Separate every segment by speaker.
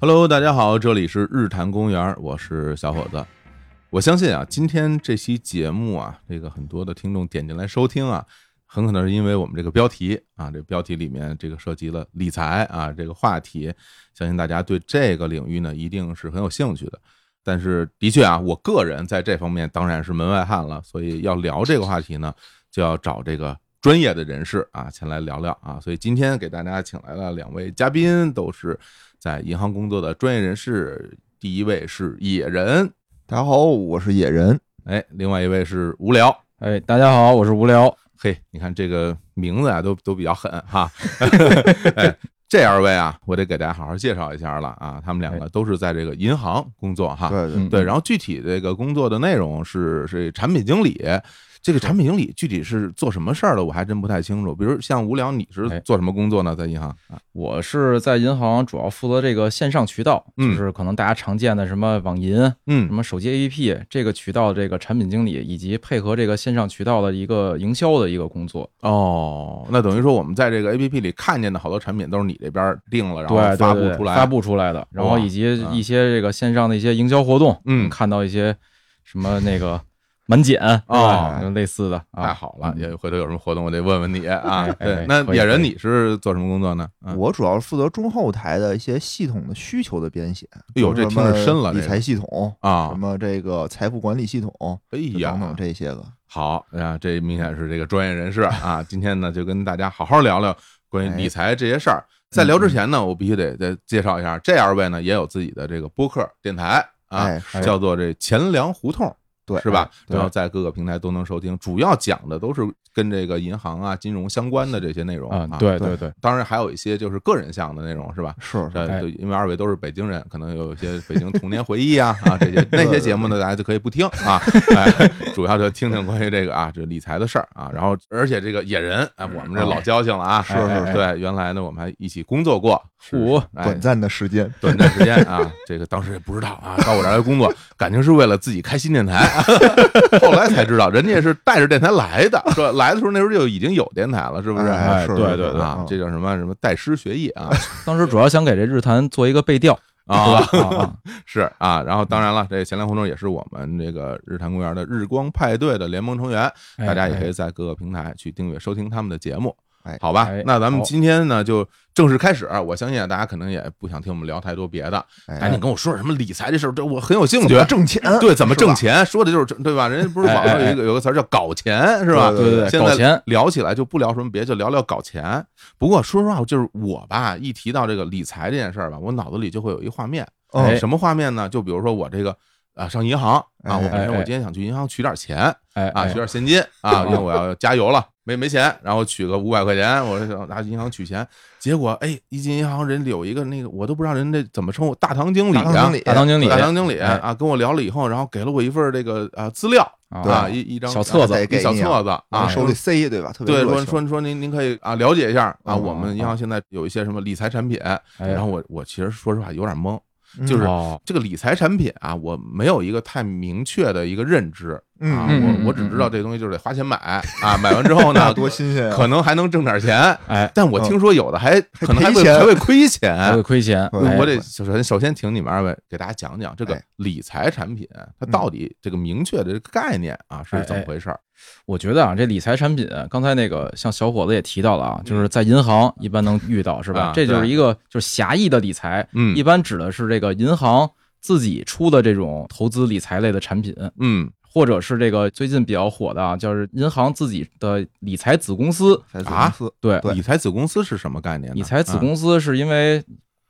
Speaker 1: Hello，大家好，这里是日坛公园，我是小伙子。我相信啊，今天这期节目啊，这个很多的听众点进来收听啊，很可能是因为我们这个标题啊，这标题里面这个涉及了理财啊这个话题，相信大家对这个领域呢一定是很有兴趣的。但是的确啊，我个人在这方面当然是门外汉了，所以要聊这个话题呢，就要找这个专业的人士啊前来聊聊啊。所以今天给大家请来了两位嘉宾，都是在银行工作的专业人士。第一位是野人，
Speaker 2: 大家好，我是野人。
Speaker 1: 哎，另外一位是无聊。
Speaker 3: 哎，大家好，我是无聊。
Speaker 1: 嘿，你看这个名字啊，都都比较狠哈。 哎，这二位啊，我得给大家好好介绍一下了啊。他们两
Speaker 2: 哎
Speaker 1: 个都是在这个银行工作哈。
Speaker 2: 对
Speaker 3: 嗯
Speaker 2: 对，
Speaker 1: 呃对，然后具体这个工作的内容是是产品经理。这个产品经理具体是做什么事儿的，我还真不太清楚。比如像无聊，你是
Speaker 3: 哎
Speaker 1: 做什么工作呢？在银行啊？
Speaker 3: 我是在银行主要负责这个线上渠道，就
Speaker 1: 嗯
Speaker 3: 是可能大家常见的什么网银、什
Speaker 1: 嗯
Speaker 3: 么手机 APP 这个渠道，这个产品经理以及配合这个线上渠道的一个营销的一个工作。
Speaker 1: 哦，那等于说我们在这个 A P P 里看见的好多产品都是你这边定了，然后
Speaker 3: 对，对
Speaker 1: 发布
Speaker 3: 对
Speaker 1: 出来，
Speaker 3: 发布出来的，然后以及一些这个线上的一些营销活动，
Speaker 1: 嗯
Speaker 3: 看到一些什么那个 满减啊、
Speaker 1: 哦
Speaker 3: 就类似的
Speaker 1: 太
Speaker 3: 啊。
Speaker 1: 好了，也回头有什么活动我得问问你啊。
Speaker 3: 哎
Speaker 1: 对
Speaker 3: 哎，
Speaker 1: 那
Speaker 3: 可以
Speaker 1: 野人
Speaker 3: 可以
Speaker 1: 你是做什么工作呢？嗯
Speaker 2: 我主要是负责中后台的一些系统的需求的编写。
Speaker 1: 哎呦，这
Speaker 2: 什
Speaker 1: 听
Speaker 2: 么
Speaker 1: 着深了，
Speaker 2: 理
Speaker 1: 这
Speaker 2: 财系统，
Speaker 1: 啊
Speaker 2: 什，么这个财富管理系统，
Speaker 1: 哎
Speaker 2: 就
Speaker 1: 呀
Speaker 2: 等，等这些个。
Speaker 1: 好啊，这明显是这个专业人士 啊。今天呢，就跟大家好好聊聊关于
Speaker 2: 哎
Speaker 1: 理财这些事儿。在聊之前呢，我必须得再介绍一下，这二位呢也有自己的这个播客电台啊，
Speaker 2: 哎，是
Speaker 1: 叫做这钱粮胡同，
Speaker 2: 对，
Speaker 1: 是吧？
Speaker 2: 对
Speaker 1: 然后在各个平台都能收听，主要讲的都是跟这个银行啊、金融相关的这些内容
Speaker 3: 啊
Speaker 1: 啊。，，
Speaker 3: 对
Speaker 2: 对
Speaker 3: 对对，
Speaker 1: 当然还有一些就是个人向的内容，是吧？
Speaker 2: 是是
Speaker 1: 呃，
Speaker 3: 哎
Speaker 1: 对，因为二位都是北京人，可能有一些北京童年回忆啊啊这 些那些节目呢，大家就可以不听啊，哎，主要就听听关于这个啊这理财的事儿啊，然后而且这个野人哎，我
Speaker 3: 嗯
Speaker 1: 们这老交情了啊，
Speaker 3: 是是是
Speaker 1: 对，原来呢我们还一起工作过，
Speaker 3: 哎是是
Speaker 1: 嚯哎
Speaker 2: 短暂的时间。
Speaker 1: 短暂时间啊，这个当时也不知道啊，到我这儿来工作，感情是为了自己开新电台， 后来才知道人家是带着电台来的，说来的时候那时候就已经有电台了，是不是？
Speaker 2: 哎，是
Speaker 3: 对
Speaker 2: 是
Speaker 3: 对
Speaker 2: 是
Speaker 3: 对
Speaker 1: 啊
Speaker 2: 嗯，
Speaker 1: 这叫什么什么拜师学艺 啊
Speaker 3: 当时主要想给这日坛做一个背调
Speaker 1: 啊！
Speaker 3: 啊 啊，
Speaker 1: 是啊，然
Speaker 3: 嗯
Speaker 1: 后当然了，这个闲聊活动也是我们这个日坛公园的日光派对的联盟成员，
Speaker 3: 哎
Speaker 1: 大家也可
Speaker 3: 哎
Speaker 1: 以在各个平台去订阅收听他们的节目
Speaker 2: 哎。
Speaker 1: 好吧
Speaker 3: 哎，
Speaker 1: 那咱们
Speaker 3: 好
Speaker 1: 今天呢就正式开始。我相信啊大家可能也不想听我们聊太多别的，赶紧
Speaker 2: 哎，
Speaker 1: 跟我说说什么理财这事儿，这我很有兴趣啊
Speaker 2: 怎么。挣钱？
Speaker 1: 对，怎么挣
Speaker 2: 是吧？
Speaker 1: 钱？说的就是这对吧？人家不是网上有一个有个词儿叫“搞钱”，是吧？
Speaker 2: 对
Speaker 3: 对对对
Speaker 1: 现
Speaker 3: 哎搞
Speaker 1: 在
Speaker 3: 钱
Speaker 1: 聊起来就不聊什么别，就聊聊搞钱。不过说实话，就是我吧，一提到这个理财这件事儿吧，我脑子里就会有一画面，
Speaker 2: 嗯
Speaker 3: 哎
Speaker 1: 哦什么画面呢？就比如说我这个啊上银行啊，
Speaker 2: 哎
Speaker 1: 我本身
Speaker 3: 哎哎
Speaker 1: 我今天想去银行取点钱
Speaker 3: 哎
Speaker 1: 啊，
Speaker 3: 哎
Speaker 1: 取点现金啊，因为我要加油了，没没钱，然后取个五百块钱，我就想拿银行取钱，结果哎一进银行人有一个那个我都不知道人这怎么称呼大堂经理
Speaker 2: 大堂
Speaker 1: 啊
Speaker 2: 经。理，
Speaker 3: 大堂经理
Speaker 1: 大堂经理
Speaker 3: 哎
Speaker 1: 啊，跟我聊了以后，然后给了我一份这个啊资料啊，一一张
Speaker 3: 哦小册子
Speaker 1: 啊一小
Speaker 2: 给你啊
Speaker 1: 册子啊
Speaker 2: 往，手里塞，对吧？特别
Speaker 1: 对，
Speaker 2: 热
Speaker 1: 说
Speaker 2: 情
Speaker 1: 说说您您可以啊了解一下啊，
Speaker 2: 嗯
Speaker 1: 我们银行现在有一些什么理财产品，
Speaker 3: 哎
Speaker 1: 然后我我其实说实话有点懵，
Speaker 2: 嗯
Speaker 1: 就是
Speaker 3: 哦
Speaker 1: 这个理财产品啊，我没有一个太明确的一个认知啊，
Speaker 2: 嗯，
Speaker 3: 嗯
Speaker 1: 我我只知道这东西就是得花钱买啊，买完之后
Speaker 2: 那
Speaker 1: 呢，
Speaker 2: 多新鲜啊！
Speaker 1: 可能还能挣点钱，
Speaker 3: 哎，
Speaker 1: 但我听说有的还
Speaker 2: 还
Speaker 1: 可能还
Speaker 2: 赔
Speaker 1: 会
Speaker 2: 钱
Speaker 1: 还会亏钱，
Speaker 3: 还会亏钱，
Speaker 2: 我
Speaker 3: 哎
Speaker 1: 我得首先首先请你们二位给大家讲讲这个
Speaker 2: 哎
Speaker 1: 理财产品，
Speaker 3: 嗯
Speaker 1: 它到底这个明确的这个概念啊
Speaker 3: 哎
Speaker 1: 是怎么回事儿？
Speaker 3: 我觉得啊，这理财产品，刚才那个像小伙子也提到了啊，就是在银行一般能遇到，是
Speaker 1: 啊
Speaker 3: 吧？这就是
Speaker 1: 对
Speaker 3: 一个就是狭义的理财，
Speaker 1: 嗯
Speaker 3: 一般指的是这个银行自己出的这种投资理财类的产品，
Speaker 1: 嗯，
Speaker 3: 或者是这个最近比较火的啊，就是银行自己的理财子公司。
Speaker 2: 才子
Speaker 1: 啊
Speaker 2: 公司
Speaker 3: 对，
Speaker 2: 对
Speaker 1: 理财子公司是什么概念呢？
Speaker 3: 理财子
Speaker 1: 啊
Speaker 3: 公司是因为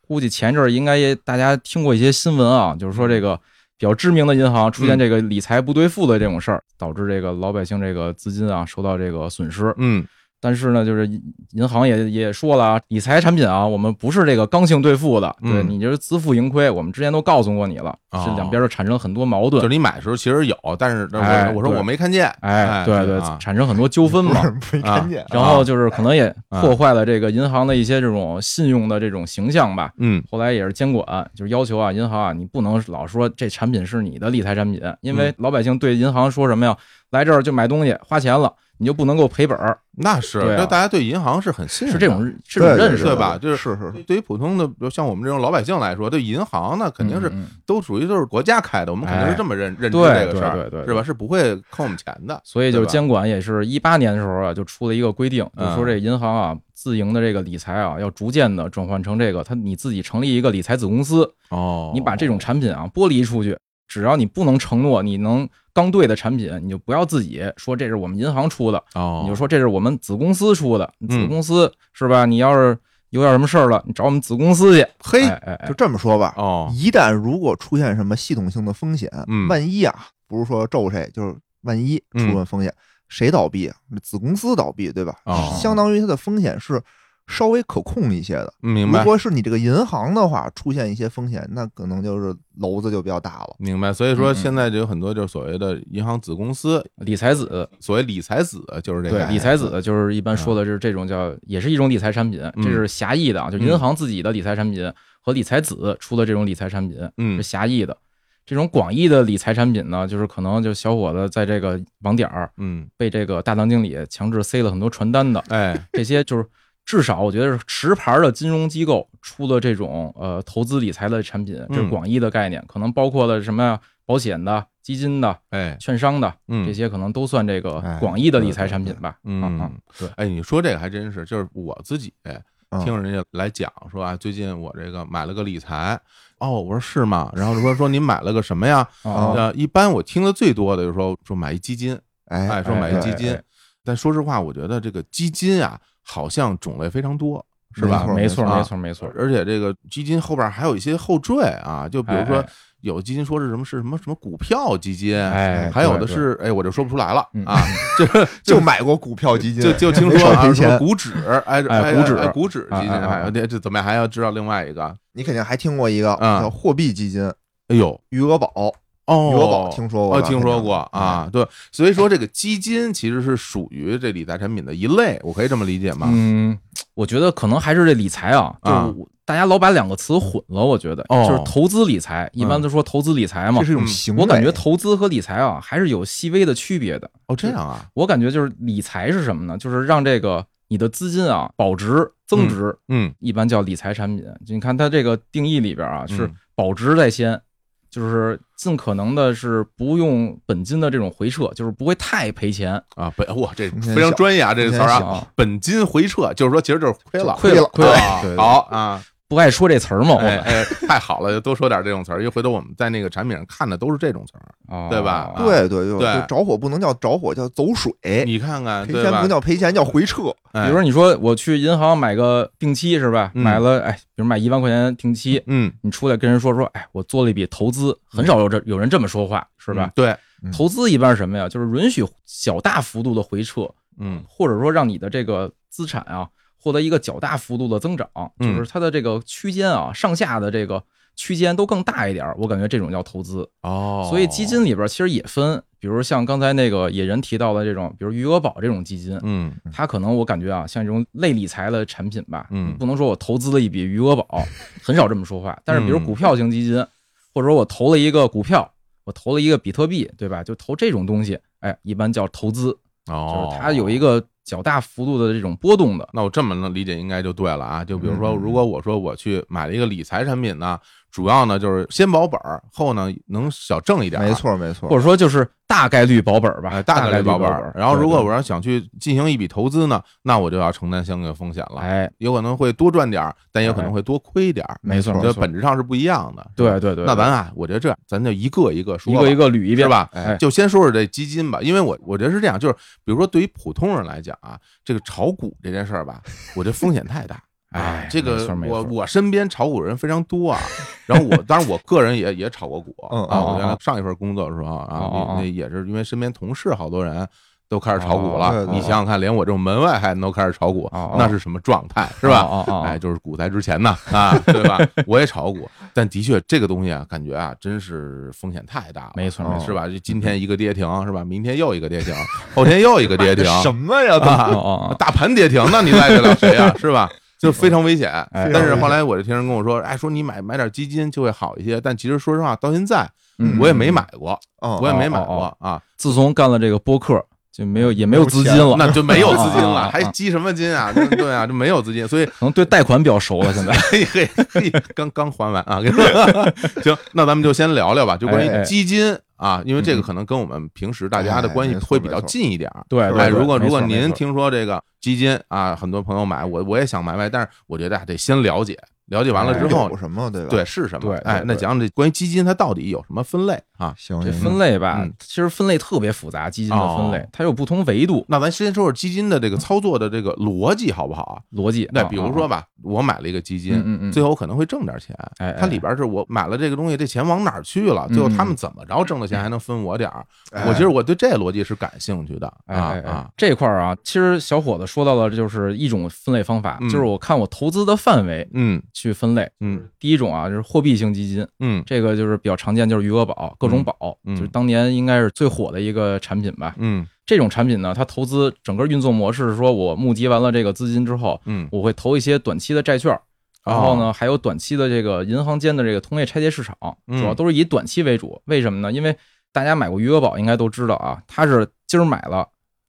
Speaker 3: 估计前阵儿应该也大家听过一些新闻啊，就是说这个。比较知名的银
Speaker 1: 嗯
Speaker 3: 行出现这个理财不兑付的这种事儿，导致这个老百姓这个资金啊受到这个损失。
Speaker 1: 嗯
Speaker 3: 但是呢，就是银银行也也说了啊，理财产品啊，我们不是这个刚性兑付的，
Speaker 1: 嗯
Speaker 3: 对你就是自负盈亏，我们之前都告诉过你了，
Speaker 1: 哦
Speaker 3: 这两边就产生很多矛
Speaker 1: 就是
Speaker 3: 盾，
Speaker 1: 你买的时候其实有，但是我
Speaker 3: 哎
Speaker 1: 我说
Speaker 3: 对
Speaker 1: 我没看见，
Speaker 3: 哎，对对，
Speaker 1: 啊
Speaker 3: 产生很多纠纷 嘛。
Speaker 2: 没看见，啊
Speaker 3: 然后就是可能也
Speaker 1: 嗯
Speaker 3: 破坏了这个银行的一些这种信用的这种形象吧。
Speaker 1: 嗯
Speaker 3: 后来也是监管，就是要求啊，银行啊，你不能老说这产
Speaker 1: 嗯
Speaker 3: 品是你的理财产品，因为老百姓对银行说什么呀，来这儿就买东西花钱了，你就不能够赔本儿，
Speaker 1: 那是，
Speaker 3: 对啊
Speaker 1: 那大家对银行是很信任
Speaker 3: 是
Speaker 1: 的，
Speaker 3: 这种是这种
Speaker 2: 对
Speaker 3: 认
Speaker 1: 嗯
Speaker 3: 识
Speaker 1: 对
Speaker 3: 的
Speaker 1: 吧？就是
Speaker 2: 是是
Speaker 1: 对于普通的，比如像我们这种老百姓来说，对银行呢，肯定是
Speaker 3: 嗯嗯哎
Speaker 1: 都属于就是国家开的，我们肯定是这么认认知
Speaker 3: 对
Speaker 1: 这个
Speaker 3: 对
Speaker 1: 事儿，
Speaker 3: 对对对
Speaker 1: 是吧？是不会扣我们钱的，
Speaker 3: 所以就
Speaker 1: 对
Speaker 3: 是
Speaker 1: 吧
Speaker 3: 监管也是一八年的时候啊，就出了一个规定，就
Speaker 1: 嗯
Speaker 3: 说这银行啊自营的这个理财啊，要逐渐的转换成这个，它你自己成立一个理财子公司，
Speaker 1: 哦
Speaker 3: 你把这种产品啊剥离出去，只要你不能承诺你能刚兑的产品，你就不要自己说这是我们银行出的，
Speaker 1: 哦，
Speaker 3: 你就说这是我们子公司出的，子
Speaker 1: 嗯
Speaker 3: 公司是吧？你要是有点什么事儿了，你找我们子公司去。
Speaker 2: 嘿
Speaker 3: 哎，哎哎
Speaker 2: 就这么说吧，
Speaker 1: 哦，
Speaker 2: 一旦如果出现什么系统性的风险，
Speaker 1: 嗯
Speaker 2: 万一啊，不是说咒谁，就是万一出现风险，谁倒闭啊？子公司倒闭，对吧？
Speaker 1: 哦
Speaker 2: 相当于它的风险是稍微可控一些的。
Speaker 1: 明
Speaker 2: 如
Speaker 1: 白
Speaker 2: 果是你这个银行的话，出现一些风险，那可能就是娄子就比较大了。
Speaker 1: 明白。所以说
Speaker 3: 嗯嗯
Speaker 1: 现在就有很多就是所谓的银行子公司，
Speaker 3: 理财子，
Speaker 1: 所谓理财子就是这个
Speaker 3: 对
Speaker 1: 概，念
Speaker 3: 理财子就是一般说
Speaker 1: 嗯
Speaker 3: 的就是这种叫，也是一种理财产品，这是狭义的啊，就
Speaker 1: 嗯
Speaker 3: 银行自己的理财产品和理财子出的这种理财产品是
Speaker 1: 嗯
Speaker 3: 狭义的。这种广义的理财产品呢，就是可能就小伙子在这个网点儿
Speaker 1: 嗯，
Speaker 3: 被这个大堂经理强制塞了很多传单的，
Speaker 1: 哎，
Speaker 3: 这些就是至少我觉得是持牌的金融机构出的这种呃投资理财的产品，这是
Speaker 1: 嗯
Speaker 3: 广义的概念，可能包括了什么呀，保险的、基金的、
Speaker 1: 哎，
Speaker 3: 券商的
Speaker 1: 嗯，
Speaker 3: 这些，可能都算这个
Speaker 2: 哎
Speaker 3: 广义的
Speaker 2: 对
Speaker 3: 理财
Speaker 2: 对
Speaker 3: 产品
Speaker 2: 对
Speaker 3: 吧。啊啊
Speaker 1: 嗯，
Speaker 3: 对
Speaker 1: 哎，你说这个还真是，就是我自己哎
Speaker 2: 嗯
Speaker 1: 听人家来讲说啊，最近我这个买了个理财，哦，我说是吗？然后说说您买了个什么呀？
Speaker 3: 嗯
Speaker 2: 哦
Speaker 3: 啊
Speaker 1: 呃，一般我听的最多的就是说说买一基金，
Speaker 2: 哎，
Speaker 1: 哎，说买一
Speaker 2: 对
Speaker 1: 基金
Speaker 3: 哎。
Speaker 1: 但说实话，我觉得这个基金啊，好像种类非常多，是吧？
Speaker 3: 没错，
Speaker 1: 啊
Speaker 3: 没错，没错。
Speaker 1: 而且这个基金后边还有一些后缀啊，就比如
Speaker 3: 哎
Speaker 1: 说
Speaker 3: 哎
Speaker 1: 有基金说是什么是什么什么股票基金，
Speaker 3: 哎
Speaker 1: 还有
Speaker 3: 对
Speaker 1: 的
Speaker 3: 对
Speaker 1: 啊是哎，我就说不出来了
Speaker 3: 嗯
Speaker 1: 啊， 就是
Speaker 2: 就买过股票基金，
Speaker 1: 就就听
Speaker 2: 没
Speaker 1: 说
Speaker 2: 少
Speaker 1: 啊，
Speaker 2: 赔
Speaker 1: 什么
Speaker 2: 钱
Speaker 1: 股指，哎
Speaker 3: 哎股指
Speaker 1: 哎股指基金，
Speaker 3: 啊啊啊
Speaker 1: 还有这这怎么还要知道另外一个？
Speaker 2: 你肯定还听过一个
Speaker 1: 嗯
Speaker 2: 叫货币基金，
Speaker 1: 哎呦
Speaker 2: 余额宝，
Speaker 1: 哦，
Speaker 2: 余额宝听说过
Speaker 1: 哦，
Speaker 2: 吧
Speaker 1: 听说过
Speaker 2: 肯定
Speaker 1: 啊，对，所以说这个基金其实是属于这理财产品的一类，我可以这么理解吗？
Speaker 3: 嗯，我觉得可能还是这理财啊，就
Speaker 1: 啊
Speaker 3: 是大家老把两个词混了。我觉得
Speaker 1: 哦
Speaker 3: 就是投资理财，一般都说投资理财嘛
Speaker 2: 这。是一种
Speaker 1: 嗯
Speaker 2: 行为。
Speaker 3: 我感觉投资和理财啊，还是有细微的区别的。
Speaker 1: 哦，这样啊，
Speaker 3: 我感觉就是理财是什么呢？就是让这个你的资金啊保值增值，
Speaker 1: 嗯，
Speaker 3: 一般叫理财产品。就你看它这个定义里边啊，是
Speaker 1: 嗯
Speaker 3: 保值在先，就是尽可能的是不用本金的这种回撤，就是不会太赔钱。
Speaker 1: 啊，本哇，这
Speaker 2: 风险
Speaker 1: 非常
Speaker 2: 小
Speaker 1: 专业啊，这个词儿
Speaker 2: 风
Speaker 1: 啊
Speaker 2: 险，
Speaker 3: 啊，
Speaker 1: 本金回撤，就是说其实就是亏了，
Speaker 3: 亏了亏了
Speaker 1: 啊
Speaker 2: 对对对
Speaker 1: 好啊，
Speaker 3: 不爱说这词儿嘛，我
Speaker 1: 哎
Speaker 3: 们
Speaker 1: 哎，太好了，多说点这种词儿，因为回头我们在那个产品上看的都是这种词儿，
Speaker 3: 哦
Speaker 1: 对吧啊
Speaker 2: 对对对，
Speaker 1: 对
Speaker 2: 就着火不能叫着火，叫走水。
Speaker 1: 你看看，
Speaker 2: 赔
Speaker 1: 对
Speaker 2: 钱
Speaker 1: 吧
Speaker 2: 不？叫赔钱，叫回撤。
Speaker 1: 哎
Speaker 3: 比如说，你说我去银行买个定期是吧？
Speaker 1: 嗯
Speaker 3: 买了，哎，比如买一万块钱定期，
Speaker 1: 嗯，
Speaker 3: 你出来跟人说说，哎，我做了一笔投资，很少有这有人这么说话是吧
Speaker 1: 嗯？对，
Speaker 2: 嗯
Speaker 3: 投资一般是什么呀？就是允许小大幅度的回撤，
Speaker 1: 嗯
Speaker 3: 或者说让你的这个资产啊获得一个较大幅度的增长，就
Speaker 1: 嗯
Speaker 3: 是它的这个区间啊上下的这个区间都更大一点儿，我感觉这种叫投资。
Speaker 1: 哦，
Speaker 3: 所以基金里边其实也分，比如像刚才那个野人提到的这种，比如余额宝这种基金，
Speaker 1: 嗯
Speaker 3: 它可能我感觉啊像这种类理财的产品吧，
Speaker 1: 嗯
Speaker 3: 不能说我投资了一笔余 额宝，很少这么说话。但是比如
Speaker 1: 嗯
Speaker 3: 股票型基金，或者说我投了一个股票，我投了一个比特币，对吧？就投这种东西，哎，一般叫投资。
Speaker 1: 哦，
Speaker 3: 就是它有一个较大幅度的这种波动的。
Speaker 1: 那我这么能理解应该就对了啊。就比如说，
Speaker 2: 嗯嗯嗯
Speaker 1: 如果我说我去买了一个理财产品呢，主要呢就是先保本儿，后呢能小挣一点儿，啊
Speaker 2: 没错没错
Speaker 3: 或，者说就是大概率保本儿吧
Speaker 1: 哎，，大
Speaker 3: 概
Speaker 1: 概率
Speaker 3: 保
Speaker 1: 保本
Speaker 3: 儿
Speaker 1: 儿。然后，如果
Speaker 3: 对
Speaker 1: 我要想去进行一笔投资呢，那我就要承担相应的风险
Speaker 3: 对
Speaker 1: 了，
Speaker 3: 哎，
Speaker 1: 有可能会多赚点儿，但也可能会多亏点儿，
Speaker 3: 没错，
Speaker 2: 哎
Speaker 1: 我
Speaker 3: 没
Speaker 1: 觉得
Speaker 3: 错
Speaker 1: 本质上是不一样的。
Speaker 3: 对对对，
Speaker 1: 那咱
Speaker 3: 对
Speaker 1: 啊，我觉得这样咱就一个一个说
Speaker 3: 一
Speaker 1: 吧，
Speaker 3: 个一个捋一遍
Speaker 1: 是？吧？
Speaker 3: 哎
Speaker 1: 就先说说这基金吧，因为我我觉得是这样，就是比如说对于普通人来讲啊，这个炒股这件事儿吧，我觉得风险太大。
Speaker 3: 哎
Speaker 1: 这
Speaker 3: 没
Speaker 1: 个
Speaker 3: 错没
Speaker 1: 我
Speaker 3: 错
Speaker 1: 我身边炒股人非常多啊，然后我当然我个人也也炒过 股
Speaker 2: 嗯
Speaker 1: 啊，
Speaker 3: 哦
Speaker 1: 我原来
Speaker 3: 哦
Speaker 1: 上一份工作的时候
Speaker 3: 哦哦
Speaker 1: 啊
Speaker 3: 哦，
Speaker 1: 那那也是因为身边同事好多人都开始炒股
Speaker 2: 哦对
Speaker 1: 了，
Speaker 2: 对
Speaker 1: 你想想看，连我这种门外汉都开始炒股
Speaker 3: 哦哦，
Speaker 1: 那是什么状态是吧？
Speaker 3: 哦哦哦，
Speaker 1: 哎，就是股灾之前呢，啊，对吧？我也炒过股，但的确这个东西啊，感觉啊，真是风险太大了，
Speaker 3: 没错没错
Speaker 1: 哦是吧？就今天一个跌停，是吧？明天又一个跌停，后天又一个跌停，
Speaker 2: 什么呀？
Speaker 3: 哦
Speaker 1: 啊，
Speaker 3: 哦
Speaker 1: 大盘跌停，那你赖得了谁啊？是吧？就非常危险。
Speaker 3: 哎
Speaker 1: 但是后来我就听人跟我说，哎，说你买买点基金就会好一些，但其实说实话，到现在
Speaker 3: 嗯
Speaker 1: 我也没买过，
Speaker 2: 哦
Speaker 1: 我也没买
Speaker 3: 哦
Speaker 1: 过啊。
Speaker 3: 自从干了这个播客，就没有
Speaker 1: 嗯
Speaker 3: 也没有资金了，
Speaker 1: 那就没有资金
Speaker 3: 啊啊啊
Speaker 1: 了，还
Speaker 3: 啊
Speaker 1: 积什么金啊？对啊，就没有资金，所以
Speaker 3: 可能对贷款比较熟了。现 在
Speaker 1: 嘿嘿，嘿，刚刚还完啊。行，那咱们就先聊聊吧，就关
Speaker 3: 哎哎
Speaker 1: 于基金啊，因为这个可能跟我们平时大家的关系
Speaker 2: 哎没错
Speaker 1: 会比较
Speaker 2: 没错
Speaker 1: 近一点儿。
Speaker 3: 对
Speaker 1: 哎，
Speaker 3: 对，
Speaker 1: 如果
Speaker 3: 没
Speaker 1: 如
Speaker 3: 错
Speaker 1: 果
Speaker 3: 没
Speaker 1: 您
Speaker 3: 错
Speaker 1: 听说这个基金啊，很多朋友买，我我也想买买，但是我觉得啊得先了解，了解完
Speaker 3: 哎
Speaker 1: 了之后
Speaker 2: 哎有，什么对吧？
Speaker 1: 对是什么
Speaker 3: 对？对
Speaker 1: 哎，那
Speaker 2: 对
Speaker 1: 讲讲这关于基金它到底有什么分类啊？
Speaker 2: 行，
Speaker 3: 这
Speaker 2: 行
Speaker 3: 分类吧
Speaker 1: 嗯，
Speaker 3: 其实分类特别复杂，基金的分类
Speaker 1: 哦
Speaker 3: 它有不同维度
Speaker 1: 那咱先说说基金的这个操作的这个逻辑好不好啊？
Speaker 3: 逻辑。
Speaker 1: 那
Speaker 3: 啊
Speaker 1: 比如，
Speaker 3: 啊
Speaker 1: 说吧，我买了一个基金，
Speaker 3: 嗯嗯嗯
Speaker 1: 最后我可能会挣点钱。
Speaker 3: 哎哎
Speaker 1: 它里边是我买了这个东西，这钱往哪儿去了？最后他们
Speaker 3: 嗯
Speaker 1: 怎么着挣的钱还能分我点儿？
Speaker 2: 哎
Speaker 1: 我觉得我对这逻辑是感兴趣的
Speaker 3: 哎
Speaker 1: 啊
Speaker 3: 哎哎
Speaker 1: 啊！
Speaker 3: 这块儿啊，其实小伙子说到了，就是一种分类方法，
Speaker 1: 嗯
Speaker 3: 就是我看我投资的范围
Speaker 1: 嗯
Speaker 3: 去分类。
Speaker 1: 嗯
Speaker 3: 第一种啊，就是货币性基金，
Speaker 1: 嗯
Speaker 3: 这个就是比较常见，就是余额宝、各种宝，
Speaker 1: 嗯嗯
Speaker 3: 就是当年应该是最火的一个产品吧。
Speaker 1: 嗯
Speaker 3: 这种产品呢，它投资整个运作模式是说，我募集完了这个资金之后，
Speaker 1: 嗯，
Speaker 3: 我会投一些短期的债券，然后
Speaker 1: 哦
Speaker 3: 呢，还有短期的这个银行间的这个同业拆借市场，
Speaker 1: 嗯
Speaker 3: 主要都是以短期为主。为什么呢？因为大家买过余额宝应该都知道啊，它是今儿买了，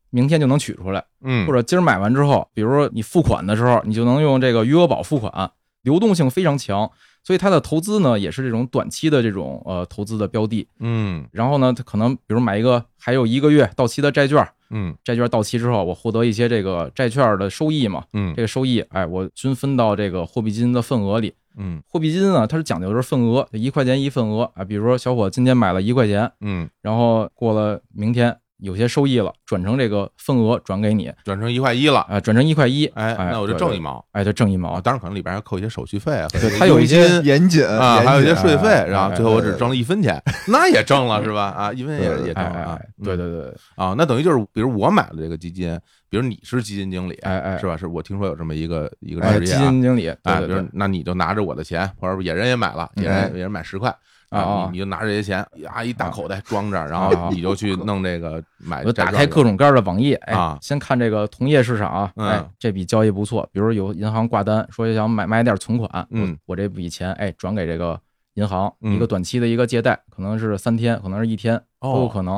Speaker 3: 明天就能取出来，
Speaker 1: 嗯，
Speaker 3: 或者今儿买完之后，比如说你付款的时候，你就能用这个余额宝付款，流动性非常强。所以它的投资呢，也是这种短期的这种呃投资的标的。
Speaker 1: 嗯
Speaker 3: 然后呢，它可能比如买一个还有一个月到期的债券，
Speaker 1: 嗯
Speaker 3: 债券到期之后，我获得一些这个债券的收益嘛，
Speaker 1: 嗯
Speaker 3: 这个收益，哎，我均分到这个货币基金的份额里。
Speaker 1: 嗯
Speaker 3: 货币基金呢，它是讲究的是份额，一块钱一份额啊。比如说小伙今天买了一块钱，
Speaker 1: 嗯，
Speaker 3: 然后过了明天有些收益了，转成这个份额转给你
Speaker 1: 转成一块一了，
Speaker 3: 啊，转成一块一，
Speaker 1: 哎，那我就挣一
Speaker 3: 毛，
Speaker 1: 毛
Speaker 3: 哎，就挣一毛
Speaker 1: 啊！。当然可能里边还扣一些手续费啊，
Speaker 3: 对它有一些
Speaker 2: 严谨
Speaker 1: 啊，还有一些税费，
Speaker 3: 哎
Speaker 1: 然后
Speaker 3: 哎
Speaker 1: 最后我
Speaker 2: 对
Speaker 1: 只
Speaker 2: 对
Speaker 1: 挣了一分钱，那也挣了是吧？啊，一分也
Speaker 2: 对对
Speaker 1: 也
Speaker 3: 哎
Speaker 1: 挣了
Speaker 3: 哎，
Speaker 1: 啊
Speaker 3: 哎，对对对，
Speaker 1: 啊，那等于就是，比如我买了这个基金，比如你是基金经理，
Speaker 3: 哎哎
Speaker 1: 是吧？是我听说有这么一个一个
Speaker 3: 哎，
Speaker 1: 职
Speaker 3: 基
Speaker 1: 业啊，
Speaker 3: 金经理，
Speaker 1: 哎，
Speaker 3: 对
Speaker 1: 比
Speaker 3: 对
Speaker 1: 如
Speaker 3: 对，
Speaker 1: 那你就拿着我的钱，或者野人也买了，野
Speaker 2: 哎
Speaker 1: 人野人买十块。
Speaker 3: 啊
Speaker 1: 你你就拿着这些钱啊，一大
Speaker 3: 哦
Speaker 1: 口袋装着，然后
Speaker 3: 啊
Speaker 1: 你就去弄这个买
Speaker 3: 我就
Speaker 1: 债
Speaker 3: 打
Speaker 1: 券
Speaker 3: 开
Speaker 1: 去，
Speaker 3: 各种各样的网页，哎
Speaker 1: 啊，
Speaker 3: 先看这个同业市场啊，
Speaker 1: 嗯
Speaker 3: 哎，这笔交易不错，比如有银行挂单说想买买点存款，
Speaker 1: 嗯
Speaker 3: 我我这笔钱哎转给这个银行，
Speaker 1: 嗯
Speaker 3: 一个短期的一个借贷，可能是三天，可能是一天，都有
Speaker 1: 哦
Speaker 3: 可能。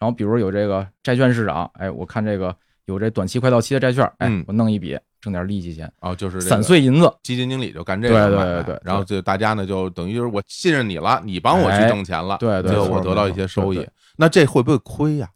Speaker 3: 然后比如有这个债券市场，哎，我看这个有这短期快到期的债券，哎
Speaker 1: 嗯，
Speaker 3: 我弄一笔挣点利息钱，
Speaker 1: 哦，就是这个
Speaker 3: 散碎银子，
Speaker 1: 基金经理就干这个
Speaker 3: 对对
Speaker 1: 买卖
Speaker 3: 对对
Speaker 1: 然后就大家呢就等于就是我信任你了，你帮我去
Speaker 3: 哎
Speaker 1: 挣钱了，
Speaker 3: 对对
Speaker 1: 最后
Speaker 2: 没
Speaker 1: 我
Speaker 2: 错
Speaker 1: 得到
Speaker 2: 没
Speaker 1: 一些
Speaker 2: 错
Speaker 1: 收
Speaker 3: 对
Speaker 1: 益，那这会不会亏呀？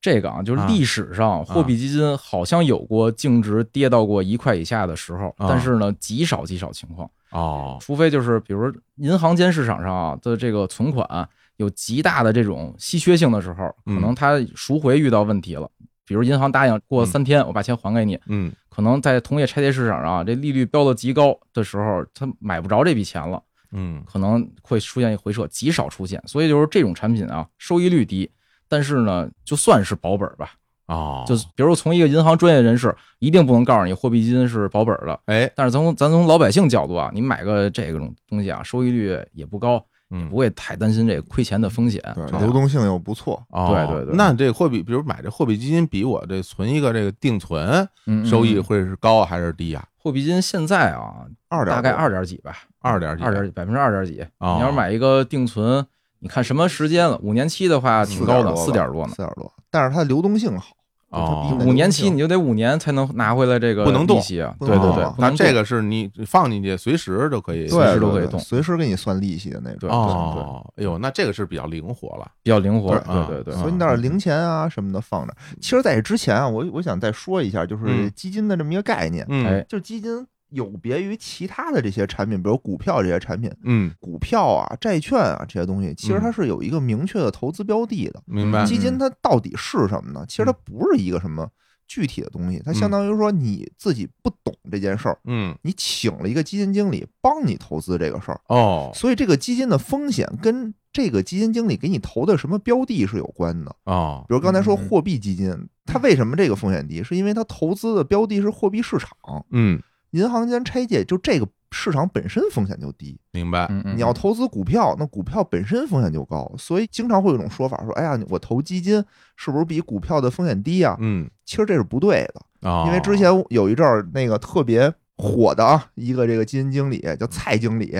Speaker 3: 这个啊，就是
Speaker 1: 啊
Speaker 3: 历史上货币基金好像有过净值跌到过一块以下的时候，
Speaker 1: 啊
Speaker 3: 但是呢，极少极少情况，
Speaker 1: 哦，
Speaker 3: 除非就是比如银行间市场上啊的这个存款啊有极大的这种稀缺性的时候，可
Speaker 1: 嗯
Speaker 3: 能它赎回遇到问题了，比如银行答应过
Speaker 1: 嗯
Speaker 3: 三天我把钱还给你，
Speaker 1: 嗯
Speaker 3: 可能在同业拆借市场上啊这利率飙到极高的时候，他买不着这笔钱了。
Speaker 1: 嗯
Speaker 3: 可能会出现一回撤，极少出现。所以就是这种产品啊，收益率低，但是呢，就算是保本吧。
Speaker 1: 哦，
Speaker 3: 就是比如从一个银行专业人士，一定不能告诉你货币基金是保本的。
Speaker 1: 哎，
Speaker 3: 但是从咱从老百姓角度啊，你买个这种东西啊，收益率也不高，
Speaker 1: 嗯
Speaker 3: 不会太担心这个亏钱的风险。
Speaker 2: 对
Speaker 3: 这样
Speaker 2: 流动性又不错，
Speaker 1: 哦
Speaker 3: 对对对
Speaker 1: 那这货币，比如买这货币基金，比我这存一个这个定存
Speaker 3: 嗯嗯
Speaker 1: 收益
Speaker 3: 嗯
Speaker 1: 会是高还是低啊？
Speaker 3: 货币基金现在啊，
Speaker 2: 二点
Speaker 3: 大概二点几吧，
Speaker 1: 二点几，
Speaker 3: 二点几百分之二点几。
Speaker 1: 哦
Speaker 3: 你要是买一个定存，你看什么时间了？五年期的话挺高的，四
Speaker 2: 四
Speaker 3: 点多呢
Speaker 2: 四。点多，但是它流动性好，
Speaker 1: 哦
Speaker 2: 就它比
Speaker 3: 五年期你就得五年才能拿回来这个
Speaker 1: 不能动
Speaker 3: 利息啊，
Speaker 2: 不
Speaker 3: 对
Speaker 2: 能
Speaker 3: 对
Speaker 2: 动
Speaker 3: 对
Speaker 2: 啊，
Speaker 3: 不
Speaker 1: 哦那
Speaker 3: 能
Speaker 1: 这
Speaker 3: 动
Speaker 1: 个是你放进去随时就可以
Speaker 2: 对
Speaker 3: 随时
Speaker 2: 对
Speaker 3: 都可以
Speaker 2: 对
Speaker 3: 动
Speaker 2: 随时给你算利息的那
Speaker 3: 对
Speaker 2: 种。
Speaker 1: 哦，哎呦，那这个是比较灵活了，
Speaker 3: 比较灵活，
Speaker 1: 对啊
Speaker 3: 对对对嗯
Speaker 1: 嗯
Speaker 2: 所以你那儿零钱啊什么的放着。其实，在这之前啊，我我想再说一下，就是
Speaker 1: 嗯
Speaker 2: 基金的这么一个概念，
Speaker 1: 嗯
Speaker 3: 哎
Speaker 2: 就是基金有别于其他的这些产品，比如股票这些产品，
Speaker 1: 嗯，
Speaker 2: 股票啊、债券啊这些东西，其实它是有一个明确的投资标的的。
Speaker 1: 明白
Speaker 3: 嗯
Speaker 2: 基金它到底是什么呢？其实它不是一个什么具体的东西，它
Speaker 3: 嗯
Speaker 2: 相当于说你自己不懂这件事儿，
Speaker 1: 嗯，
Speaker 2: 你请了一个基金经理帮你投资这个事儿，
Speaker 1: 哦
Speaker 2: 所以这个基金的风险跟这个基金经理给你投的什么标的是有关的。
Speaker 1: 哦，
Speaker 2: 比如刚才说
Speaker 3: 嗯嗯
Speaker 2: 货币基金，它为什么这个风险低？是因为它投资的标的是货币市场，
Speaker 1: 嗯，
Speaker 2: 银行间拆借，就这个市场本身风险就低。
Speaker 1: 明白，
Speaker 3: 嗯嗯，
Speaker 2: 你要投资股票，那股票本身风险就高，所以经常会有一种说法说，哎呀，我投基金是不是比股票的风险低啊？
Speaker 1: 嗯，
Speaker 2: 其实这是不对的，
Speaker 1: 哦，
Speaker 2: 因为之前
Speaker 1: 嗯
Speaker 2: 有一阵儿那个特别火的啊，一个这个基金经理叫蔡经理，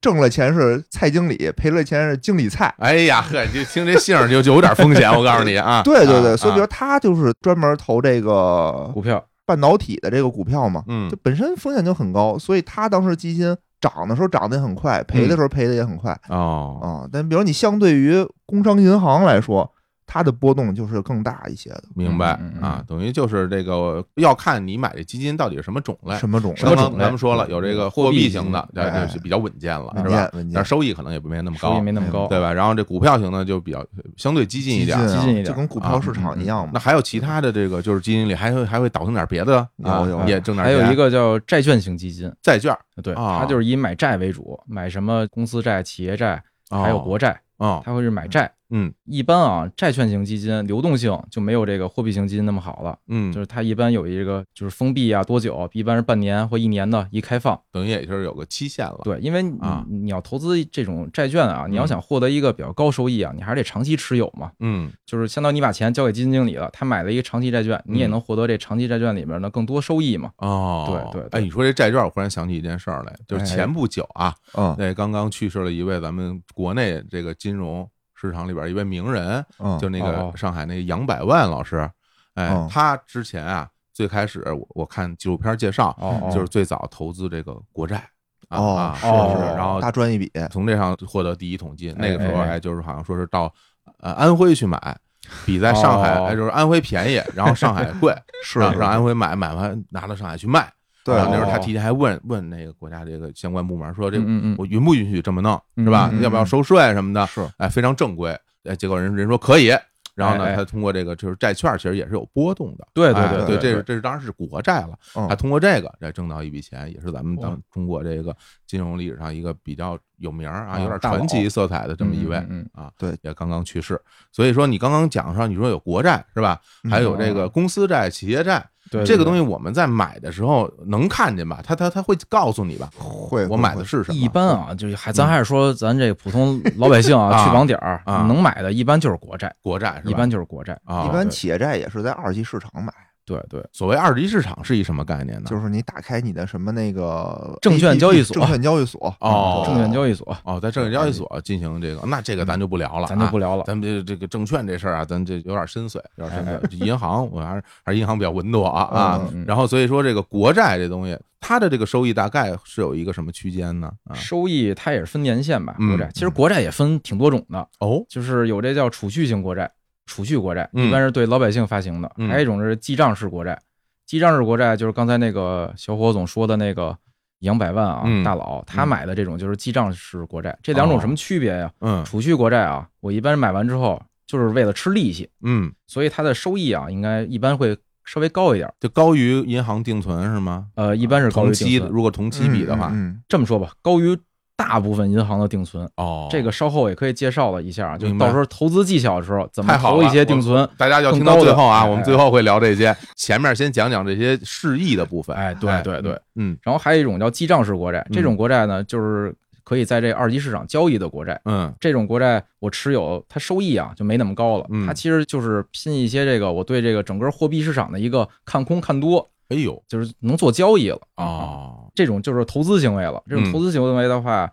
Speaker 2: 挣了钱是蔡经理，赔了钱是经理蔡。
Speaker 1: 哎呀，呵，就听这姓儿就就有点风险，我告诉你 啊。
Speaker 2: 对对对，
Speaker 1: 啊
Speaker 2: 所以比如他就是专门投这个
Speaker 3: 股票
Speaker 2: 半导体的这个股票嘛，
Speaker 1: 嗯
Speaker 2: 这本身风险就很高，所以他当时基金涨的时候涨得也很快，赔的时候赔的也很快
Speaker 1: 哦，
Speaker 2: 啊。但比如你相对于工商银行来说，它的波动就是更大一些的，
Speaker 1: 明白
Speaker 3: 嗯嗯嗯
Speaker 1: 啊，等于就是这个要看你买这基金到底是什么种类。
Speaker 2: 什么种类
Speaker 3: 什么
Speaker 1: 刚刚
Speaker 3: 种类嗯
Speaker 1: 咱们说了，有这个货
Speaker 3: 货币
Speaker 1: 币
Speaker 3: 基
Speaker 1: 型
Speaker 3: 金
Speaker 1: 的，对，
Speaker 2: 哎
Speaker 1: 就是比较稳健了，
Speaker 2: 稳
Speaker 1: 是吧
Speaker 2: 健？稳
Speaker 1: 但
Speaker 2: 健
Speaker 1: 是。收益可能也没那么
Speaker 3: 收益
Speaker 1: 高，
Speaker 3: 没那么高，
Speaker 1: 对吧？然后这股票型呢就比较相对激进一点啊
Speaker 2: 啊。
Speaker 3: 激进一啊点
Speaker 2: 就跟股票市场一样嘛。
Speaker 1: 那还有其他的这个就是基金里还会还会倒腾点别的啊
Speaker 2: 有有，
Speaker 1: 也挣点
Speaker 3: 还有一
Speaker 1: 钱
Speaker 3: 个叫债券型基金，
Speaker 1: 债券，
Speaker 3: 对，
Speaker 1: 啊
Speaker 3: 它就是以买债为主，买什么公司债、企业债，还有国债，
Speaker 1: 哦，
Speaker 3: 它会是买债。
Speaker 1: 嗯
Speaker 3: 一般啊，债券型基金流动性就没有这个货币型基金那么好了，
Speaker 1: 嗯，
Speaker 3: 就是它一般有一个就是封闭啊，多久，一般是半年或一年的一开放。
Speaker 1: 等于也就是有个期限了，
Speaker 3: 对，因为你
Speaker 1: 啊
Speaker 3: 你要投资这种债券啊，你要想获得一个比较高收益啊，你还是得长期持有嘛。
Speaker 1: 嗯
Speaker 3: 就是相当于你把钱交给基金经理了，他买了一个长期债券，你也
Speaker 1: 嗯
Speaker 3: 能获得这长期债券里面的更多收益嘛。
Speaker 1: 哦，
Speaker 3: 对对
Speaker 1: 哎，
Speaker 3: 对
Speaker 1: 你说这债券，我忽然想起一件事儿来，就是
Speaker 3: 哎
Speaker 1: 前不久啊，
Speaker 2: 嗯
Speaker 1: 那刚刚去世了一位咱们国内这个金融市场里边一位名人，
Speaker 2: 嗯，
Speaker 1: 就那
Speaker 3: 哦
Speaker 1: 个
Speaker 3: 哦
Speaker 1: 上海那个杨百万老师，哎
Speaker 2: 嗯，
Speaker 1: 他之前啊，最开始我我看纪录片介绍，
Speaker 3: 哦，
Speaker 1: 就是最早投资这个国债啊，
Speaker 2: 哦
Speaker 1: 啊，
Speaker 2: 是
Speaker 3: 哦
Speaker 2: 是，
Speaker 1: 然后啊
Speaker 2: 大赚一笔，
Speaker 1: 从这上获得第一桶金。
Speaker 3: 哎
Speaker 1: 那个时候
Speaker 3: 哎哎
Speaker 1: 哎，就是好像说是到呃安徽去买，比在上海
Speaker 3: 哦
Speaker 1: 哎就是安徽便宜，然后上海 贵，
Speaker 2: 是
Speaker 1: 让
Speaker 2: 是
Speaker 1: 让安徽买，买完拿到上海去卖。
Speaker 2: 对
Speaker 1: 然后那时候
Speaker 3: 哦
Speaker 1: 他提前还问问那个国家这个相关部门说这
Speaker 3: 嗯嗯嗯
Speaker 1: 我允不允许这么弄是吧
Speaker 2: 嗯嗯？嗯
Speaker 1: 要不要收税什么的？
Speaker 2: 是
Speaker 1: 哎，非常正规。哎，结果人人说可以。然后
Speaker 3: 哎
Speaker 1: 呢，
Speaker 3: 哎
Speaker 1: 他通过这个就是债券，其实也是有波动的。
Speaker 3: 对对
Speaker 1: 哎对，
Speaker 3: 对对
Speaker 1: 这是
Speaker 3: 对
Speaker 1: 这是当然是国债了。
Speaker 2: 嗯
Speaker 1: 他通过这个来挣到一笔钱，也是咱们
Speaker 3: 哇
Speaker 1: 当中国这个金融历史上一个比较有名儿啊，
Speaker 3: 啊
Speaker 1: 有点
Speaker 3: 大佬
Speaker 1: 传奇色彩的这么一位
Speaker 3: 嗯嗯
Speaker 1: 啊，
Speaker 2: 对，
Speaker 1: 也刚刚去世。所以说你刚刚讲上，你说有国债是吧？
Speaker 2: 嗯
Speaker 1: 还有这个公司债、企业债，
Speaker 3: 对
Speaker 1: 这个东
Speaker 3: 西
Speaker 1: 西我们在买的时候能看见吧？他他他会告诉你吧？
Speaker 2: 会
Speaker 1: 我买的是什么？嗯
Speaker 3: 一般啊，就是还咱还是说咱这个普通老百姓 啊，
Speaker 1: 啊
Speaker 3: 去网点儿
Speaker 1: 啊
Speaker 3: 能买的，一般就是国债，
Speaker 1: 国债是吧？
Speaker 3: 一般就是国债。
Speaker 1: 啊，
Speaker 2: 一般
Speaker 1: 对
Speaker 2: 企业债也是在二级市场买，
Speaker 3: 对对，
Speaker 1: 所谓二级市场是一什么概念呢？
Speaker 2: 就是你打开你的什么那个
Speaker 3: 证券
Speaker 2: APP
Speaker 3: 交易所
Speaker 2: 证券交易所嗯
Speaker 1: 哦
Speaker 3: 证券交易所
Speaker 1: 哦，在证券交易所进行这个，那这个咱就不聊了，
Speaker 3: 咱就不
Speaker 1: 聊。
Speaker 3: 聊了。
Speaker 1: 咱们这这个证券这事儿啊，咱这有点深邃，有点深邃。这银行我还是还是银行比较稳妥啊啊
Speaker 3: 哎嗯嗯。嗯
Speaker 1: 然后所以说这个国债这东西，它的这个收益大概是有一个什么区间呢？啊，
Speaker 3: 嗯收益它也是分年限吧，
Speaker 1: 嗯
Speaker 3: 国债。其实国债也分挺多种的，
Speaker 1: 哦，
Speaker 3: 就是有这叫储蓄型国债，储蓄国债
Speaker 1: 嗯
Speaker 3: 一般是对老百姓发行的，
Speaker 1: 嗯
Speaker 3: 还有一种是记账式国债。记账式国债就是刚才那个小伙总说的那个杨百万啊，
Speaker 1: 嗯哦
Speaker 3: 大佬他买的这种就是记账式国债。这两种什么区别呀、
Speaker 1: 嗯
Speaker 3: 储蓄国债啊，我一般买完之后就是为了吃利息，
Speaker 1: 嗯，
Speaker 3: 所以它的收益啊，应该一般会稍微高一点儿。
Speaker 1: 就高于银行定存是吗？
Speaker 3: 呃，一般是高于
Speaker 1: 同
Speaker 3: 定
Speaker 1: 期
Speaker 3: 存
Speaker 1: 如果同期比的话，
Speaker 2: 嗯，
Speaker 3: 这么说吧，高于大部分银行的定存。
Speaker 1: 哦，
Speaker 3: 这个稍后也可以介绍了一下，就
Speaker 1: 明白
Speaker 3: 到时候投资技巧的时候怎么
Speaker 1: 太好
Speaker 3: 投
Speaker 1: 了
Speaker 3: 一些定存。
Speaker 1: 大家要听
Speaker 3: 更
Speaker 1: 到
Speaker 3: 高的
Speaker 1: 最后啊，
Speaker 3: 哎
Speaker 1: 我们最后会聊这些，前面先讲讲这些释义的部分。
Speaker 3: 哎，对对对。
Speaker 1: 嗯
Speaker 3: 然后还有一种叫记账式国债，
Speaker 1: 嗯
Speaker 3: 这种国债呢，就是可以在这二级市场交易的国债。
Speaker 1: 嗯
Speaker 3: 这种国债我持有，它收益啊就没那么高了
Speaker 1: 嗯。
Speaker 3: 它其实就是拼一些这个我对这个整个货币市场的一个看空看多，
Speaker 1: 哎呦，
Speaker 3: 就是能做交易了。啊
Speaker 1: 哦，
Speaker 3: 这种就是投资行为了。这
Speaker 1: 嗯
Speaker 3: 种投资行为的话，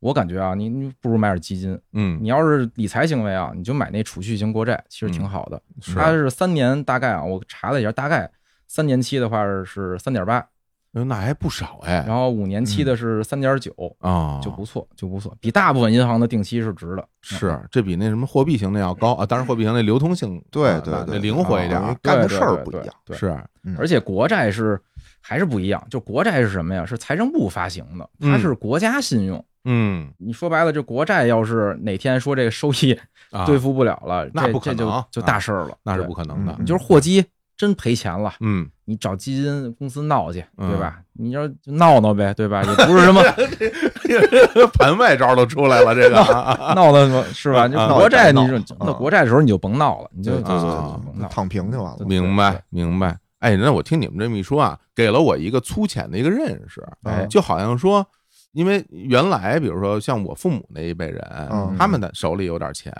Speaker 3: 我感觉啊，你你不如买点基金。
Speaker 1: 嗯
Speaker 3: 你要是理财行为啊，你就买那储蓄型国债，其实挺好的。
Speaker 1: 是
Speaker 3: 它是三年大概啊，我查了一下，大概三年期的话是三点八，
Speaker 1: 哎那还不少哎
Speaker 3: 然后五年期的是三点九，
Speaker 1: 啊，
Speaker 3: 就不错，就不错，比大部分银行的定期是值的。
Speaker 1: 是，这比那什么货币型那要高啊！当然，货币型那流通性
Speaker 2: 对
Speaker 1: 啊
Speaker 2: 对
Speaker 1: 那
Speaker 2: 对
Speaker 1: 那灵活一点
Speaker 2: 啊
Speaker 1: 儿，
Speaker 2: 干
Speaker 3: 嗯
Speaker 2: 的
Speaker 3: 对
Speaker 2: 事儿
Speaker 3: 对
Speaker 2: 不一
Speaker 3: 对
Speaker 2: 样
Speaker 3: 对，
Speaker 1: 是
Speaker 2: 嗯
Speaker 3: 而且国债是还是不一样，就国债是什么呀？是财政部发行的，它
Speaker 1: 嗯
Speaker 3: 是国家信用。
Speaker 1: 嗯
Speaker 3: 你说白了，这国债要是哪天说这个收益
Speaker 1: 啊，
Speaker 3: 对付不了了，
Speaker 1: 那
Speaker 3: 这
Speaker 1: 不可
Speaker 3: 这
Speaker 1: 能啊
Speaker 3: 就就大事儿了，
Speaker 1: 那是
Speaker 3: 对
Speaker 1: 不可能的
Speaker 2: 嗯，
Speaker 3: 你就是货基真赔钱了，
Speaker 1: 嗯，
Speaker 3: 你找基金公司闹去，
Speaker 1: 嗯
Speaker 3: 对吧？你要就闹闹呗，对吧？也不 是什么
Speaker 1: 盘外招都出来了，这个 啊
Speaker 3: 闹的什么，是吧？就
Speaker 1: 啊
Speaker 3: 国债，
Speaker 2: 闹
Speaker 3: 你说那国债的时候你就甭闹了，你就
Speaker 2: 对
Speaker 3: 就
Speaker 2: 对
Speaker 1: 啊
Speaker 3: 就
Speaker 2: 对
Speaker 3: 甭
Speaker 2: 对，
Speaker 3: 闹。
Speaker 2: 躺平就完了
Speaker 3: 对。
Speaker 1: 明白明白。哎，那我听你们这么一说啊，给了我一个粗浅的一个认识，
Speaker 2: 哎
Speaker 1: 就好像说，因为原来比如说像我父母那一辈人，
Speaker 2: 嗯
Speaker 1: 他们的手里有点钱，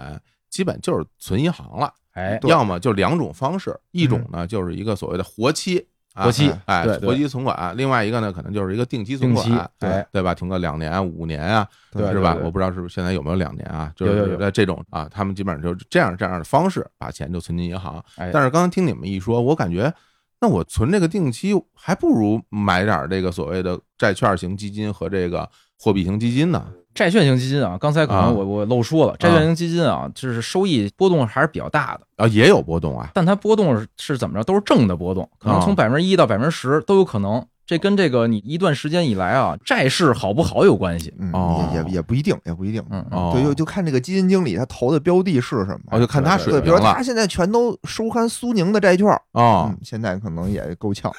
Speaker 1: 基本就是存银行了。
Speaker 3: 哎，
Speaker 2: 对
Speaker 1: 要么就两种方式，一种呢就是一个所谓的活期啊
Speaker 3: 嗯活期
Speaker 1: 哎
Speaker 3: 对，对
Speaker 1: 活期存款。另外一个呢，可能就是一个定期存
Speaker 3: 定期
Speaker 1: 款，，啊
Speaker 3: 哎，
Speaker 1: 对吧？存个两年啊、五年啊，
Speaker 3: 对
Speaker 1: 是吧
Speaker 3: 对？对
Speaker 1: 我不知道是不是现在有没有两年啊，就
Speaker 3: 有有
Speaker 1: 是
Speaker 3: 有
Speaker 1: 在这种啊，他们基本上就是这样这样的方式把钱就存进银行。
Speaker 3: 哎
Speaker 1: 但是刚刚听你们一说，我感觉那我存这个定期还不如买点儿这个所谓的债券型基金和这个货币型基金呢。
Speaker 3: 债券型基金啊，刚才可
Speaker 1: 啊
Speaker 3: 能我我漏说了，债券型基金啊，就是收益波动还是比较大的，
Speaker 1: 啊，也有波动啊，
Speaker 3: 但它波动是是怎么着，都是正的波动，可能
Speaker 1: 啊
Speaker 3: 从百分之一到百分之十都有可能。这跟这个你一段时间以来啊，债市好不好有关系。
Speaker 2: 嗯，
Speaker 1: 哦
Speaker 2: 也也也不一定，也不一定。
Speaker 3: 嗯，
Speaker 1: 哦
Speaker 2: 对，就就看这个基金经理他投的标的是什么，
Speaker 1: 哦就看他水
Speaker 2: 对，比
Speaker 1: 平
Speaker 2: 如说
Speaker 1: 了
Speaker 2: 他现在全都收看苏宁的债券，
Speaker 1: 啊
Speaker 2: 嗯，，现在可能也够呛。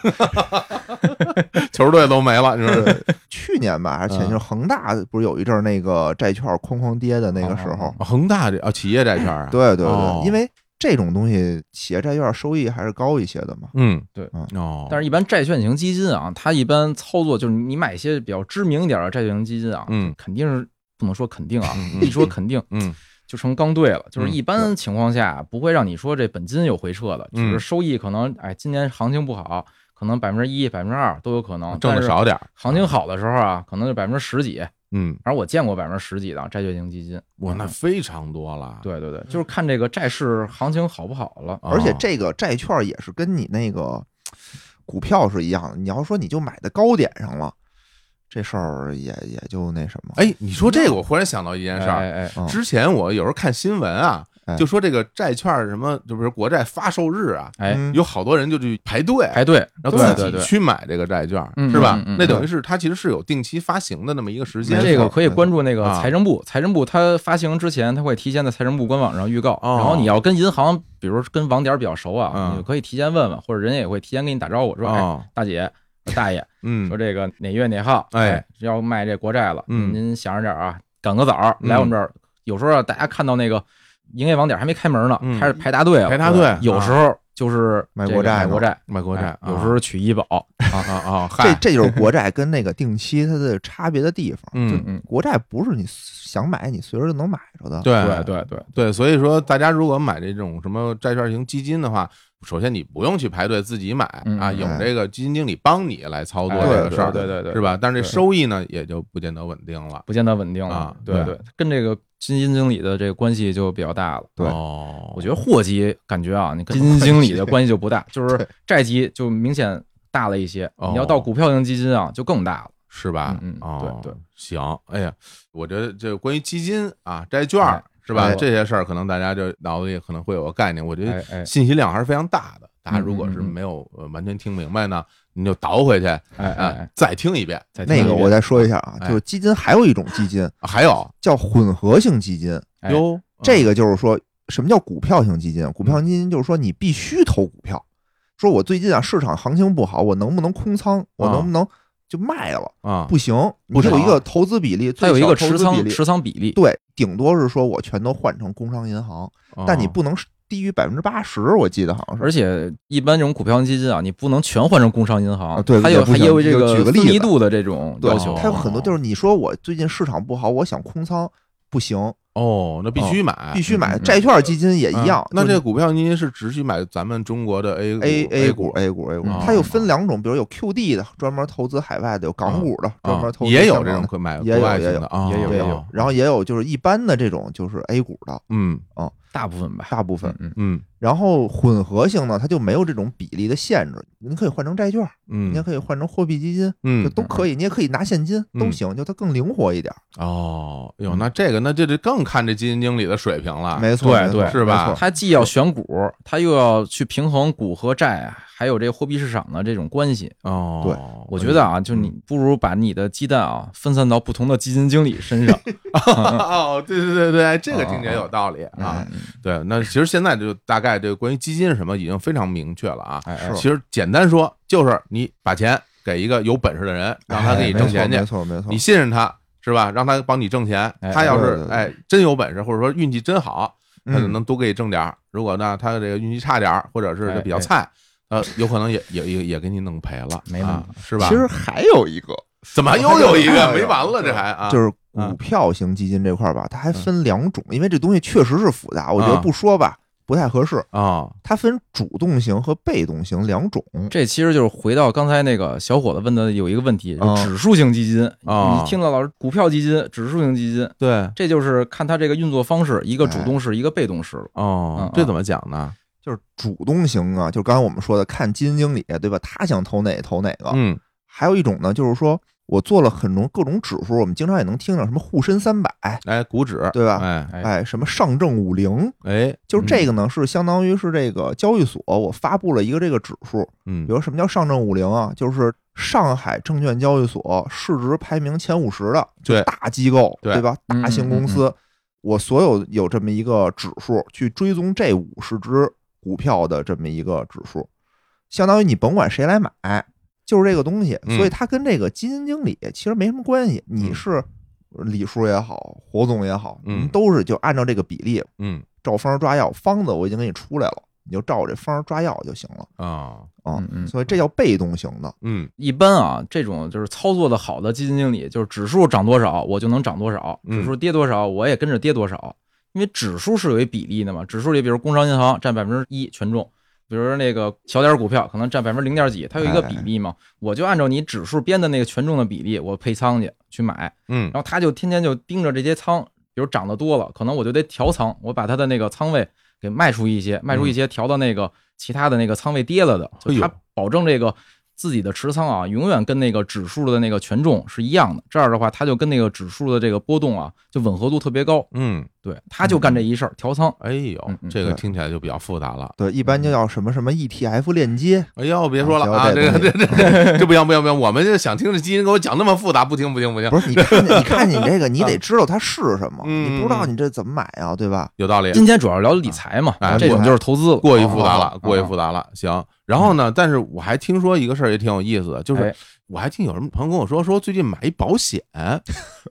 Speaker 1: 球队都没了，你说
Speaker 2: 对去年吧还是前
Speaker 1: 嗯
Speaker 2: 年，恒大不是有一阵儿那个债券哐哐跌的那个时候
Speaker 3: 哦，
Speaker 1: 啊恒大这啊企业债券啊，，
Speaker 2: 对对
Speaker 1: 哦
Speaker 2: 对，因为这种东西企业债券收益还是高一些的嘛。
Speaker 1: 嗯，
Speaker 3: 对
Speaker 1: 哦，
Speaker 3: 但是，一般债券型基金啊，它一般操作就是你买一些比较知名一点的债券型基金啊，
Speaker 1: 嗯
Speaker 3: 肯定是不能说肯定啊，
Speaker 1: 嗯嗯
Speaker 3: 一说肯定
Speaker 1: 嗯
Speaker 3: 就成刚兑了。就是
Speaker 1: 嗯
Speaker 3: 一般情况下不会让你说这本金有回撤的，
Speaker 1: 嗯
Speaker 3: 只是收益可能哎今年行情不好，可能百分之一、百分之二都有可能，
Speaker 1: 挣的，少点儿，
Speaker 3: 行情好的时候啊，可能就百分之十几。
Speaker 1: 嗯，
Speaker 3: 而我见过百分之十几的债券型基金，
Speaker 1: 哇，那非常多了，，
Speaker 3: 对对对，就是看这个债市行情好不好
Speaker 1: 哦
Speaker 3: 了。
Speaker 2: 而且这个债券也是跟你那个股票是一样的，你要说你就买在高点上了，这事儿也也就那什么。
Speaker 1: 哎，你说这个，我忽然想到一件事儿。
Speaker 3: 哎哎哎，
Speaker 2: 嗯
Speaker 1: 之前我有时候看新闻啊，
Speaker 2: 哎
Speaker 1: 就说这个债券什么，就比如国债发售日啊，
Speaker 3: 哎
Speaker 2: 嗯
Speaker 1: 有好多人就去排队，
Speaker 3: 排队，
Speaker 1: 然后
Speaker 3: 对
Speaker 1: 自
Speaker 3: 对
Speaker 1: 己
Speaker 3: 对。
Speaker 1: 去买这个债券，
Speaker 3: 嗯
Speaker 1: 是吧
Speaker 3: 嗯嗯？嗯
Speaker 1: 那等于是它其实是有定期发行的那么一个时间，
Speaker 3: 这个可以
Speaker 2: 没错
Speaker 3: 关注那个
Speaker 1: 啊
Speaker 3: 财政部，财政部它发行之前，它会提前在财政部官网上预告。
Speaker 1: 哦
Speaker 3: 然后你要跟银行，比如跟网点儿比较熟啊
Speaker 1: 嗯，
Speaker 3: 你就可以提前问问，或者人家也会提前给你打招呼，说：“哎，
Speaker 1: 啊，
Speaker 3: 大姐、大爷，
Speaker 1: 嗯
Speaker 3: 说，这个哪月哪号，
Speaker 1: 哎
Speaker 3: 哎，要卖这国债了，
Speaker 1: 嗯
Speaker 3: 您想着点儿啊，赶个早儿
Speaker 1: 嗯
Speaker 3: 来我们这儿。有时候啊，大家看到那个营业网点儿还没开门呢
Speaker 1: 嗯，
Speaker 3: 开始排大队了，
Speaker 1: 排大队
Speaker 3: 有时候就是
Speaker 2: 买
Speaker 3: 这个
Speaker 2: 国债
Speaker 3: 买
Speaker 2: 呢
Speaker 3: 国债，
Speaker 1: 买国债
Speaker 3: 哎，有时候取 医保，
Speaker 1: 啊啊啊，
Speaker 2: 这
Speaker 1: 嗨，
Speaker 2: 这 就是国债跟那个定期它的差别的地方。
Speaker 1: 嗯，
Speaker 3: 嗯，
Speaker 2: 国债不是你想买你随时就能买着的。
Speaker 1: 对
Speaker 3: 对对对，
Speaker 1: 对，所以说大家如果买这种什么债券型基金的话，首先你不用去排队自己买
Speaker 3: 嗯
Speaker 1: 啊，
Speaker 3: 嗯
Speaker 1: 有
Speaker 2: 嗯
Speaker 1: 这个基金经理帮你来操作
Speaker 3: 哎
Speaker 1: 这个事儿，
Speaker 3: 对对对对
Speaker 1: 是吧？但是这
Speaker 3: 对
Speaker 1: 收益呢，也就不见得稳定了。
Speaker 3: 不见得稳定了。
Speaker 1: 啊
Speaker 3: 对
Speaker 1: 对
Speaker 3: 对，跟这个基金经理的这个关系就比较大了。
Speaker 2: 对
Speaker 1: 哦，
Speaker 3: 我觉得货基感觉啊，你 跟基金经理的关系就不大，就是
Speaker 2: 对
Speaker 3: 债基就明显大了一些。
Speaker 1: 哦
Speaker 3: 你要到股票型基金啊，就更大了。
Speaker 1: 是吧？
Speaker 3: 嗯嗯
Speaker 1: 哦，
Speaker 3: 对对，
Speaker 1: 行，哎呀，我觉得这关于基金啊、债券
Speaker 3: 哎
Speaker 1: 是吧，
Speaker 3: 哎
Speaker 1: 这些事儿可能大家就脑子里可能会有个概念，我觉得
Speaker 3: 哎哎
Speaker 1: 信息量还是非常大的。大家如果
Speaker 3: 嗯嗯
Speaker 1: 是
Speaker 3: 嗯
Speaker 1: 没有呃完全听明白呢，你就倒回去
Speaker 3: 哎哎
Speaker 1: 啊
Speaker 3: 哎，
Speaker 1: 再听一遍。
Speaker 3: 再听
Speaker 2: 那
Speaker 3: 一
Speaker 2: 个
Speaker 3: 遍
Speaker 2: 我再说一下啊，
Speaker 1: 哎
Speaker 2: 就是基金还有一种基金
Speaker 1: 啊还有
Speaker 2: 叫混合性基金，
Speaker 3: 哎
Speaker 1: 哟，嗯
Speaker 2: 这个就是说什么叫股票型基金？股票型基金就是说你必须投股票，说我最近啊市场行情不好，我能不能空仓？我能不能就卖了？
Speaker 1: 啊，
Speaker 2: 不行，你
Speaker 1: 不行
Speaker 2: 有一个投资比例，
Speaker 3: 它有一个
Speaker 2: 最小
Speaker 3: 持
Speaker 2: 投资比
Speaker 3: 仓
Speaker 2: 例，
Speaker 3: 持仓比例。
Speaker 2: 对，顶多是说我全都换成工商银行，
Speaker 1: 哦
Speaker 2: 但你不能低于百分之八十，我记得好像是。
Speaker 3: 而且一般这种股票型基金啊，你不能全换成工商银行，
Speaker 2: 啊对
Speaker 3: 它有
Speaker 2: 也不
Speaker 3: 它
Speaker 2: 行
Speaker 3: 也有这
Speaker 2: 就举个例
Speaker 3: 分
Speaker 2: 子
Speaker 3: 离度的这种
Speaker 2: 对
Speaker 3: 要求。
Speaker 2: 它有很多
Speaker 1: 哦
Speaker 2: 就是你说我最近市场不好，我想空仓不行，
Speaker 1: 哦，那必须买，
Speaker 2: 必须买
Speaker 3: 嗯嗯
Speaker 2: 债券基金也一样
Speaker 1: 啊。那
Speaker 2: 就是
Speaker 1: 这股票您是只许买咱们中国的 A 股
Speaker 2: A
Speaker 1: A
Speaker 2: A 股 A 股 A 股
Speaker 1: 嗯，
Speaker 2: 它有分两种，比如有 QD 的，专门投资海外的；有港股的，专
Speaker 1: 啊
Speaker 2: 门投资
Speaker 1: 也有
Speaker 2: 香
Speaker 1: 这种
Speaker 2: 港的
Speaker 1: 可买
Speaker 2: 也有
Speaker 1: 国外
Speaker 2: 也
Speaker 1: 型
Speaker 2: 有
Speaker 1: 的啊，
Speaker 3: 也有
Speaker 2: 也
Speaker 3: 也
Speaker 2: 有，然后也有就是一般的这种就是 A 股的
Speaker 1: 嗯
Speaker 3: 大部分吧，
Speaker 2: 大部分。
Speaker 3: 嗯
Speaker 1: 嗯
Speaker 2: 然后混合性呢，它就没有这种比例的限制，您可以换成债券，您也
Speaker 1: 嗯
Speaker 2: 可以换成货币基金，就
Speaker 1: 嗯
Speaker 2: 都可以，你也可以拿现金，都
Speaker 1: 嗯
Speaker 2: 行，就它更灵活一点。
Speaker 1: 哦，哟，那这个那这就更看这基金经理的水平了，
Speaker 2: 没错，
Speaker 3: 对
Speaker 2: 没错
Speaker 3: 对
Speaker 1: 啊是吧
Speaker 2: 没
Speaker 3: 嗯，
Speaker 2: 错
Speaker 3: 它既要选股，它又要去平衡股和债，还有这个货币市场的这种关系。
Speaker 1: 哦，
Speaker 2: 对
Speaker 3: 我觉 得啊，就
Speaker 2: 嗯
Speaker 3: 你不如把你的鸡蛋啊分散到不同的基金经理身上
Speaker 1: 哦，对对对对，这个听起来有道理啊
Speaker 2: 哎。
Speaker 1: 对，那其实现在就大概这个关于基金是什么已经非常明确了啊。
Speaker 3: 哎哎
Speaker 2: 是
Speaker 1: 其实简单说，就是你把钱给一个有本事的人，让他给你
Speaker 2: 哎
Speaker 1: 挣钱去
Speaker 2: 没，错没错，没
Speaker 1: 你
Speaker 2: 错
Speaker 1: 信任他是吧？让他帮你挣钱，
Speaker 3: 哎
Speaker 1: 他要
Speaker 2: 对
Speaker 1: 是
Speaker 2: 对对
Speaker 1: 哎真有本事，或者说运气真好，他就
Speaker 2: 嗯
Speaker 1: 能多给你挣点儿。如果呢，他这个运气差点儿，或者是
Speaker 3: 哎
Speaker 1: 他比较
Speaker 3: 哎
Speaker 1: 菜，呃，有可能也也也也给你弄赔了，
Speaker 3: 没
Speaker 1: 啊，是吧？
Speaker 2: 其实还有一个，
Speaker 1: 怎么又有一
Speaker 2: 还
Speaker 1: 个
Speaker 2: 有
Speaker 1: 没完了？这还啊，
Speaker 2: 就是
Speaker 1: 啊嗯
Speaker 2: 股票型基金这块儿吧，它还分两种，因为这东西确实是复杂，我觉得不说吧。不太合适。
Speaker 1: 啊，
Speaker 2: 它分主动型和被动型两种。
Speaker 1: 嗯
Speaker 3: 这其实就是回到刚才那个小伙子问的有一个问题，就
Speaker 2: 啊
Speaker 3: 指数型基金
Speaker 1: 啊
Speaker 2: 嗯
Speaker 3: 你听了老师，股票基金、指数型基金，
Speaker 1: 对，
Speaker 3: 这就是看它这个运作方式，一个主
Speaker 2: 哎
Speaker 3: 动式，一个被动式了。
Speaker 1: 哦
Speaker 3: 嗯，
Speaker 1: 这
Speaker 3: 嗯
Speaker 1: 怎么讲呢？
Speaker 2: 就是主动型啊，就是刚才我们说的，看基金经理对吧？他想投哪个投哪个。
Speaker 1: 嗯
Speaker 2: 还有一种呢，就是说我做了很多各种指数，我们经常也能听到什么沪深三百，
Speaker 1: 哎，股指
Speaker 2: 对吧
Speaker 1: 哎
Speaker 3: 哎
Speaker 2: 哎，什么上证五零，
Speaker 1: 哎，
Speaker 2: 就是这个呢，是相当于是这个交易所我发布了一个这个指数，
Speaker 1: 嗯
Speaker 2: 比如什么叫上证五零啊，就是上海证券交易所市值排名前五十的，就
Speaker 1: 对
Speaker 2: 是大机构
Speaker 1: 对
Speaker 2: 吧？
Speaker 3: 嗯
Speaker 2: 大型公司，我所有有这么一个指数去追踪这五十只股票的这么一个指数，相当于你甭管谁来买，就是这个东西，
Speaker 1: 嗯
Speaker 2: 所以它跟这个基金经理其实没什么关系，你是。李叔也好，火总也好，
Speaker 1: 嗯
Speaker 2: 你们都是就按照这个比例
Speaker 1: 嗯
Speaker 2: 照方抓药，方子我已经给你出来了，你就照着这方抓药就行了
Speaker 1: 啊
Speaker 2: 啊。
Speaker 3: 嗯嗯
Speaker 2: 所以这叫被动型的。
Speaker 1: 嗯
Speaker 3: 一般啊，这种就是操作的好的基金经理，就是指数涨多少我就能涨多少，
Speaker 1: 嗯
Speaker 3: 指数跌多少我也跟着跌多少。因为指数是有一比例的嘛，指数里比如工商银行占百分之一权重，比如说那个小点儿股票可能占百分之零点几，它有一个比例嘛，我就按照你指数编的那个权重的比例，我配仓去去买，
Speaker 1: 嗯
Speaker 3: 然后他就天天就盯着这些仓，比如涨得多了，可能我就得调仓，我把他的那个仓位给卖出一些，卖出一些调到那个其他的那个仓位跌了的，
Speaker 1: 嗯哎
Speaker 3: 就
Speaker 1: 呦
Speaker 3: 他保证这个自己的持仓啊，永远跟那个指数的那个权重是一样的。这样的话，他就跟那个指数的这个波动啊，就吻合度特别高。
Speaker 1: 嗯，
Speaker 3: 对，他就干这一事儿，调仓。
Speaker 1: 哎呦
Speaker 3: 嗯，嗯
Speaker 1: 这个
Speaker 2: 哦对
Speaker 1: 听起来就比较复杂了。
Speaker 2: 对，一般就叫什么什么 ETF 链接，
Speaker 1: 哎呦，别说了
Speaker 2: 啊
Speaker 1: 啊，
Speaker 2: 学
Speaker 1: 这个
Speaker 2: 这东
Speaker 1: 这
Speaker 2: 西
Speaker 1: 这这不行不行不行，我们就想听这基金给我讲那么复杂，不听不听不听，
Speaker 2: 不是你看见你看你这个，你得知道它是什么，
Speaker 1: 嗯
Speaker 2: 你不知道你这怎么买啊，对吧？
Speaker 1: 有道理，
Speaker 3: 今天主要聊理财嘛
Speaker 1: 哎，
Speaker 3: 这种
Speaker 2: 我
Speaker 3: 就是投资了。
Speaker 1: 过于复杂
Speaker 3: 嗯哦
Speaker 1: 了，过于复杂了。行，然后呢，但是我还听说一个事儿也挺有意思的，就是
Speaker 3: 哎
Speaker 1: 我还听有人朋友跟我说，说最近买一保 险，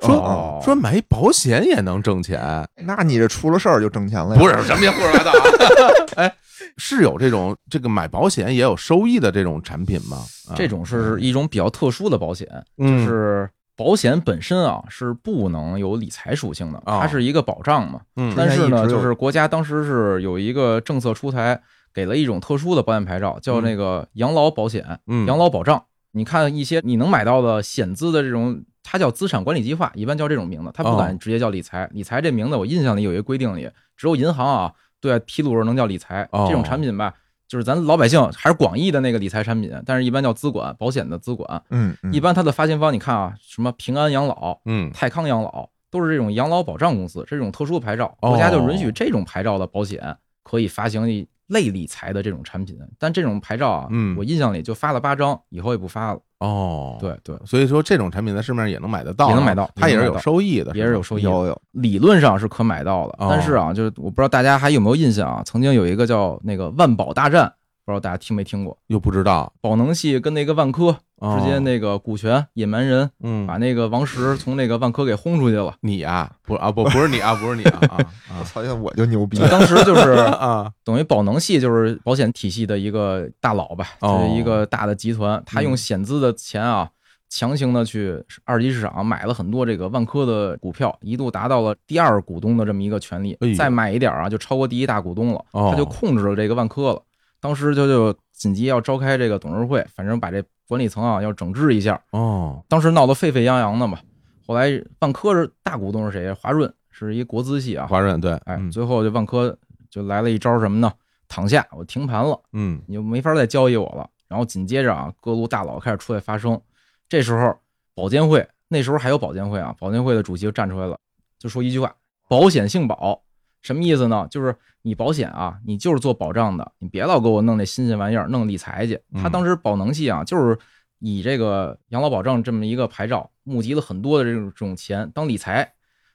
Speaker 1: 说
Speaker 3: 哦哎
Speaker 1: 说买一保险也能挣钱，
Speaker 2: 那你这出了事儿就挣钱了呀。
Speaker 1: 不是什么也胡说八道啊！ 哎，是有这种这个买保险也有收益的这种产品吗？啊
Speaker 3: 这种是一种比较特殊的保险，
Speaker 1: 嗯
Speaker 3: 就是保险本身啊是不能有理财属性的，
Speaker 1: 啊
Speaker 3: 它是一个保障嘛。
Speaker 1: 嗯
Speaker 3: 但是
Speaker 2: 之前一
Speaker 3: 呢，
Speaker 2: 直有
Speaker 3: 就是国家当时是有一个政策出台，给了一种特殊的保险牌照，叫那个养老保险、
Speaker 1: 嗯
Speaker 3: 养老保障。你看一些你能买到的险资的这种，它叫资产管理计划，一般叫这种名字，它
Speaker 1: 哦
Speaker 3: 不敢直接叫理财。理财这名字，我印象里有一个规定里，只有银行啊对外披露时候能叫理财。
Speaker 1: 哦
Speaker 3: 这种产品吧，就是咱老百姓还是广义的那个理财产品，但是一般叫资管保险的资管。
Speaker 2: 嗯，嗯，
Speaker 3: 一般它的发行方，你看啊，什么平安养老、
Speaker 1: 嗯
Speaker 3: 泰康养老，都是这种养老保障公司，这种特殊牌照，
Speaker 1: 哦
Speaker 3: 国家就允许这种牌照的保险可以发行一类理财的这种产品。但这种牌照啊，
Speaker 1: 嗯
Speaker 3: 我印象里就发了八张，以后也不发了。
Speaker 1: 哦，，
Speaker 3: 对对，
Speaker 1: 所以说这种产品在市面上也能买得到，
Speaker 3: 也能买到
Speaker 1: 它也
Speaker 3: 也能
Speaker 1: 是有
Speaker 3: 买到
Speaker 1: 收益的，
Speaker 3: 也是
Speaker 1: 吧
Speaker 3: 有收益的。
Speaker 2: 有有，
Speaker 3: 理论上是可买到的，
Speaker 1: 哦
Speaker 3: 但是啊，就是我不知道大家还有没有印象啊，曾经有一个叫那个万宝大战，不知道大家听没听过？
Speaker 1: 又不知道
Speaker 3: 宝能系跟那个万科
Speaker 1: 哦
Speaker 3: 之间那个股权野蛮人，
Speaker 1: 嗯
Speaker 3: 把那个王石从那个万科给轰出去了。
Speaker 1: 你啊，不是啊，不不是你啊，不是你啊
Speaker 2: 我
Speaker 1: 啊
Speaker 2: 操，现在我就牛逼
Speaker 3: 就当时就是
Speaker 1: 啊啊！
Speaker 3: 等于宝能系就是保险体系的一个大佬吧，
Speaker 1: 哦嗯
Speaker 3: 就是一个大的集团，他用险资的钱啊，强行的去二级市场买了很多这个万科的股票，一度达到了第二股东的这么一个权利
Speaker 1: 哎呦，
Speaker 3: 再买一点啊，就超过第一大股东了，
Speaker 1: 哦
Speaker 3: 他就控制了这个万科了。当时就就紧急要召开这个董事会，反正把这管理层啊要整治一下，
Speaker 1: 哦，
Speaker 3: 当时闹得沸沸扬扬的嘛。后来万科是大股东是谁？华润是一国资系啊，
Speaker 1: 华润对，
Speaker 3: 哎
Speaker 1: 嗯，
Speaker 3: 最后就万科就来了一招什么呢？躺下，我停盘了，
Speaker 1: 嗯
Speaker 3: 你就没法再交易我了。然后紧接着啊，各路大佬开始出来发声。这时候，保监会那时候还有保监会啊，保监会的主席就站出来了，就说一句话：保险性保，什么意思呢？就是你保险啊，你就是做保障的，你别老给我弄那新鲜玩意儿，弄理财去。
Speaker 1: 嗯
Speaker 3: 他当时保能系啊，就是以这个养老保障这么一个牌照，募集了很多的这种这种钱当理财，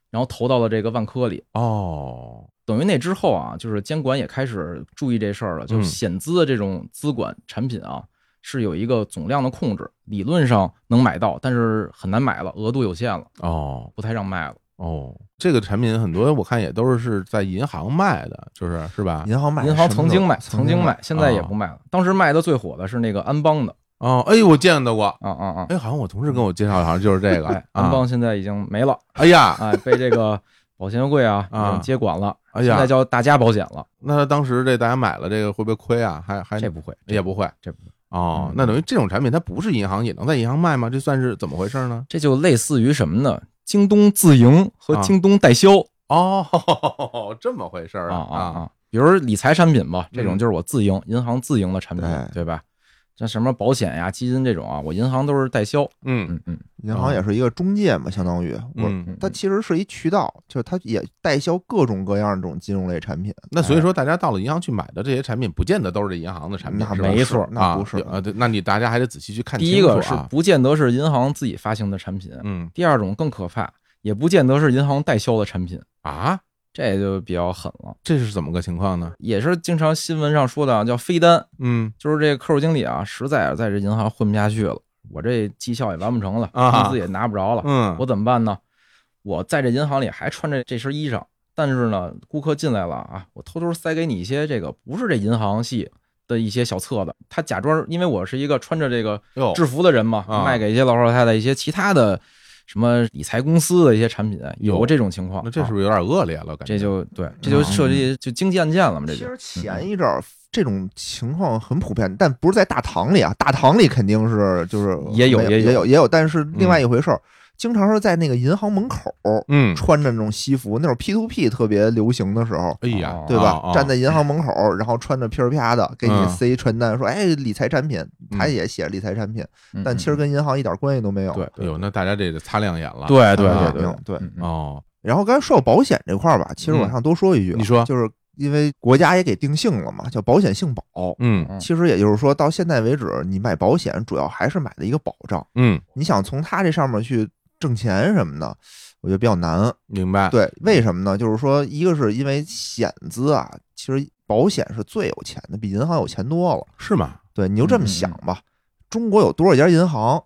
Speaker 3: 然后投到了这个万科里。
Speaker 1: 哦，
Speaker 3: 等于那之后啊，就是监管也开始注意这事儿了，
Speaker 1: 嗯
Speaker 3: 就是险资的这种资管产品啊，是有一个总量的控制，理论上能买到，但是很难买了，额度有限了，
Speaker 1: 哦
Speaker 3: 不太让卖了。
Speaker 1: 哦，这个产品很多我看也都是是在银行卖的，就是是吧？
Speaker 2: 银行买，
Speaker 3: 银行曾经卖，
Speaker 2: 曾
Speaker 3: 曾经卖
Speaker 2: 卖，，
Speaker 3: 现在
Speaker 1: 啊
Speaker 3: 也不卖了。当时卖的最火的是那个安邦的，
Speaker 1: 哦，哎，我见到过，
Speaker 3: 啊啊啊！
Speaker 1: 哎，好像我同事跟我介绍，好像就是 这个
Speaker 3: 哎，
Speaker 1: 啊
Speaker 3: 安邦现在已经没了，
Speaker 1: 哎呀，
Speaker 3: 哎，被这个保监会啊
Speaker 1: 啊
Speaker 3: 已经接管了，
Speaker 1: 哎
Speaker 3: 现在
Speaker 1: 呀，
Speaker 3: 叫大家保险了，
Speaker 1: 那他当时这大家买了这个会不会亏啊？还还
Speaker 3: 这不会，
Speaker 1: 也不会，
Speaker 3: 这不会
Speaker 1: 哦
Speaker 3: 嗯，
Speaker 1: 那等于这种产品它不是银行也能在银行卖吗？这算是怎么回事呢？
Speaker 3: 这就类似于什么呢？京东自营和
Speaker 1: 啊
Speaker 3: 京东代销
Speaker 1: 哦，这么回事儿
Speaker 3: 啊啊
Speaker 1: 啊！
Speaker 3: 啊，比如理财产品吧，
Speaker 1: 嗯
Speaker 3: 这种就是我自营，银行自营的产品，
Speaker 2: 对
Speaker 3: 对吧？像什么保险呀、基金这种啊，我银行都是代销。
Speaker 1: 嗯
Speaker 3: 嗯嗯，
Speaker 2: 银行也是一个中介嘛，相当于我
Speaker 1: 嗯，
Speaker 2: 它其实是一渠道，就是它也代销各种各样的这种金融类产品。
Speaker 1: 那所以说大家到了银行去买的这些产品，不见得都是银行的产品
Speaker 2: 那，
Speaker 1: 是吧
Speaker 3: 没错
Speaker 2: 是那
Speaker 1: 啊
Speaker 2: 不是
Speaker 1: 有啊，对，那你大家还得仔细去看
Speaker 3: 第
Speaker 1: 清楚啊。
Speaker 3: 一个是嗯不见得是银行自己发行的产品，
Speaker 1: 嗯
Speaker 3: 第二种更可怕，也不见得是银行代销的产品，
Speaker 1: 啊，
Speaker 3: 这就比较狠了。
Speaker 1: 这是怎么个情况呢？
Speaker 3: 也是经常新闻上说的啊，叫飞单，
Speaker 1: 嗯
Speaker 3: 就是这个客户经理啊，实在是在这银行混不下去了，我这绩效也完不成了，
Speaker 1: 啊
Speaker 3: 工资也拿 不着了，
Speaker 1: 嗯，
Speaker 3: 我怎么办呢？我在这银行里还穿着这身衣裳，但是呢，顾客进来了啊，我偷偷塞给你一些这个不是这银行系的一些小册子，他假装因为我是一个穿着这个
Speaker 1: 哟
Speaker 3: 制服的人嘛，
Speaker 1: 啊
Speaker 3: 卖给一些老少太太一些其他的什么理财公司的一些产品，有过这种情况。
Speaker 1: 那这是
Speaker 3: 啊
Speaker 1: 不是有点恶劣了？感觉
Speaker 3: 这就对，这就涉及就经济案件了嘛，这嗯
Speaker 2: 其
Speaker 3: 就
Speaker 2: 实前一阵儿这种情况很普遍，但不是在大堂里啊，大堂里肯定是就是
Speaker 3: 也有
Speaker 2: 没
Speaker 3: 也有嗯
Speaker 2: 也有也有，但是另外一回事儿，经常是在那个银行门口儿
Speaker 1: 嗯，
Speaker 2: 穿着那种西服，那种 P to P 特别流行的时候。
Speaker 1: 哎呀，
Speaker 2: 对
Speaker 3: 哦
Speaker 2: 吧？
Speaker 1: 啊啊
Speaker 2: 站在银行门口儿，然后穿着噼儿啪的，给你
Speaker 1: 嗯
Speaker 2: 塞传单，说：“哎，理财产品。”他
Speaker 1: 嗯
Speaker 2: 也写理财产品，
Speaker 3: 嗯
Speaker 2: 但其实跟银行一点关系都没有。
Speaker 3: 对
Speaker 1: 哎呦，那大家这个擦亮眼了。
Speaker 3: 对对
Speaker 1: 啊
Speaker 3: 对
Speaker 2: 对
Speaker 3: 对
Speaker 2: 对。
Speaker 3: 嗯嗯
Speaker 1: 哦，
Speaker 2: 然后刚才说到保险这块儿吧，其实我
Speaker 1: 嗯
Speaker 2: 还想多说一句啊，
Speaker 1: 你说
Speaker 2: 就是因为国家也给定性了嘛，叫保险性保。
Speaker 1: 嗯
Speaker 3: 嗯
Speaker 2: 其实也就是说，到现在为止，你买保险主要还是买的一个保障。
Speaker 1: 嗯，
Speaker 2: 你想从它这上面去挣钱什么的，我觉得比较难。
Speaker 1: 明白。
Speaker 2: 对，为什么呢？就是说，一个是因为险资啊，其实保险是最有钱的，比银行有钱多了。
Speaker 1: 是吗？
Speaker 2: 对，你就这么想吧，中国有多少家银行？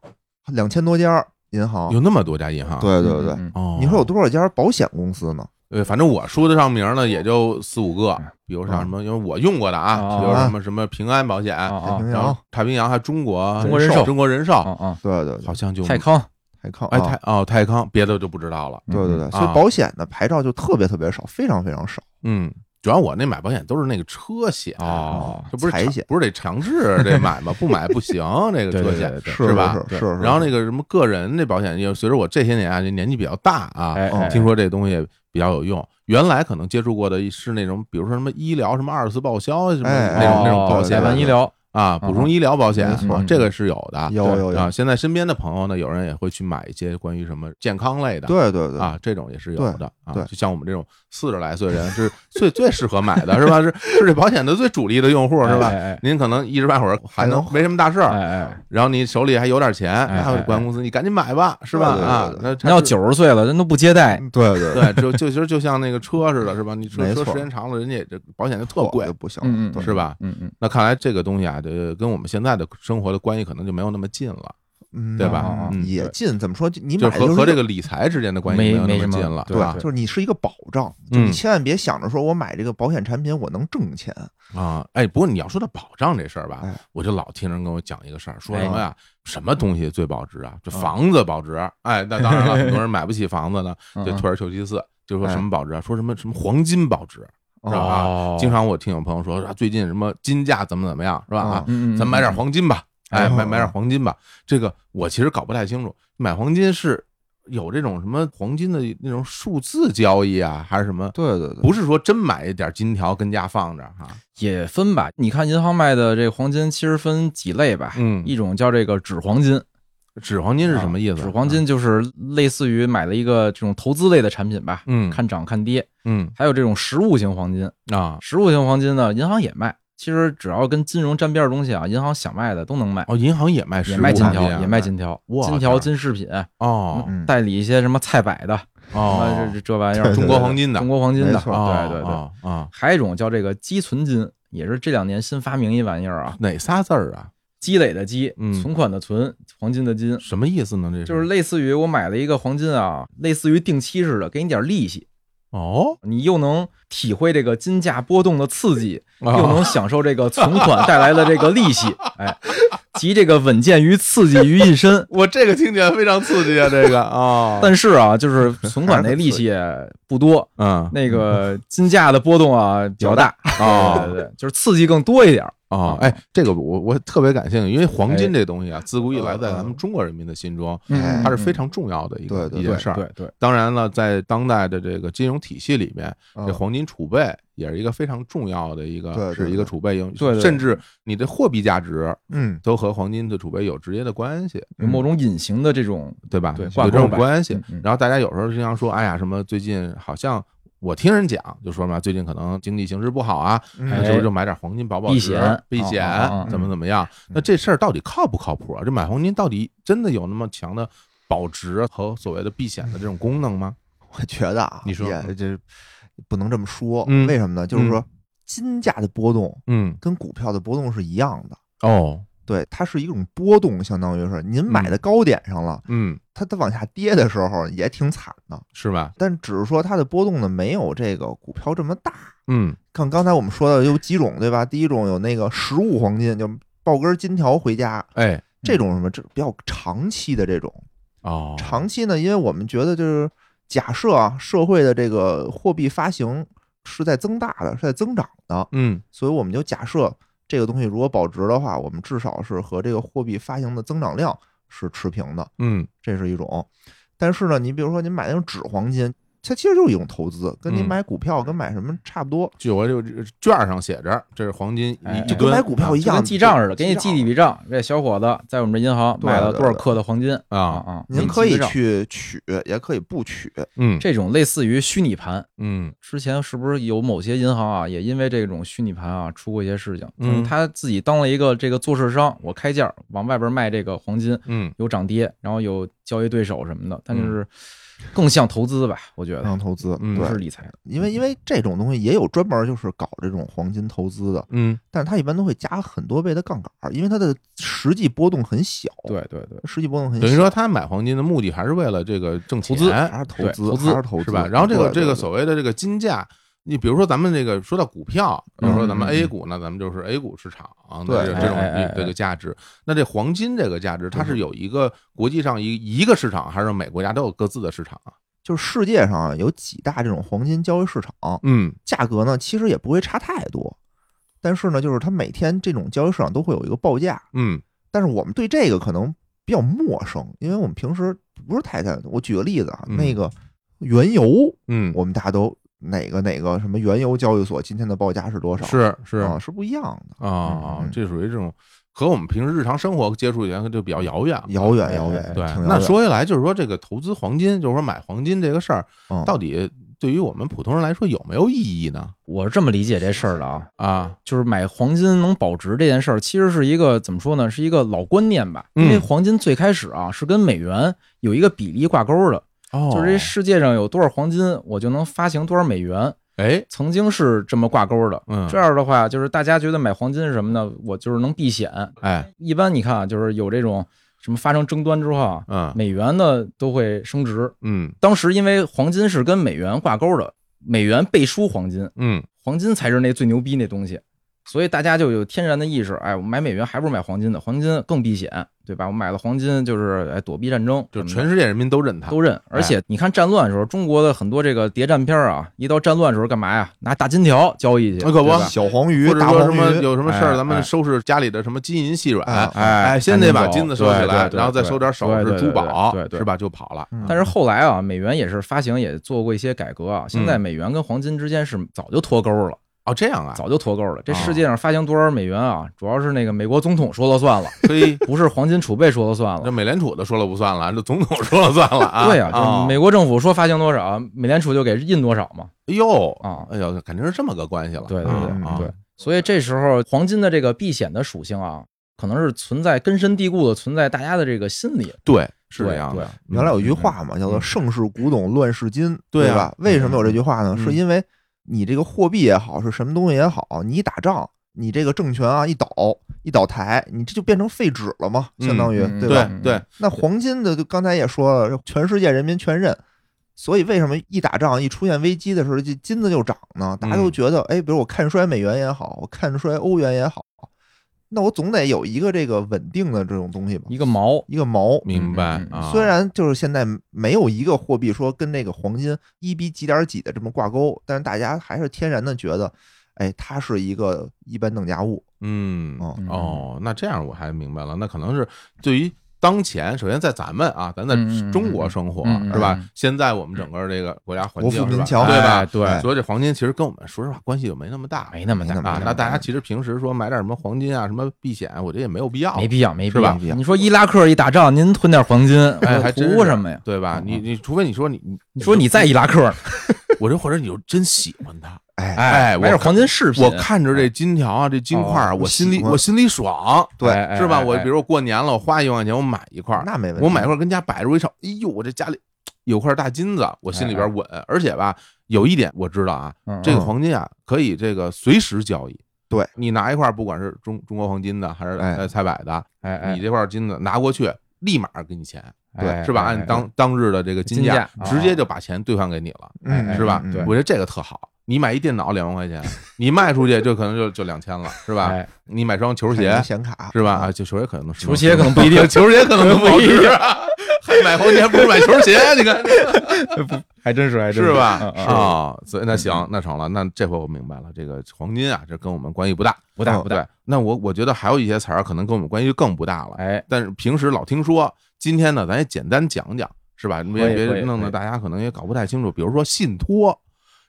Speaker 2: 两千多家银行
Speaker 1: 有。那么多家银行？
Speaker 2: 哦对对对，
Speaker 3: 嗯
Speaker 1: 哦，
Speaker 2: 你说有多少家保险公司呢？
Speaker 1: 对，反正我说得上名
Speaker 3: 哦
Speaker 1: 儿呢，也就四五个，比如像什么，因为我用过的啊，
Speaker 3: 嗯啊
Speaker 1: 比如什么什么平安保险，
Speaker 3: 啊
Speaker 2: 太
Speaker 3: 啊
Speaker 2: 平
Speaker 1: 然
Speaker 2: 洋
Speaker 1: 后，太平洋还有中国
Speaker 3: 中国人寿
Speaker 1: 中国人
Speaker 3: 啊
Speaker 1: 寿，
Speaker 3: 啊
Speaker 2: 对对对
Speaker 1: 好，像就
Speaker 3: 啊！泰康，
Speaker 2: 泰康，
Speaker 1: 哎
Speaker 2: 啊
Speaker 1: 泰哦泰康，别的就不知道了。
Speaker 2: 对对对，
Speaker 3: 嗯
Speaker 2: 所以
Speaker 1: 啊
Speaker 2: 保险的牌照就特别特别少，非常非常少。
Speaker 1: 嗯，主要我那买保险都是那个车险
Speaker 3: 哦
Speaker 1: 这不是
Speaker 2: 财
Speaker 1: 强
Speaker 2: 险
Speaker 1: 不是得强 制这买吗？不买不行，这个
Speaker 3: 对
Speaker 1: 车
Speaker 3: 对
Speaker 1: 险
Speaker 3: 对对
Speaker 2: 是
Speaker 1: 是吧？
Speaker 2: 是
Speaker 3: 对
Speaker 2: 是。是
Speaker 1: 然后那个什么个人那保险，因为随着我这些年啊，这年纪比较大啊，
Speaker 3: 哎哎，
Speaker 1: 听说这东西也比较有用。原来可能接触过的是那种，比如说什么医疗、什么二次报销啊什么
Speaker 2: 哎
Speaker 1: 那种那种
Speaker 3: 哦
Speaker 1: 保
Speaker 3: 莱
Speaker 1: 险
Speaker 2: 对
Speaker 3: 万医疗，
Speaker 1: 啊，补充医疗保险
Speaker 2: 没，嗯
Speaker 3: 错
Speaker 1: 啊这个是有的。
Speaker 2: 有有
Speaker 1: 啊，
Speaker 2: 有，
Speaker 1: 现在身边的朋友呢，有人也会去买一些关于什么健康类的，
Speaker 2: 对对对，
Speaker 1: 啊，这种也是有
Speaker 2: 对
Speaker 1: 的啊。
Speaker 2: 对
Speaker 1: 就像我们这种四十来岁人是最最适合买的，是吧？是是这保险的最主力的用户，是吧？
Speaker 3: 哎
Speaker 1: 您可能一时半会儿还能
Speaker 2: 还能
Speaker 1: 没什么大事
Speaker 3: 哎
Speaker 1: 儿，
Speaker 3: 哎哎，
Speaker 1: 然后你手里还有点钱，
Speaker 3: 哎
Speaker 1: 还有保险公司，你赶紧买吧，是吧？
Speaker 2: 对对
Speaker 1: 啊
Speaker 2: 对，对
Speaker 1: 那
Speaker 3: 人要
Speaker 1: 九。
Speaker 3: 九十岁了，人都不接待，
Speaker 2: 嗯对对，
Speaker 1: 对，就就其实就像那个车似的，是吧？你车
Speaker 2: 没
Speaker 1: 车
Speaker 2: 错
Speaker 1: 时间长了，人家也这保险就特
Speaker 2: 错
Speaker 1: 贵
Speaker 2: 就，不行，
Speaker 3: 嗯嗯
Speaker 2: 对
Speaker 1: 是吧？
Speaker 3: 嗯嗯，
Speaker 1: 那看来这个东西啊，这跟我们现在的生活的关系可能就没有那么近了，
Speaker 2: 嗯
Speaker 1: 对
Speaker 3: 嗯
Speaker 1: 吧？嗯，
Speaker 2: 也近，怎么说？就你
Speaker 1: 就
Speaker 2: 买
Speaker 1: 是
Speaker 2: 就
Speaker 1: 和
Speaker 2: 是
Speaker 1: 和这
Speaker 2: 一
Speaker 1: 个理财之间的关系
Speaker 3: 没
Speaker 1: 有那
Speaker 3: 没
Speaker 1: 么
Speaker 3: 什么
Speaker 1: 近了，
Speaker 3: 对
Speaker 1: 吧
Speaker 2: 对，？就是你是一个保障，就
Speaker 1: 嗯
Speaker 2: 你千万别想着说我买这个保险产品我能挣钱，
Speaker 1: 啊，哎，不过你要说到保障这事儿吧
Speaker 2: 哎，
Speaker 1: 我就老听人跟我讲一个事儿，
Speaker 3: 哎
Speaker 1: 说什么呀，什么东西最保值啊？
Speaker 2: 嗯
Speaker 1: 这房子保值，哎，那当然了，很多人买不起房子呢，
Speaker 3: 嗯
Speaker 1: 就
Speaker 3: 嗯
Speaker 1: 退而求其次，就
Speaker 2: 哎
Speaker 1: 说什么保值啊？说什么什么黄金保值，是吧？啊
Speaker 3: 哦
Speaker 1: 经常我听有朋友说，啊最近什么金价怎么怎么样，是吧？啊
Speaker 2: 啊，
Speaker 3: 嗯嗯，哦
Speaker 1: 咱买点黄金吧，哎，
Speaker 2: 嗯
Speaker 1: 买买点黄金吧。这个我其实搞不太清楚，买黄金是有这种什么黄金的那种数字交易啊，还是什么？
Speaker 2: 对对对，
Speaker 1: 不是说真买一点金条跟家放着哈，
Speaker 3: 也分吧。你看银行卖的这个黄金，其实分几类吧。
Speaker 1: 嗯
Speaker 3: 一种叫这个纸黄金，啊
Speaker 1: 纸黄金是什么意思？啊
Speaker 3: 纸黄，金就是类似于买了一个这种投资类的产品吧，
Speaker 1: 嗯
Speaker 3: 看涨看跌。
Speaker 1: 嗯
Speaker 3: 还有这种实物型黄金，
Speaker 1: 啊，
Speaker 3: 实物型黄金呢，银行也卖。其实只要跟金融沾边的东西啊，银行想卖的都能卖，
Speaker 1: 哦，银行也卖
Speaker 3: 也
Speaker 1: 实物
Speaker 3: 卖金
Speaker 1: 黄金
Speaker 3: 条
Speaker 1: 啊，，
Speaker 3: 也卖金条，
Speaker 1: 哇
Speaker 3: 金条、
Speaker 1: 塞
Speaker 3: 金饰品，
Speaker 1: 哦
Speaker 2: 嗯
Speaker 3: 代理一些什么菜百的，什么
Speaker 1: 哦
Speaker 3: 嗯这，这玩意儿，
Speaker 2: 对
Speaker 1: 中国黄金的，
Speaker 3: 中国黄金的，
Speaker 2: 没
Speaker 3: 对
Speaker 2: 错
Speaker 3: 对对。
Speaker 1: 啊啊，
Speaker 3: 还有一种叫这个积存金，也是这两年新发明一玩意儿啊，
Speaker 1: 哪仨字儿啊？
Speaker 3: 积累的积，
Speaker 1: 嗯
Speaker 3: 存款的存，黄金的金，
Speaker 1: 什么意思呢？这
Speaker 3: 就是类似于我买了一个黄金啊，类似于定期似的，给你点利息，
Speaker 1: 哦，
Speaker 3: 你又能体会这个金价波动的刺激，
Speaker 1: 啊。
Speaker 2: 哦
Speaker 3: 又能享受这个存款带来的这个利息，哎，集这个稳健于刺激于一身
Speaker 2: 哦
Speaker 1: 我这个听起来非常刺激啊，这个啊，
Speaker 3: 但是啊，就是存款那力气也不多，
Speaker 1: 嗯
Speaker 3: 那个金价的波动啊比较大
Speaker 1: 啊
Speaker 3: 对对对，就是刺激更多一点儿。
Speaker 1: 啊，哎，这个我我特别感兴趣，因为黄金这东西啊，自古以来在咱们中国人民的心中，
Speaker 2: 嗯
Speaker 1: 它是非常重要的一个
Speaker 2: 对对
Speaker 1: 一件事儿。
Speaker 3: 对对，
Speaker 1: 当然了，在当代的这个金融体系里面，这
Speaker 2: 嗯
Speaker 1: 黄金储备也是一个非常重要的一个
Speaker 2: 对
Speaker 1: 是
Speaker 2: 对
Speaker 1: 一个
Speaker 2: 对
Speaker 1: 储备用，
Speaker 3: 对对
Speaker 1: 甚至你的货币价值
Speaker 2: 嗯
Speaker 1: 都和黄金的储备有直接的关系，
Speaker 3: 有某种隐形的这种，
Speaker 1: 对吧？
Speaker 3: 嗯对
Speaker 1: 有
Speaker 3: 挂
Speaker 1: 这
Speaker 3: 钩
Speaker 1: 种
Speaker 3: 吧
Speaker 1: 关系
Speaker 3: 嗯。嗯
Speaker 1: 然后大家有时候经常说，哎呀，什么最近好像我听人讲，就说嘛，最近可能经济形势不好啊，
Speaker 2: 嗯
Speaker 1: 那
Speaker 3: 哎
Speaker 1: 是不是就买点黄金保保
Speaker 3: 避
Speaker 1: 值
Speaker 3: 险
Speaker 1: 避
Speaker 3: 啊
Speaker 1: 险
Speaker 3: 啊啊啊
Speaker 1: 怎么怎么样？那这事儿到底靠不靠谱啊？这买黄金到底真的有那么强的保值和所谓的避险的这种功能吗？
Speaker 2: 我觉得啊，
Speaker 1: 你说
Speaker 2: 也这不能这么说，
Speaker 1: 嗯
Speaker 2: 为什么呢？就是
Speaker 1: 嗯
Speaker 2: 说金价的波动
Speaker 1: 嗯，
Speaker 2: 跟股票的波动是一样的，
Speaker 1: 哦，
Speaker 2: 对，它是一种波动，相当于是您买的高点上了，
Speaker 1: 嗯，
Speaker 2: 它它往下跌的时候也挺惨的，
Speaker 1: 是吧？
Speaker 2: 但只是说它的波动呢没有这个股票这么大。
Speaker 1: 嗯，
Speaker 2: 看刚才我们说的有几种，对吧？第一种有那个实物黄金，就抱根金条回家。
Speaker 1: 哎，
Speaker 2: 这种什么，这比较长期的这种
Speaker 1: 哦，
Speaker 2: 长期呢，因为我们觉得就是假设啊，社会的这个货币发行是在增大的，是在增长的，
Speaker 1: 嗯，
Speaker 2: 所以我们就假设这个东西如果保值的话，我们至少是和这个货币发行的增长量是持平的，
Speaker 1: 嗯，
Speaker 2: 这是一种。但是呢，你比如说你买那种纸黄金，它其实就是一种投资，跟你
Speaker 1: 嗯
Speaker 2: 买股票跟买什么差不多，
Speaker 1: 就我这个券儿上写着，这是黄金
Speaker 3: 哎
Speaker 1: 一一
Speaker 3: 就
Speaker 2: 跟
Speaker 1: 吨
Speaker 2: 买股票一
Speaker 3: 就
Speaker 2: 样，
Speaker 3: 跟记账似的，
Speaker 2: 就
Speaker 3: 给你记一笔账。这小伙子在我们这银行买了
Speaker 2: 对对
Speaker 3: 多少克的黄金
Speaker 1: 啊
Speaker 3: 啊啊？
Speaker 2: 您
Speaker 3: 给你
Speaker 2: 可
Speaker 3: 记
Speaker 2: 以
Speaker 3: 个账
Speaker 2: 去取，也可以不取，
Speaker 1: 嗯
Speaker 3: 这种类似于虚拟盘，
Speaker 1: 嗯
Speaker 3: 之前是不是有某些银行啊，也因为这种虚拟盘啊出过一些事情？
Speaker 1: 嗯
Speaker 3: 他自己当了一个这个做市商，我开价往外边卖这个黄金，
Speaker 1: 嗯，
Speaker 3: 有涨跌，然后有交易对手什么的，但就是更像投资吧，我觉得
Speaker 2: 当投资，
Speaker 1: 嗯
Speaker 3: 不是
Speaker 2: 对，
Speaker 3: 理财。
Speaker 2: 因为因为这种东西也有专门就是搞这种黄金投资的，
Speaker 1: 嗯
Speaker 2: 但是它一般都会加很多倍的杠杆儿，因为它的实际波动很小，，
Speaker 3: 对对对，
Speaker 2: 实际波动很小，
Speaker 1: 等于说他买黄金的目的还是为了这个挣钱，
Speaker 3: 投资
Speaker 2: 还是投
Speaker 3: 对
Speaker 2: 资，
Speaker 3: 投资
Speaker 2: 还是投资，
Speaker 1: 是吧？然后这个这
Speaker 2: 对
Speaker 1: 个
Speaker 2: 对
Speaker 1: 所谓的这个金价，你比如说咱们这个说到股票，比如说咱们
Speaker 3: 嗯嗯
Speaker 1: A 股呢，咱们就是 A 股市场啊，
Speaker 2: 对
Speaker 1: 那这这种
Speaker 3: 哎哎哎
Speaker 1: 这个价值。那这黄金这个价值，它是有一个国际上一一个市场，还是每个国家都有各自的市场啊？
Speaker 2: 就是世界上有几大这种黄金交易市场，
Speaker 1: 嗯
Speaker 2: 价格呢其实也不会差太多，但是呢，就是它每天这种交易市场都会有一个报价，
Speaker 1: 嗯
Speaker 2: 但是我们对这个可能比较陌生，因为我们平时不是太在乎。我举个例子啊，
Speaker 1: 嗯
Speaker 2: 那个原油，
Speaker 1: 嗯，
Speaker 2: 我们大家都哪个哪个什么原油交易所今天的报价是多少？
Speaker 1: 是是
Speaker 2: 啊，是不一样的，
Speaker 1: 啊
Speaker 2: 嗯，
Speaker 1: 这属于这种和我们平时日常生活接触起来就比较遥远。
Speaker 2: 遥远
Speaker 3: 哎
Speaker 2: 遥
Speaker 3: 哎
Speaker 2: 远。
Speaker 1: 啊对
Speaker 2: 挺，遥
Speaker 1: 那
Speaker 2: 远
Speaker 1: 说回来就是说这个投资黄金，就是说买黄金这个事儿，
Speaker 2: 嗯
Speaker 1: 到底对于我们普通人来说有没有意义呢？
Speaker 3: 我是这么理解这事儿的啊，
Speaker 1: 啊，
Speaker 3: 就是买黄金能保值这件事儿，其实是一个怎么说呢，是一个老观念吧。
Speaker 1: 嗯
Speaker 3: 因为黄金最开始啊是跟美元有一个比例挂钩的，
Speaker 1: 哦
Speaker 3: 就是这世界上有多少黄金，我就能发行多少美元，
Speaker 1: 哎，
Speaker 3: 曾经是这么挂钩的。
Speaker 1: 嗯，
Speaker 3: 这样的话，就是大家觉得买黄金是什么呢？我就是能避险。
Speaker 1: 哎，
Speaker 3: 一般你看啊，就是有这种什么发生争端之后啊，
Speaker 1: 嗯
Speaker 3: 美元呢都会升值。
Speaker 1: 嗯
Speaker 3: 当时因为黄金是跟美元挂钩的，美元背书黄金，
Speaker 1: 嗯
Speaker 3: 黄金才是那最牛逼那东西，所以大家就有天然的意识，哎，我买美元还不如买黄金呢，黄金更避险，对吧？我买了黄金就是哎躲避战争，
Speaker 1: 就
Speaker 3: 什么的
Speaker 1: 全世界人民都认他，
Speaker 3: 都认。而且你看战乱的时候，中国的很多这个谍战片啊，一到战乱的时候干嘛呀？拿大金条交易去，
Speaker 1: 那可不
Speaker 3: 对吧
Speaker 2: 小黄鱼
Speaker 1: 或、者
Speaker 2: 大
Speaker 1: 说什
Speaker 2: 黄
Speaker 1: 么
Speaker 2: 鱼，
Speaker 1: 有什么事
Speaker 3: 哎
Speaker 1: 儿，咱们
Speaker 3: 哎
Speaker 1: 收拾家里的什么金银细软，
Speaker 3: 哎
Speaker 1: 哎，先得把
Speaker 3: 赶紧
Speaker 1: 金
Speaker 3: 走
Speaker 1: 子收起
Speaker 3: 对
Speaker 1: 来，
Speaker 3: 对对
Speaker 1: 然后再
Speaker 3: 对
Speaker 1: 收点首
Speaker 3: 对
Speaker 1: 饰、
Speaker 3: 对
Speaker 1: 珠
Speaker 3: 对
Speaker 1: 宝
Speaker 3: 对，对
Speaker 1: 是吧？就跑了。
Speaker 2: 嗯
Speaker 3: 但是后来啊，美元也是发行，也做过一些改革啊。现在
Speaker 1: 嗯
Speaker 3: 美元跟黄金之间是早就脱钩了，
Speaker 1: 哦，这样啊，
Speaker 3: 早就脱钩了。这世界上发行多少美元啊，主要是那个美国总统说了算了，
Speaker 1: 嘿，
Speaker 3: 不是黄金储备说了算
Speaker 1: 这
Speaker 3: 了。
Speaker 1: 美联储的说了不算了，这总统说了算了啊。
Speaker 3: 对
Speaker 1: 呀
Speaker 3: 呀、，就是美国政府说发行多少，啊美联储就给印多少嘛。
Speaker 1: 哎呦
Speaker 3: 啊
Speaker 1: 哎呦，肯定是这么个关系了。
Speaker 3: 对对对、
Speaker 1: 啊
Speaker 3: 对，，所以这时候黄金的这个避险的属性啊，可能是存在根深蒂固的存在大家的这个心里。
Speaker 1: 对，是这
Speaker 3: 对
Speaker 1: 样
Speaker 3: 对
Speaker 1: 的。
Speaker 2: 原来有一句
Speaker 1: 嗯，
Speaker 2: 话嘛，叫做“
Speaker 1: 嗯
Speaker 2: 盛世古董，乱世金”，
Speaker 1: 对啊
Speaker 2: 吧？为什么有这句话呢？
Speaker 1: 嗯
Speaker 2: 是因为你这个货币也好，是什么东西也好，你一打仗，你这个政权啊一倒一倒台，你这就变成废纸了嘛，
Speaker 1: 嗯
Speaker 2: 相当于
Speaker 3: 嗯
Speaker 2: 对吧？
Speaker 1: 对对，
Speaker 2: 那黄金的，就刚才也说了，全世界人民全认。所以为什么一打仗一出现危机的时候，这
Speaker 1: 嗯
Speaker 2: 金子就涨呢？大家都觉得，哎，比如我看衰美元也好，我看衰欧元也好，那我总得有一个这个稳定的这种东西吧，
Speaker 3: 一个毛，
Speaker 2: 一个锚。
Speaker 1: 明白
Speaker 3: 嗯嗯
Speaker 1: 啊？
Speaker 2: 虽然就是现在没有一个货币说跟这个黄金一比几点几的这么挂钩，但是大家还是天然的觉得，哎，它是一个一般等价物。
Speaker 1: 嗯
Speaker 2: 哦
Speaker 1: 哦，那这样我还明白了，那可能是对于当前，首先在咱们啊，咱在
Speaker 3: 嗯嗯嗯
Speaker 1: 中国生活
Speaker 3: 嗯嗯
Speaker 1: 是吧
Speaker 3: 嗯？
Speaker 1: 现在我们整个这个国家环
Speaker 2: 国
Speaker 1: 境
Speaker 2: 富
Speaker 1: 是吧
Speaker 2: 民强
Speaker 1: 对吧？
Speaker 3: 哎对
Speaker 2: 哎
Speaker 1: 所以这黄金其实跟我们说实话关系就没那么大，
Speaker 3: 没那么大
Speaker 2: 没那么
Speaker 1: 啊
Speaker 2: 大。
Speaker 1: 那大家其实平时说买点什么黄金啊、什么避险，我觉得也没有必要，
Speaker 3: 没必要，没必
Speaker 1: 是
Speaker 3: 要
Speaker 1: 吧。
Speaker 3: 你说伊拉克一打仗，您囤点黄金，
Speaker 1: 哎还真是
Speaker 3: 图什么呀？
Speaker 1: 对吧？
Speaker 3: 嗯
Speaker 1: 你你除非你说你
Speaker 3: 你说你在伊拉克呢，
Speaker 1: 我这或者你就真喜欢它，
Speaker 2: 哎，
Speaker 1: 哎我
Speaker 3: 买点黄金饰品，
Speaker 1: 我看着这金条啊，这金块儿啊，
Speaker 2: 哦
Speaker 1: 我心里
Speaker 2: 喜欢
Speaker 1: 我心里爽，
Speaker 2: 对
Speaker 3: 哎
Speaker 1: 是吧？我比。
Speaker 3: 哎哎
Speaker 1: 如我过年了，我花一万块钱我买一块儿，
Speaker 2: 那没问题。
Speaker 1: 我买一块儿跟家摆着，我一瞅，哎呦，我这家里有块大金子，我心里边稳。而且吧，有一点我知道啊，
Speaker 3: 嗯嗯
Speaker 1: 这个黄金啊可以这个随时交易。
Speaker 2: 对
Speaker 1: 你拿一块儿，不管是中中国黄金的还是
Speaker 2: 哎
Speaker 1: 呃菜百的，
Speaker 3: 哎哎，
Speaker 1: 你这块金子拿过去，立马给你钱，
Speaker 3: 哎
Speaker 1: 是吧？
Speaker 3: 哎
Speaker 1: 按
Speaker 3: 哎
Speaker 1: 当当日的这个金价
Speaker 3: 金，价
Speaker 1: 直接就把钱兑换给你了。
Speaker 2: 嗯，
Speaker 1: 是吧
Speaker 2: 嗯
Speaker 3: 对
Speaker 1: 我觉得这个特好。你买一电脑两万块钱，你卖出去就可能就就两千了，是吧？
Speaker 3: 哎
Speaker 1: 你买双球
Speaker 2: 看
Speaker 1: 鞋
Speaker 2: 你显卡
Speaker 1: 是吧？啊，就球鞋可能是
Speaker 3: 球鞋可能不 一定
Speaker 1: 球鞋可能不好
Speaker 3: 不一
Speaker 1: 吃
Speaker 3: 定
Speaker 1: 啊， 还买黄金还不如买球鞋，你看
Speaker 3: 还真是，还 真
Speaker 1: 是吧？
Speaker 3: 嗯嗯
Speaker 1: 啊，所以那行，那成了，那这回我明白了，这个黄金啊，这跟我们关系不大，
Speaker 3: 不大
Speaker 1: 哦
Speaker 3: 不大
Speaker 1: 对那我我觉得还有一些词儿可能跟我们关系就更不大了，
Speaker 3: 哎，
Speaker 1: 但是平时老听说，今天呢，咱也简单讲讲，是吧？别
Speaker 3: 以可
Speaker 1: 别
Speaker 3: 以
Speaker 1: 弄
Speaker 3: 可
Speaker 1: 得
Speaker 3: 以
Speaker 1: 大家可能也搞不太清楚。比如说信托，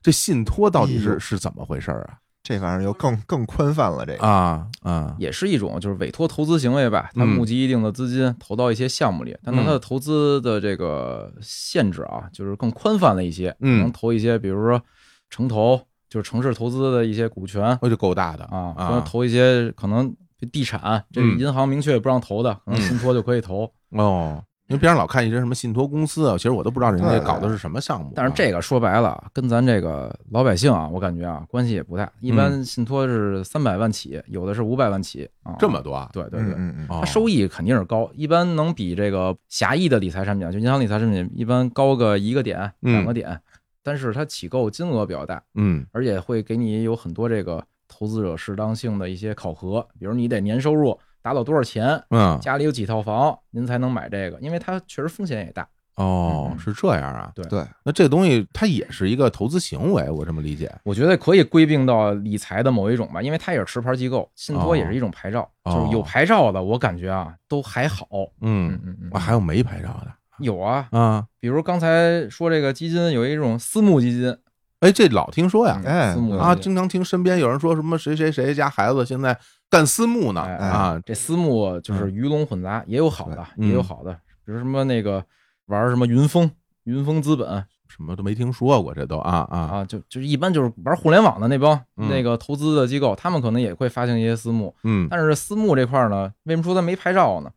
Speaker 1: 这信托到底
Speaker 2: 哎
Speaker 1: 是
Speaker 2: 呦
Speaker 1: 是怎么回事儿
Speaker 2: 这玩意儿又更更宽泛了。这个，
Speaker 1: 啊？啊啊，
Speaker 3: 也是一种就是委托投资行为吧，它
Speaker 1: 嗯
Speaker 3: 募集一定的资金投到一些项目里，但它
Speaker 1: 嗯
Speaker 3: 的投资的这个限制啊，就是更宽泛了一些，
Speaker 1: 嗯
Speaker 3: 能投一些，比如说城投，就是城市投资的一些股权
Speaker 1: 那就够大的
Speaker 3: 啊，或者
Speaker 1: 啊！
Speaker 3: 投一些可能地产，这
Speaker 1: 嗯
Speaker 3: 银行明确不让投的，可
Speaker 1: 嗯
Speaker 3: 能信托就可以投。
Speaker 1: 哦，因为别人老看一些什么信托公司啊，其实我都不知道人家
Speaker 2: 对对
Speaker 1: 搞的是什么项目啊。
Speaker 3: 但是这个说白了，跟咱这个老百姓啊，我感觉啊关系也不大，一
Speaker 1: 嗯
Speaker 3: 般信托是三百万起，有的是五百万起啊，
Speaker 1: 这么多啊？
Speaker 3: 对对
Speaker 2: 嗯
Speaker 3: 对。
Speaker 2: 嗯嗯，
Speaker 1: 哦
Speaker 3: 它收益肯定是高，一般能比这个狭义的理财产品，啊，就银行理财产品，一般高个一个点、
Speaker 1: 嗯
Speaker 3: 两个点，但是它起购金额比较大，
Speaker 1: 嗯
Speaker 3: 而且会给你有很多这个投资者适当性的一些考核，比如你得年收入达到多少钱，
Speaker 1: 嗯
Speaker 3: 家里有几套房，您才能买这个，因为它确实风险也大。
Speaker 1: 哦
Speaker 3: 嗯，嗯
Speaker 1: 是这样啊。
Speaker 3: 对
Speaker 2: 对，
Speaker 1: 那这东西它也是一个投资行为，我这么理解。
Speaker 3: 我觉得可以归并到理财的某一种吧，因为它也是持牌机构，信托也是一种牌照，
Speaker 1: 哦
Speaker 3: 就是有牌照的，我感觉啊都还好。
Speaker 1: 嗯
Speaker 3: 嗯，嗯嗯
Speaker 1: 啊，，还有没牌照的
Speaker 3: 有啊，
Speaker 1: 啊？
Speaker 3: 比如刚才说这个基金有一种私募基金，嗯
Speaker 1: 哎，这老听说呀，
Speaker 2: 哎
Speaker 3: 私募基金
Speaker 1: 啊，经常听身边有人说什么谁谁谁家孩子现在干私募呢
Speaker 3: 哎哎
Speaker 1: 啊，
Speaker 3: 这私募就是鱼龙混杂，也有好的，
Speaker 1: 嗯
Speaker 3: 也有好的，比如什么那个玩什么云峰。云峰资本
Speaker 1: 什么都没听说过，这都啊啊
Speaker 3: 啊，就就是一般就是玩互联网的那帮、
Speaker 1: 嗯
Speaker 3: 那个投资的机构，他们可能也会发行一些私募，
Speaker 1: 嗯
Speaker 3: 但是私募这块儿呢，为什么说它没牌照呢？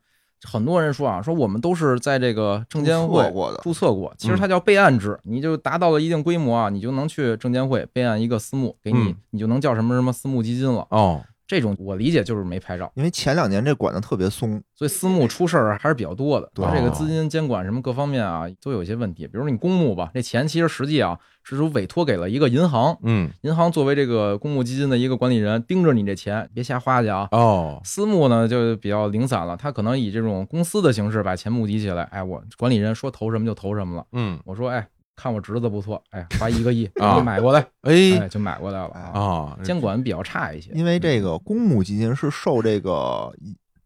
Speaker 3: 很多人说啊，说我们都是在这个证监
Speaker 2: 注册
Speaker 3: 会
Speaker 2: 过的嗯
Speaker 3: 注册过，其实它叫备案制，你就达到了一定规模啊，你就能去证监会备案一个私募，给你
Speaker 1: 嗯，
Speaker 3: 你就能叫什么什么私募基金了。
Speaker 1: 哦
Speaker 3: 这种我理解就是没牌照，
Speaker 2: 因为前两年这管的特别松，
Speaker 3: 所以私募出事儿还是比较多的。
Speaker 2: 对
Speaker 3: 它这个资金监管什么各方面啊，都有一些问题。比如你公募吧，这钱其实实际啊是属于委托给了一个银行，
Speaker 1: 嗯
Speaker 3: 银行作为这个公募基金的一个管理人，盯着你这钱，别瞎花去啊。
Speaker 1: 哦
Speaker 3: 私募呢就比较零散了，他可能以这种公司的形式把钱募集起来，哎，我管理人说投什么就投什么了。
Speaker 1: 嗯
Speaker 3: 我说，哎，看我侄子不错，哎，花一个亿
Speaker 1: 啊
Speaker 3: 给你买 过来，哎，
Speaker 1: 哎
Speaker 3: 就买过来了啊。
Speaker 1: 哦
Speaker 3: 监管比较差一些，
Speaker 2: 因
Speaker 1: 嗯
Speaker 2: 为这个公募基金是受这个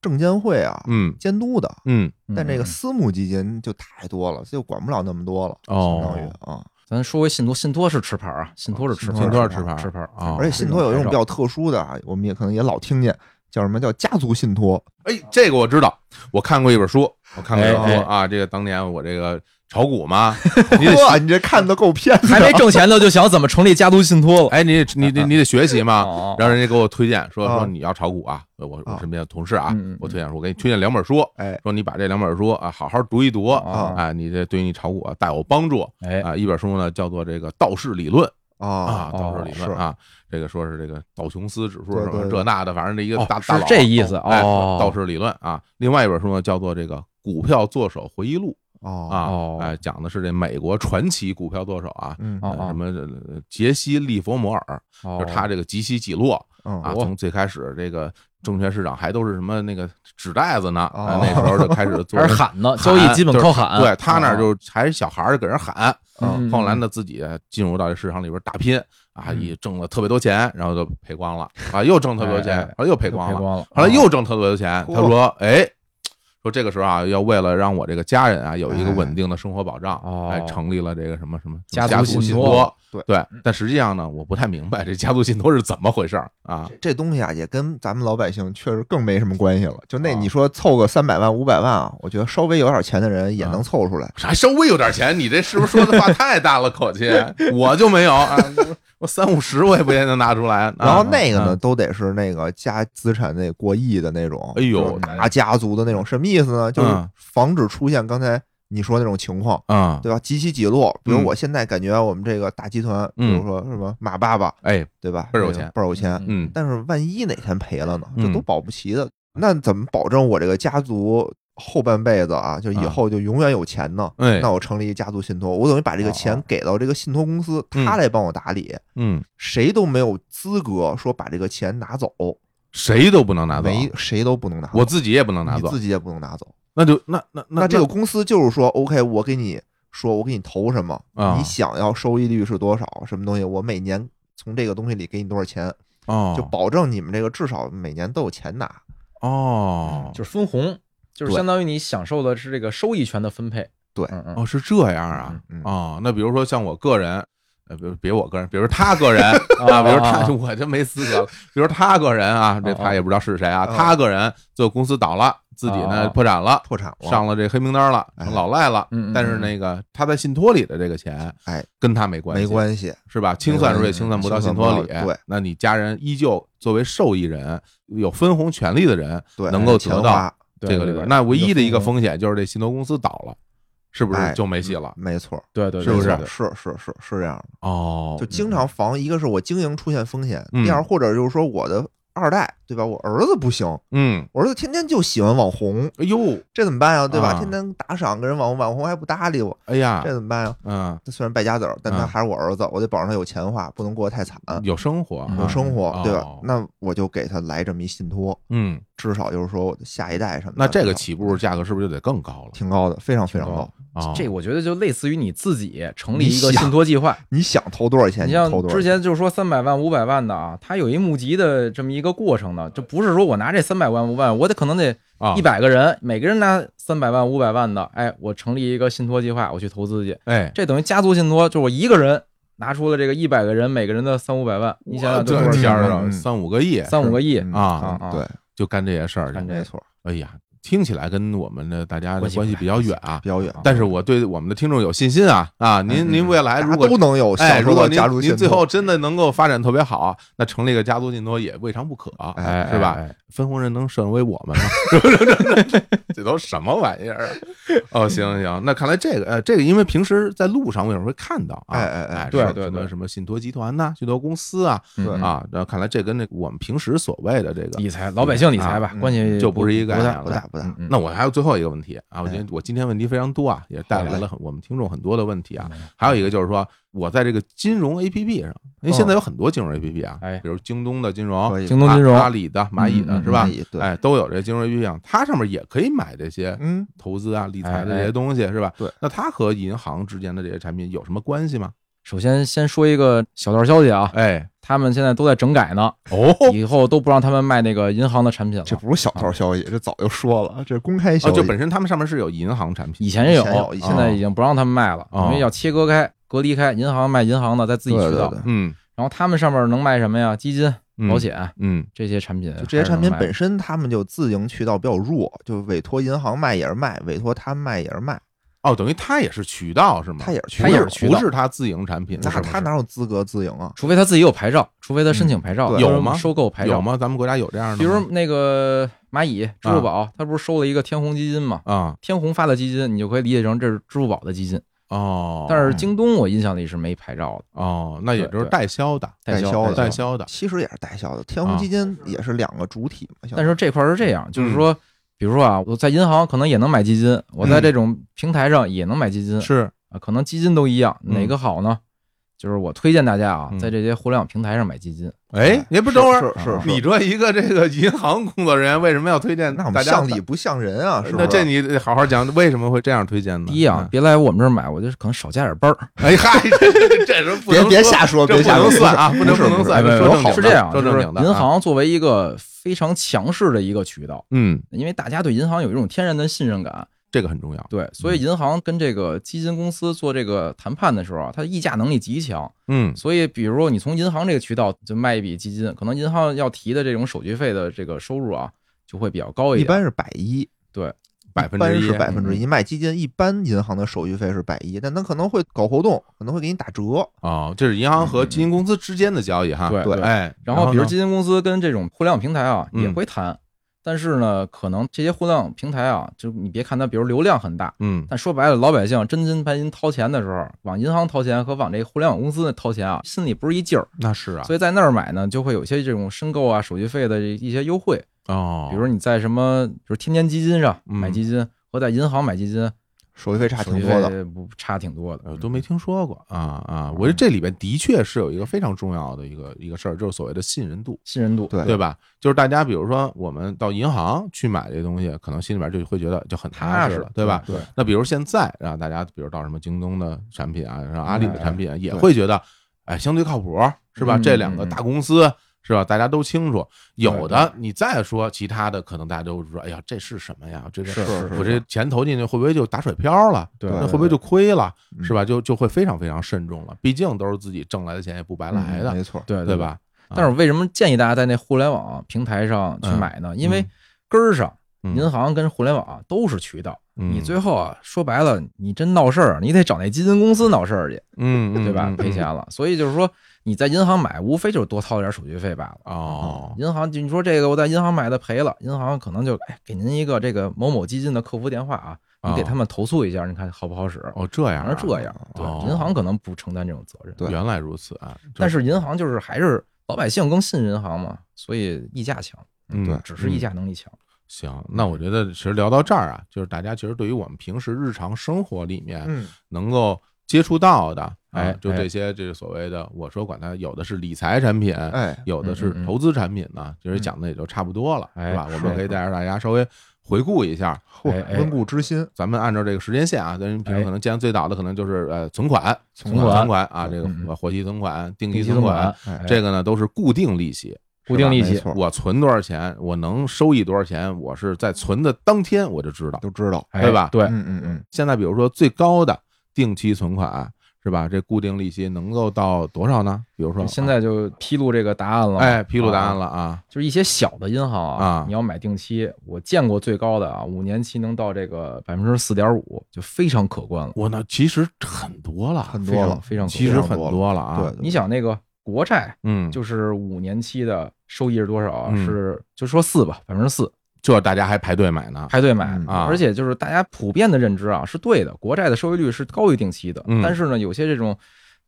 Speaker 2: 证监会啊
Speaker 1: 嗯
Speaker 2: 监督的，
Speaker 1: 嗯
Speaker 3: 嗯
Speaker 2: 但这个
Speaker 3: 嗯
Speaker 2: 私募基金就太多了，就管不了那么多了，
Speaker 1: 哦
Speaker 2: 相当于啊。
Speaker 3: 咱说回信托，信托是持牌啊，信托是持牌，
Speaker 1: 信托是持牌
Speaker 3: 持牌啊
Speaker 1: 哦
Speaker 2: 而且信托有一种比
Speaker 3: 标，
Speaker 2: 较特殊的啊，我们也可能也老听见，叫什么叫家族信托，
Speaker 1: 哎，这个我知道，我看过一本书，我看过一本
Speaker 3: 哎
Speaker 1: 书
Speaker 3: 哎
Speaker 1: 啊，这个当年我这个炒股嘛， 你得
Speaker 2: 哇，你这看的够偏的，
Speaker 3: 还没挣钱呢就想怎么成立家族信托 了。
Speaker 1: 哎你得你得你得学习嘛。
Speaker 3: 哦
Speaker 1: 然后人家给我推荐说
Speaker 2: 哦
Speaker 1: 说你要炒股啊，我我
Speaker 2: 哦
Speaker 1: 身边的同事啊
Speaker 3: 嗯嗯，
Speaker 1: 我推荐说我给你推荐两本书，
Speaker 2: 哎，
Speaker 1: 说你把这两本书啊好好读一读，
Speaker 3: 哦
Speaker 1: 啊，你这对于你炒股啊大有帮助。
Speaker 3: 哎，
Speaker 1: 啊，一本书呢叫做这个道氏理论
Speaker 2: 啊
Speaker 1: 啊，道
Speaker 3: 哦
Speaker 1: 氏理
Speaker 2: 是
Speaker 1: 论啊，这个说是这个道琼斯指数
Speaker 2: 对
Speaker 1: 什么
Speaker 2: 对
Speaker 1: 这那的，反正这一个
Speaker 3: 哦
Speaker 1: 大
Speaker 3: 是
Speaker 1: 大佬
Speaker 3: 这意思
Speaker 1: 啊哎
Speaker 3: 哦
Speaker 1: 道氏理论啊。另外一本书呢叫做这个股票作手回忆录
Speaker 2: 哦
Speaker 1: 啊
Speaker 3: 哦，
Speaker 1: 哎，讲的是这美国传奇股票作手啊。
Speaker 2: 嗯
Speaker 3: 哦
Speaker 1: 呃
Speaker 3: 哦
Speaker 1: 什么呃杰西·利弗摩尔，
Speaker 3: 哦
Speaker 1: 就是他这个集西几落啊
Speaker 2: 嗯
Speaker 1: 啊，从最开始这个证券市场还都是什么那个纸袋子呢，啊
Speaker 2: 哦
Speaker 1: 那时候就开始 做
Speaker 3: 还是喊呢，交易基本靠喊。哦
Speaker 1: 对他那儿就还是小孩儿给人喊，
Speaker 3: 嗯，
Speaker 1: 后来呢自己进入到这市场里边打拼啊，
Speaker 3: 嗯
Speaker 1: 也挣了特别多钱，然后就赔光了啊，又挣特别多钱
Speaker 4: 哎哎，
Speaker 1: 然后
Speaker 3: 嗯
Speaker 1: 又赔
Speaker 4: 赔
Speaker 1: 光了，
Speaker 4: 光了，
Speaker 1: 后
Speaker 3: 哦
Speaker 1: 来又挣特别多钱，
Speaker 2: 嚯
Speaker 1: 他说，哎。说这个时候啊，要为了让我这个家人啊有一个
Speaker 2: 哎
Speaker 1: 稳定的生活保障，
Speaker 4: 哦
Speaker 1: 哎，成立了这个什么什么
Speaker 4: 家族
Speaker 1: 族
Speaker 4: 信
Speaker 1: 信
Speaker 4: 托
Speaker 1: 托，
Speaker 2: 对
Speaker 1: 对。但实际上呢，我不太明白这家族信托是怎么回事儿啊。
Speaker 2: 这东西啊，也跟咱们老百姓确实更没什么关系了。就那
Speaker 1: 啊
Speaker 2: 你说凑个三百万、五百万啊，我觉得稍微有点钱的人也
Speaker 1: 啊
Speaker 2: 能凑出来。
Speaker 1: 还哎稍微有点钱，你这是不是说的话太大了口气？我就没有啊，我三五十我也不见得拿出来。啊
Speaker 2: 然后那个
Speaker 1: 啊
Speaker 2: 呢，都得是那个家资产得过亿的那种，
Speaker 1: 哎呦
Speaker 2: 就是大家族的那种，什么意思呢？就是
Speaker 1: 嗯
Speaker 2: 防止出现刚才你说那种情况，
Speaker 1: 啊，
Speaker 2: 对吧？几起几落，比如
Speaker 1: 嗯
Speaker 2: 我现在感觉我们这个大集团，比
Speaker 1: 嗯
Speaker 2: 如说什么马爸爸，
Speaker 1: 哎，
Speaker 2: 对吧？
Speaker 1: 倍儿有
Speaker 2: 这个
Speaker 1: 钱
Speaker 2: 倍儿有钱。
Speaker 1: 嗯，
Speaker 2: 但是万一哪天赔了呢？
Speaker 1: 嗯
Speaker 2: 这都保不齐的。那怎么保证我这个家族后半辈子啊，就以
Speaker 1: 啊
Speaker 2: 后就永远有钱呢？
Speaker 1: 哎
Speaker 2: 那，我成立一家族信托，我等于把这个
Speaker 4: 哦
Speaker 2: 钱给到这个信托公司，
Speaker 1: 嗯
Speaker 2: 他来帮我打理。
Speaker 1: 嗯，
Speaker 2: 谁都没有资格说把这个钱拿走，
Speaker 1: 谁都不能拿走，啊
Speaker 2: 没谁都不能拿走，
Speaker 1: 我自己也不能拿
Speaker 2: 你
Speaker 1: 走
Speaker 2: 自，己也不能拿走。
Speaker 1: 那就那那
Speaker 2: 那这个公司就是说，OK，我给你说，我给你投什么，
Speaker 1: 啊
Speaker 2: 你想要收益率是多少，什么东西，我每年从这个东西里给你多少钱，
Speaker 1: 哦
Speaker 2: 就保证你们这个至少每年都有钱拿。
Speaker 1: 哦
Speaker 3: 就是分红，就是
Speaker 2: 啊对
Speaker 3: 相当于你享受的是这个收益权的分配。
Speaker 2: 对
Speaker 3: 嗯嗯
Speaker 1: 哦是这样啊
Speaker 2: 嗯嗯
Speaker 1: 哦，那比如说像我个人。呃，别别我个人，比如他个 人啊，
Speaker 3: 啊
Speaker 1: 比如他
Speaker 2: 哦
Speaker 3: 啊啊，
Speaker 1: 我就没资格了。比如他个人啊，这
Speaker 3: 啊啊
Speaker 1: 他也不知道是谁啊，
Speaker 2: 啊
Speaker 1: 他个人最后公司倒了，自己
Speaker 3: 啊
Speaker 1: 呢
Speaker 3: 啊
Speaker 1: 破产了，
Speaker 2: 破产了，
Speaker 1: 上了这黑名单了，
Speaker 2: 哦哎
Speaker 1: 成老赖了。
Speaker 3: 嗯嗯
Speaker 1: 但是那个他在信托里的这个钱，
Speaker 2: 哎，
Speaker 1: 跟他没关系，
Speaker 2: 没关系，
Speaker 1: 是吧？清算时候也清算不到信托里
Speaker 2: 清算。不到对，
Speaker 1: 那你家人依旧作为受益人，有分红权利的人，
Speaker 2: 对，
Speaker 1: 能够
Speaker 2: 钱
Speaker 1: 得到
Speaker 2: 花
Speaker 1: 这个里边，
Speaker 3: 边，
Speaker 1: 那唯一的一个
Speaker 3: 分红，
Speaker 1: 风险就是这信托公司倒了，是不是
Speaker 2: 哎
Speaker 1: 就没戏
Speaker 3: 嗯
Speaker 1: 了？
Speaker 2: 没错，
Speaker 3: 对对，
Speaker 1: 是不
Speaker 3: 对
Speaker 1: 是啊
Speaker 3: 对
Speaker 2: 是是是是这样的，
Speaker 1: 哦，
Speaker 2: 就经常防，一个是我经营出现风险，
Speaker 1: 嗯
Speaker 2: 第二或者就是说我的二代，对吧？我儿子不行，
Speaker 1: 嗯，
Speaker 2: 我儿子天天就喜欢网红，
Speaker 1: 哎呦，
Speaker 2: 这怎么办呀？对吧？
Speaker 1: 啊
Speaker 2: 天天打赏跟人网红，网红还不搭理我，
Speaker 1: 哎呀
Speaker 2: 这，怎么办呀？
Speaker 1: 嗯，
Speaker 2: 他虽然败家子儿，但他
Speaker 1: 嗯
Speaker 2: 还是我儿子，我得保证他有钱花，不能过得太惨，
Speaker 1: 有生活，
Speaker 3: 嗯
Speaker 2: 有生活
Speaker 1: 啊，
Speaker 2: 对吧
Speaker 1: 哦？
Speaker 2: 那我就给他来这么一信托，
Speaker 1: 嗯，
Speaker 2: 至少就是说我的下一代什么的。
Speaker 1: 那这个
Speaker 2: 对吧
Speaker 1: 起步价格是不是就得更高了？
Speaker 2: 挺高的，非常非常
Speaker 3: 挺高
Speaker 2: 高。
Speaker 1: 啊，
Speaker 3: 这我觉得就类似于你自己成立
Speaker 2: 哦你
Speaker 3: 一个
Speaker 2: 想
Speaker 3: 信托计划。
Speaker 2: 你想投多少钱？
Speaker 3: 你
Speaker 2: 你
Speaker 3: 像
Speaker 2: 投多少
Speaker 3: 之
Speaker 2: 钱？
Speaker 3: 前就是说三百万、五百万的啊，它有一募集的这么一个过程的，就不是说我拿这三百万、五万，我得可能得
Speaker 1: 啊
Speaker 3: 一，百个人，每个人拿三百万、五百万的，哎，我成立一个信托计划，我去投资去，
Speaker 1: 哎，
Speaker 3: 这等于家族信托，就是我一个人拿出了这个一百个人，每个人的三五百万，你想想
Speaker 1: 这
Speaker 3: 这多少
Speaker 1: 天
Speaker 3: 钱
Speaker 1: 儿
Speaker 3: 啊？
Speaker 1: 啊，
Speaker 2: 嗯
Speaker 1: 三五个亿，
Speaker 3: 三五个亿
Speaker 2: 嗯
Speaker 1: 啊
Speaker 3: 啊
Speaker 2: 对，
Speaker 1: 就干这些事儿去
Speaker 3: 干这
Speaker 2: 没错，
Speaker 1: 哎呀，听起来跟我们的大家的
Speaker 3: 关系
Speaker 1: 关系
Speaker 3: 不大
Speaker 1: 比较远啊，
Speaker 2: 比较远。
Speaker 1: 但是我对我们的听众有信心啊啊！您您未来
Speaker 2: 大
Speaker 1: 如
Speaker 2: 嗯家
Speaker 1: 果
Speaker 2: 都能有
Speaker 1: 哎，
Speaker 2: 享
Speaker 1: 如
Speaker 2: 受
Speaker 1: 果
Speaker 2: 到
Speaker 1: 您
Speaker 2: 家族信
Speaker 1: 您
Speaker 2: 托，
Speaker 1: 最后真的能够发展特别好，那成立一个家族信托也未尝不可，
Speaker 2: 哎
Speaker 1: 是吧？
Speaker 3: 哎哎
Speaker 1: 分红人能胜为我们 吗？ 这都什么玩意儿啊？哦，行行行，那看来这个呃，这个因为平时在路上我有时候会看到啊，
Speaker 2: 哎哎哎
Speaker 1: 哎
Speaker 3: 对
Speaker 1: 什么
Speaker 3: 对
Speaker 1: 什么
Speaker 3: 对
Speaker 1: 什么信托集团呐、信托公司啊
Speaker 3: 嗯嗯
Speaker 1: 啊，那看来这跟那我们平时所谓的这个
Speaker 3: 理财，老百姓理财吧
Speaker 2: 嗯，
Speaker 3: 关系
Speaker 1: 就不是一个
Speaker 3: 不
Speaker 1: 概
Speaker 3: 太
Speaker 1: 念
Speaker 2: 不
Speaker 1: 了
Speaker 2: 大不大
Speaker 3: 嗯。嗯
Speaker 1: 那我还有最后一个问题啊，我
Speaker 2: 哎
Speaker 1: 今我今天问题非常多啊，也带来了很我们听众很多的问题啊。还有一个就是说，我在这个金融 APP 上，因为现在有很多金融 APP 啊，
Speaker 3: 哎
Speaker 1: 比如京东的金融、
Speaker 2: 可以
Speaker 3: 京东金融
Speaker 1: 啊阿里的、蚂蚁的
Speaker 3: 嗯
Speaker 1: 是吧
Speaker 2: 蚂？蚁对，
Speaker 1: 哎，都有这金融 APP 上，它上面也可以买这些
Speaker 2: 嗯，
Speaker 1: 投资啊、理财的这些东西是吧？
Speaker 2: 对，
Speaker 1: 那它和银行之间的这些产品有什么关系吗？
Speaker 3: 首先先说一个小道消息啊，
Speaker 1: 哎，
Speaker 3: 他们现在都在整改呢，
Speaker 1: 哦，
Speaker 3: 以后都不让他们卖那个银行的产品了
Speaker 2: 这。不是小道消息，这早就说了，嗯啊这是公开消
Speaker 1: 哦，
Speaker 2: 息。
Speaker 1: 就本身他们上面是有银行产品，
Speaker 3: 以前也有
Speaker 2: 以前有以，前
Speaker 3: 现在已经不让他们卖了，
Speaker 1: 哦
Speaker 3: 因为要切割开、隔离开，银行卖银行的，在自己
Speaker 2: 对
Speaker 3: 渠
Speaker 2: 对
Speaker 3: 道
Speaker 2: 对。，
Speaker 1: 嗯
Speaker 3: 然后他们上面能卖什么呀？基金、
Speaker 1: 嗯
Speaker 3: 保险
Speaker 1: 嗯，
Speaker 3: 这些产品，
Speaker 2: 就这些产品本
Speaker 3: 身
Speaker 2: 身，他们就自营渠道比较弱，就委托银行卖也是卖，委托他们卖也是卖，
Speaker 1: 哦，等于它也是渠道是吗？
Speaker 2: 它也是渠
Speaker 1: 它嗯
Speaker 2: 道
Speaker 1: 也
Speaker 3: 渠
Speaker 1: 不
Speaker 3: 道
Speaker 1: 是它自营产品，
Speaker 2: 那
Speaker 1: 是吗
Speaker 2: 他哪有资格自营啊？
Speaker 3: 除非他自己有牌照，除非他申请牌照，
Speaker 2: 嗯
Speaker 3: 或
Speaker 2: 对
Speaker 3: 者
Speaker 1: 有吗
Speaker 3: 收购牌照
Speaker 1: 哎有？吗？咱们国家有这样的吗？
Speaker 3: 比如那个蚂蚁、支付
Speaker 2: 啊
Speaker 3: 宝，它不是收了一个天弘基金吗？
Speaker 1: 啊
Speaker 3: 天弘发的基金，你就可以理解成这是支付宝的基金。
Speaker 1: 哦，
Speaker 3: 但是京东我印象里是没牌照的，
Speaker 1: 哦，那也就是
Speaker 3: 对对
Speaker 1: 代销的，
Speaker 3: 代
Speaker 2: 代销
Speaker 3: 销
Speaker 2: 的
Speaker 1: 代销的
Speaker 2: 其实也是代销的，天弘基金也是两个主体
Speaker 1: 嗯
Speaker 2: 嘛。
Speaker 3: 但是这块儿是这样，就是说，比如说啊，我在银行可能也能买基金，我在这种平台上也能买基金，
Speaker 1: 是
Speaker 3: 啊，可能基金都一样，
Speaker 1: 嗯
Speaker 3: 哪个好呢？就是我推荐大家啊
Speaker 1: 嗯，
Speaker 3: 在这些互联网平台上买基金，
Speaker 1: 哎，您不等会儿，
Speaker 2: 是是是
Speaker 1: 你这一个这个银行工作人员为什么要推荐
Speaker 2: 那
Speaker 1: 大
Speaker 2: 我们
Speaker 1: 家
Speaker 2: 像理不像人啊？是不
Speaker 1: 那
Speaker 2: 是
Speaker 1: 这你得好好讲，为什么会这样推荐呢？嗯
Speaker 3: 第一啊，别来我们这儿买，我就是可能少加点班儿。
Speaker 1: 哎嗨，这这人不能
Speaker 2: 别别
Speaker 1: 说
Speaker 2: 瞎说，
Speaker 1: 这
Speaker 2: 别
Speaker 1: 不
Speaker 2: 瞎
Speaker 1: 能
Speaker 2: 说，
Speaker 1: 算啊，不能
Speaker 2: 是
Speaker 1: 不能
Speaker 2: 是
Speaker 1: 算，
Speaker 2: 是
Speaker 1: 说正经的
Speaker 3: 哎是这样，
Speaker 1: 说
Speaker 3: 就
Speaker 1: 正
Speaker 3: 是
Speaker 1: 经的，
Speaker 3: 银，行作为一个非常强势的一个渠道，
Speaker 1: 嗯，
Speaker 3: 因为大家对银行有一种天然的信任感，
Speaker 1: 这个很重要，
Speaker 3: 对，所以银行跟这个基金公司做这个谈判的时候啊，它的议价能力极强。
Speaker 1: 嗯
Speaker 3: 所以，比如说你从银行这个渠道就卖一笔基金，可能银行要提的这种手续费的这个收入啊，就会比较高一
Speaker 2: 一
Speaker 3: 点。
Speaker 2: 般是百一，
Speaker 1: 百
Speaker 2: 一
Speaker 1: 分之
Speaker 2: 般
Speaker 1: 一
Speaker 2: 是百分之
Speaker 1: 一
Speaker 2: 一。卖基金一般银行的手续费是百一，但他可能会搞活动，可能会给你打折。
Speaker 1: 哦，这是银行和基金公司之间的交易哈，
Speaker 3: 对对
Speaker 1: 哎，
Speaker 3: 然后，比如
Speaker 1: 呢
Speaker 3: 基金公司跟这种互联网平台啊
Speaker 1: 嗯
Speaker 3: 也会谈，但是呢，可能这些互联网平台啊，就你别看它，比如流量很大，
Speaker 1: 嗯，
Speaker 3: 但说白了，老百姓真金白银掏钱的时候，往银行掏钱和往这个互联网公司掏钱啊，心里不是一劲儿。
Speaker 1: 那是啊，
Speaker 3: 所以在那儿买呢，就会有些这种申购啊、手续费的一些优惠，
Speaker 1: 哦，
Speaker 3: 比如你在什么，比如天天基金上
Speaker 1: 嗯
Speaker 3: 买基金和在银行买基金，
Speaker 2: 手续费差
Speaker 3: 手
Speaker 2: 挺
Speaker 3: 续
Speaker 2: 多的，
Speaker 3: 费不差挺多的嗯
Speaker 1: 呃，。都没听说过啊啊！我觉得这里边的确是有一个非常重要的一个一个事儿，就是所谓的信任度，
Speaker 3: 信任度，
Speaker 2: 对
Speaker 1: 对吧？就是大家比如说我们到银行去买这东西，可能心里边就会觉得就很踏
Speaker 3: 踏
Speaker 1: 实
Speaker 3: 实
Speaker 1: 了，对吧？？
Speaker 3: 对，
Speaker 1: 那比如现在让大家，比如到什么京东的产品啊，让阿里
Speaker 3: 哎
Speaker 1: 的产品啊也
Speaker 2: 对
Speaker 1: 会觉得，哎，相对靠谱，是吧？
Speaker 3: 嗯
Speaker 1: 这两个
Speaker 3: 嗯
Speaker 1: 大公司。是吧？大家都清楚，有
Speaker 3: 对
Speaker 1: 的你再说其他的，可能大家都说：“哎呀，这是什么呀？这
Speaker 3: 是是
Speaker 1: 我这钱投进去会不会就打水漂了？
Speaker 3: 对
Speaker 1: 那会不会就亏了？
Speaker 2: 嗯
Speaker 1: 是吧？就就会非常非常慎重了，毕竟都是自己挣来的钱，也不白来
Speaker 3: 嗯
Speaker 1: 的，
Speaker 2: 没错，
Speaker 3: 对
Speaker 1: 对？吧？嗯
Speaker 3: 但是我为什么建议大家在那互联网平台上去买呢？因为根儿上，
Speaker 1: 嗯
Speaker 3: 银行跟互联网都是渠道。
Speaker 1: 嗯
Speaker 3: 你最后啊，说白了，你真闹事儿，你得找那基金公司闹事儿去，
Speaker 1: 嗯，嗯
Speaker 3: 对吧
Speaker 1: 嗯？
Speaker 3: 赔钱
Speaker 1: 嗯
Speaker 3: 了。所以就是说，你在银行买，无非就是多掏点手续费罢了。
Speaker 1: 哦，
Speaker 3: 银行就你说这个我在银行买的赔了，银行可能就哎给您一个这个某某基金的客服电话啊，你给
Speaker 1: 哦
Speaker 3: 他们投诉一下，你看好不好使？
Speaker 1: 哦这样
Speaker 3: 反
Speaker 1: 啊
Speaker 3: 正这样，对
Speaker 1: 哦，
Speaker 3: 银行可能不承担这种责任。
Speaker 2: 对
Speaker 1: 原来如此啊！就
Speaker 3: 但是银行就是还是老百姓更信银行嘛，所以议价强，
Speaker 1: 嗯对
Speaker 3: 只是议价能力强，
Speaker 1: 行，那我觉得其实聊到这儿啊，就是大家其实对于我们平时日常生活里面
Speaker 2: 嗯，
Speaker 1: 能够接触到的，
Speaker 3: 哎
Speaker 1: 啊就这些，这是所谓的，我说管它有的是理财产品，
Speaker 2: 哎，
Speaker 1: 有的是
Speaker 3: 嗯嗯嗯嗯
Speaker 1: 投资产品呢，其实讲的也就差不多了，
Speaker 3: 哎
Speaker 1: 是吧？我
Speaker 3: 是
Speaker 1: 们可以带着大家稍微回顾一下，
Speaker 2: 嚯
Speaker 3: 哎哎
Speaker 2: 温故知新，
Speaker 1: 咱们按照这个时间线啊，咱们平时
Speaker 3: 哎
Speaker 1: 可能见最早的可能就是呃存款，
Speaker 2: 存
Speaker 1: 款
Speaker 3: 款
Speaker 1: 存款啊，这
Speaker 3: 嗯
Speaker 1: 个
Speaker 3: 嗯
Speaker 1: 活期存款、定期
Speaker 3: 定期
Speaker 1: 存
Speaker 3: 存
Speaker 1: 款
Speaker 3: 款，
Speaker 2: 哎
Speaker 1: 这个呢都是固定利息，
Speaker 3: 固定利
Speaker 2: 没
Speaker 3: 息
Speaker 2: 错，
Speaker 1: 我存多少钱，我能收益多少钱，我是在存的当天我就知道。
Speaker 2: 都知道。
Speaker 3: 哎
Speaker 1: 对吧
Speaker 3: 对，
Speaker 2: 嗯嗯嗯，
Speaker 1: 现在比如说最高的定期存款是吧？这固定利息能够到多少呢？比如说
Speaker 3: 现在就披露这个答案了，
Speaker 1: 哎，披露答案
Speaker 3: 啊，
Speaker 1: 了啊，
Speaker 3: 就是一些小的银行
Speaker 1: 啊
Speaker 3: 你要买定期，我见过最高的啊，五年期能到这个百分之四点五，就非常可观了，
Speaker 1: 我呢其实很多了，
Speaker 2: 很
Speaker 3: 非
Speaker 2: 多
Speaker 3: 常
Speaker 2: 了。
Speaker 3: 非常可
Speaker 1: 其
Speaker 3: 观。
Speaker 1: 实很多了啊。
Speaker 2: 对，，对
Speaker 3: 你，想那个国债
Speaker 1: 嗯，
Speaker 3: 就是五年期的收益是多少啊？
Speaker 1: 嗯
Speaker 3: 是就说四吧，百分之四，
Speaker 1: 这大家还排队买呢。
Speaker 3: 排队买
Speaker 2: 嗯
Speaker 1: 啊
Speaker 3: 而且就是大家普遍的认知啊，是对的，国债的收益率是高于定期的，
Speaker 1: 嗯
Speaker 3: 但是呢，有些这种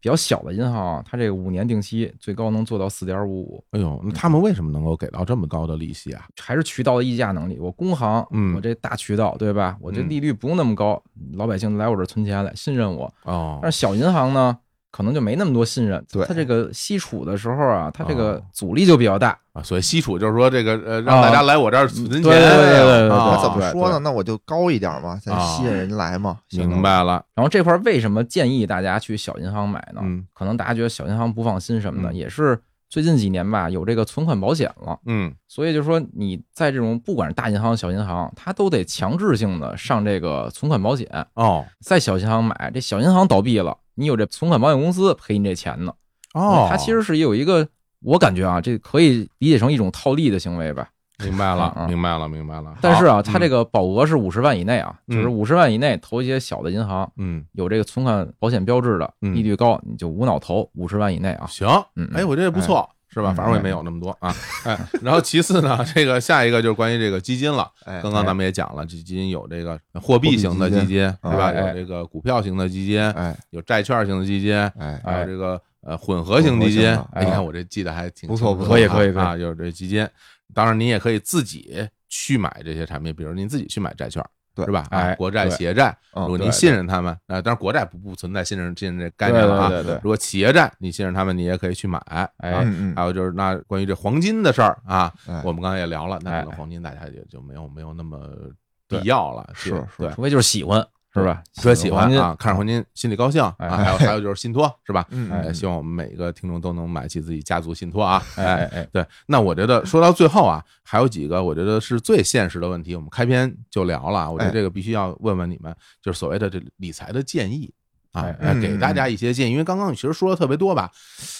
Speaker 3: 比较小的银行啊，它这个五年定期最高能做到四点五五，
Speaker 1: 哎呦，那他们为什么能够给到这么高的利息啊？
Speaker 3: 还是渠道的溢价能力。我工行，
Speaker 1: 嗯
Speaker 3: 我这大渠道对吧？我这
Speaker 1: 嗯
Speaker 3: 利率不用那么高，老百姓来我这儿存钱来信任我。
Speaker 1: 哦，
Speaker 3: 但是小银行呢，可能就没那么多信任，
Speaker 2: 对
Speaker 3: 它这个吸储的时候啊，它这
Speaker 1: 哦
Speaker 3: 个阻力就比较大。
Speaker 1: 啊，所以西楚就是说这个呃，让大家来我这儿存钱。
Speaker 3: 哦对对对对对对
Speaker 1: 啊
Speaker 2: 哎我怎么说呢？
Speaker 3: 对？
Speaker 2: 那我就高一点嘛，咱
Speaker 1: 啊
Speaker 2: 吸引人来嘛。相当
Speaker 1: 哦
Speaker 2: 于
Speaker 1: 明。白了，
Speaker 3: 然后这块儿为什么建议大家去小银行买呢？
Speaker 1: 嗯
Speaker 3: 可能大家觉得小银行不放心什么的，
Speaker 1: 嗯
Speaker 3: 也是最近几年吧，有这个存款保险了，
Speaker 1: 嗯，
Speaker 3: 所以就说你在这种不管是大银行、小银行，它都得强制性的上这个存款保险，
Speaker 1: 哦
Speaker 3: 在小银行买，这小银行倒闭了，你有这存款保险公司赔你这钱呢。
Speaker 1: 哦，
Speaker 3: 它其实是有一个，我感觉啊，这可以理解成一种套利的行为吧。
Speaker 1: 明白了，
Speaker 3: 嗯
Speaker 1: 明白了，明白了。
Speaker 3: 但是
Speaker 1: 好
Speaker 3: 啊，它这，个保额是五十万以内啊，
Speaker 1: 嗯
Speaker 3: 就是五十万以内投一些小的银行，
Speaker 1: 嗯，
Speaker 3: 有这个存款保险标志的，
Speaker 1: 嗯
Speaker 3: 利率高，你就无脑投五十万以内
Speaker 1: 嗯
Speaker 3: 啊。
Speaker 1: 行，
Speaker 3: 嗯，
Speaker 1: 哎，我觉得也不错，是吧？
Speaker 3: 嗯
Speaker 1: 反正我也没有那么多啊。哎，然后其次呢，这个下一个就是关于这个基金了。
Speaker 2: 哎，
Speaker 1: 刚刚咱们也讲了，基金有这个货币型的基
Speaker 2: 货币基
Speaker 1: 金，对吧？
Speaker 2: 哎
Speaker 1: 有这个股票型的基金，
Speaker 2: 哎
Speaker 1: 有债券型的基金，
Speaker 2: 哎
Speaker 1: 还有这个呃混合型基金。
Speaker 2: 混合型的
Speaker 1: 哎你看我这记得还挺
Speaker 2: 不错
Speaker 1: 清楚的
Speaker 2: 不错
Speaker 1: 啊
Speaker 3: 可以可以
Speaker 1: 啊，有这基金。当然，你也可以自己去买这些产品，比如您自己去买债券，
Speaker 2: 对
Speaker 1: 是吧？啊
Speaker 3: 哎
Speaker 1: 国债、
Speaker 3: 对
Speaker 1: 企业债，
Speaker 2: 嗯
Speaker 1: 如果您
Speaker 2: 对
Speaker 1: 信任他们，啊，当然国债不不存在信任信任这概
Speaker 3: 对
Speaker 1: 念了啊。
Speaker 3: 对对对
Speaker 1: 如果企业债你信任他们，你也可以去买。
Speaker 3: 哎
Speaker 1: 啊
Speaker 2: 嗯
Speaker 1: 还有就是那关于这黄金的事儿啊，
Speaker 2: 哎
Speaker 1: 我们刚才也聊了，那
Speaker 3: 哎
Speaker 1: 可能黄金大家也就没有没有那么必
Speaker 3: 对
Speaker 1: 要了，
Speaker 2: 是
Speaker 1: 去
Speaker 2: 是
Speaker 1: 对。
Speaker 3: 除非就是喜欢，是吧？
Speaker 1: 说喜欢
Speaker 3: 黄金
Speaker 1: 啊，看着黄金心里高兴啊，
Speaker 3: 哎
Speaker 1: 还有还有就是信 托是吧？
Speaker 2: 嗯
Speaker 1: 呃，
Speaker 2: 嗯，
Speaker 1: 希望我们每个听众都能买起自己家族信托啊。
Speaker 3: 哎哎哎，
Speaker 1: 对，那我觉得说到最后啊，还有几个我觉得是最现实的问题，我们开篇就聊了啊，我觉得
Speaker 2: 哎
Speaker 1: 这个必须要问问你们，就是所谓的这理财的建议啊
Speaker 3: 哎，
Speaker 1: 呃
Speaker 2: 嗯
Speaker 1: 给大家一些建议，因为刚刚其实说的特别多吧，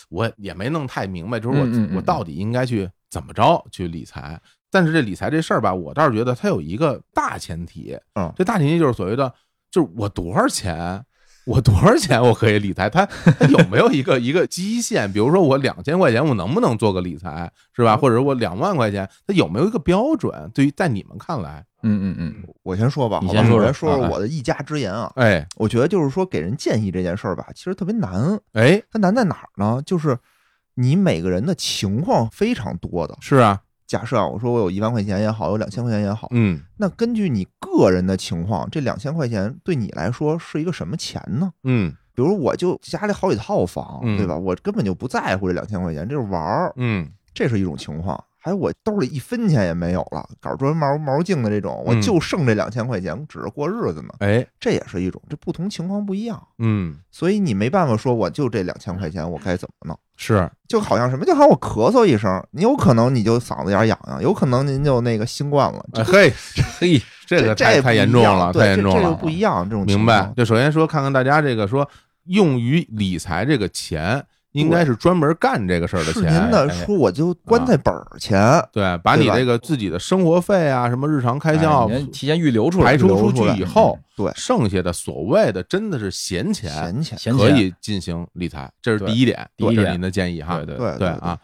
Speaker 1: 我也没弄太明白，就是我
Speaker 3: 嗯嗯嗯
Speaker 1: 我到底应该去怎么着去理财。但是这理财这事儿吧，我倒是觉得它有一个大前提，
Speaker 2: 嗯
Speaker 1: 这大前提就是所谓的，就是我多少钱，我多少钱我可以理财？它它有没有一个一个基线？比如说我两千块钱，我能不能做个理财，是
Speaker 2: 嗯
Speaker 1: 吧？或者我两万块钱，它有没有一个标准？对于在你们看来，
Speaker 3: 嗯嗯嗯，
Speaker 2: 我先说吧，
Speaker 3: 你
Speaker 2: 好
Speaker 3: 先
Speaker 2: 吧
Speaker 3: 说
Speaker 2: 我
Speaker 3: 说
Speaker 2: 先说
Speaker 3: 啊
Speaker 2: 说
Speaker 3: 哎
Speaker 2: 我的一家之言啊。
Speaker 1: 哎
Speaker 2: 我觉得就是说给人建议这件事儿吧，其实特别难。
Speaker 1: 哎，
Speaker 2: 它难在哪儿呢？就是你每个人的情况非常多的。
Speaker 1: 是啊，
Speaker 2: 假设啊，我说我有一万块钱也好，有两千块钱也好，
Speaker 1: 嗯
Speaker 2: 那根据你个人的情况，这两千块钱对你来说是一个什么钱呢？
Speaker 1: 嗯
Speaker 2: 比如我就家里好几套房，
Speaker 1: 嗯
Speaker 2: 对吧？我根本就不在乎这两千块钱，这是玩儿，
Speaker 1: 嗯
Speaker 2: 这是一种情况。还有我兜里一分钱也没有了，搞砖毛毛净的这种，我
Speaker 1: 嗯
Speaker 2: 就剩这两千块钱，指着过日子呢。
Speaker 1: 哎
Speaker 2: 这也是一种，这不同情况不一样，
Speaker 1: 嗯
Speaker 2: 所以你没办法说我就这两千块钱我该怎么弄。
Speaker 1: 是
Speaker 2: 就好像什么，就好像我咳嗽一声，你有可能你就嗓子眼儿痒痒，有可能您就那个新冠了，
Speaker 1: 哎嘿，
Speaker 3: 嘿，
Speaker 1: 这个
Speaker 2: 这
Speaker 1: 太
Speaker 2: 也
Speaker 1: 太
Speaker 2: 不一
Speaker 1: 严重
Speaker 2: 样
Speaker 1: 了，
Speaker 2: 对
Speaker 1: 太严
Speaker 2: 这
Speaker 1: 重
Speaker 2: 这
Speaker 1: 了啊
Speaker 2: 就，不一样，这种
Speaker 1: 明
Speaker 2: 情
Speaker 1: 白
Speaker 2: 况？
Speaker 1: 就首先说，看看大家这个说用于理财这个钱，应该是专门干这个事儿的
Speaker 2: 是
Speaker 1: 钱。
Speaker 2: 您的
Speaker 1: 哎
Speaker 2: 说我就棺材本儿钱，
Speaker 1: 对，把你
Speaker 2: 对吧
Speaker 1: 这个自己的生活费啊，什么日常开销
Speaker 3: 哎您提前预留出来，
Speaker 1: 排除出
Speaker 3: 预留出来
Speaker 1: 去以后，
Speaker 2: 对
Speaker 1: 剩下的所谓的真的是闲钱，
Speaker 2: 闲钱，
Speaker 3: 嗯闲
Speaker 1: 可
Speaker 3: 钱。
Speaker 1: 以进行理财，这是
Speaker 3: 对
Speaker 1: 第一点，
Speaker 3: 第一
Speaker 1: 这是
Speaker 3: 点
Speaker 1: 您的建议哈。
Speaker 3: 对对
Speaker 2: 对
Speaker 1: 对啊，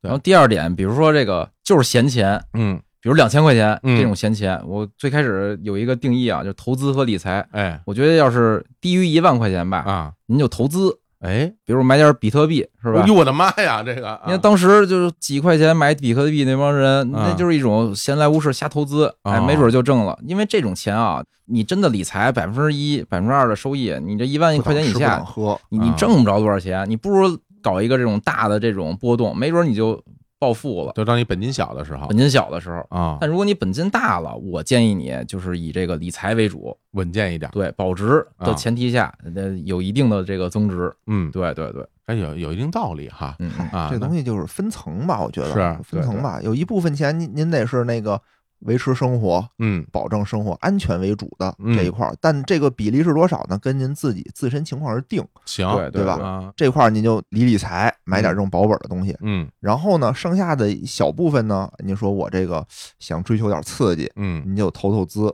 Speaker 3: 然后第二点，比如说这个就是闲钱，
Speaker 1: 嗯，
Speaker 3: 比如两千块钱
Speaker 1: 嗯
Speaker 3: 这种闲钱，我最开始有一个定义啊，就是投资和理财。
Speaker 1: 哎
Speaker 3: 我觉得要是低于一万块钱吧，
Speaker 1: 啊，
Speaker 3: 您就投资，
Speaker 1: 哎，
Speaker 3: 比如买点比特币，是吧
Speaker 1: 哎？呦我的妈呀，这个啊
Speaker 3: 你看当时就是几块钱买比特币那帮人，
Speaker 1: 啊
Speaker 3: 那就是一种闲来无事瞎投资，哎
Speaker 1: 哦，
Speaker 3: 没准就挣了。因为这种钱啊，你真的理财百分之一、百分之二的收益，你这一万块钱以
Speaker 2: 不想吃
Speaker 3: 下
Speaker 2: 不想，喝，
Speaker 3: 你你
Speaker 1: 啊
Speaker 3: 挣不着多少钱，你不如搞一个这种大的这种波动，没准你就暴富了。
Speaker 1: 就当你本金小的时候
Speaker 3: 本金小的时候，
Speaker 1: 啊，
Speaker 3: 但如果你本金大了，我建议你就是以这个理财为主，
Speaker 1: 稳健一点。
Speaker 3: 对保值
Speaker 1: 啊
Speaker 3: 的前提下，呃，有一定的这个增值。
Speaker 1: 嗯，
Speaker 3: 对对对，
Speaker 1: 哎，有有一定道理哈。
Speaker 3: 嗯，嗯
Speaker 1: 啊
Speaker 2: 嗨，这
Speaker 1: 那
Speaker 2: 东西就是分层吧，我觉得
Speaker 1: 是
Speaker 2: 分层吧，有一部分钱您您得是那个维持生活，
Speaker 1: 嗯
Speaker 2: 保证生活安全为主的
Speaker 1: 嗯
Speaker 2: 这一块儿，但这个比例是多少呢？跟您自己自身情况而定。
Speaker 1: 行，
Speaker 3: 对
Speaker 2: 对吧
Speaker 1: 啊，
Speaker 2: 这块儿您就理理财，买点这种保本的东西。
Speaker 1: 嗯
Speaker 2: 然后呢，剩下的一小部分呢，您说我这个想追求点刺激，
Speaker 1: 嗯，
Speaker 2: 您就投投资，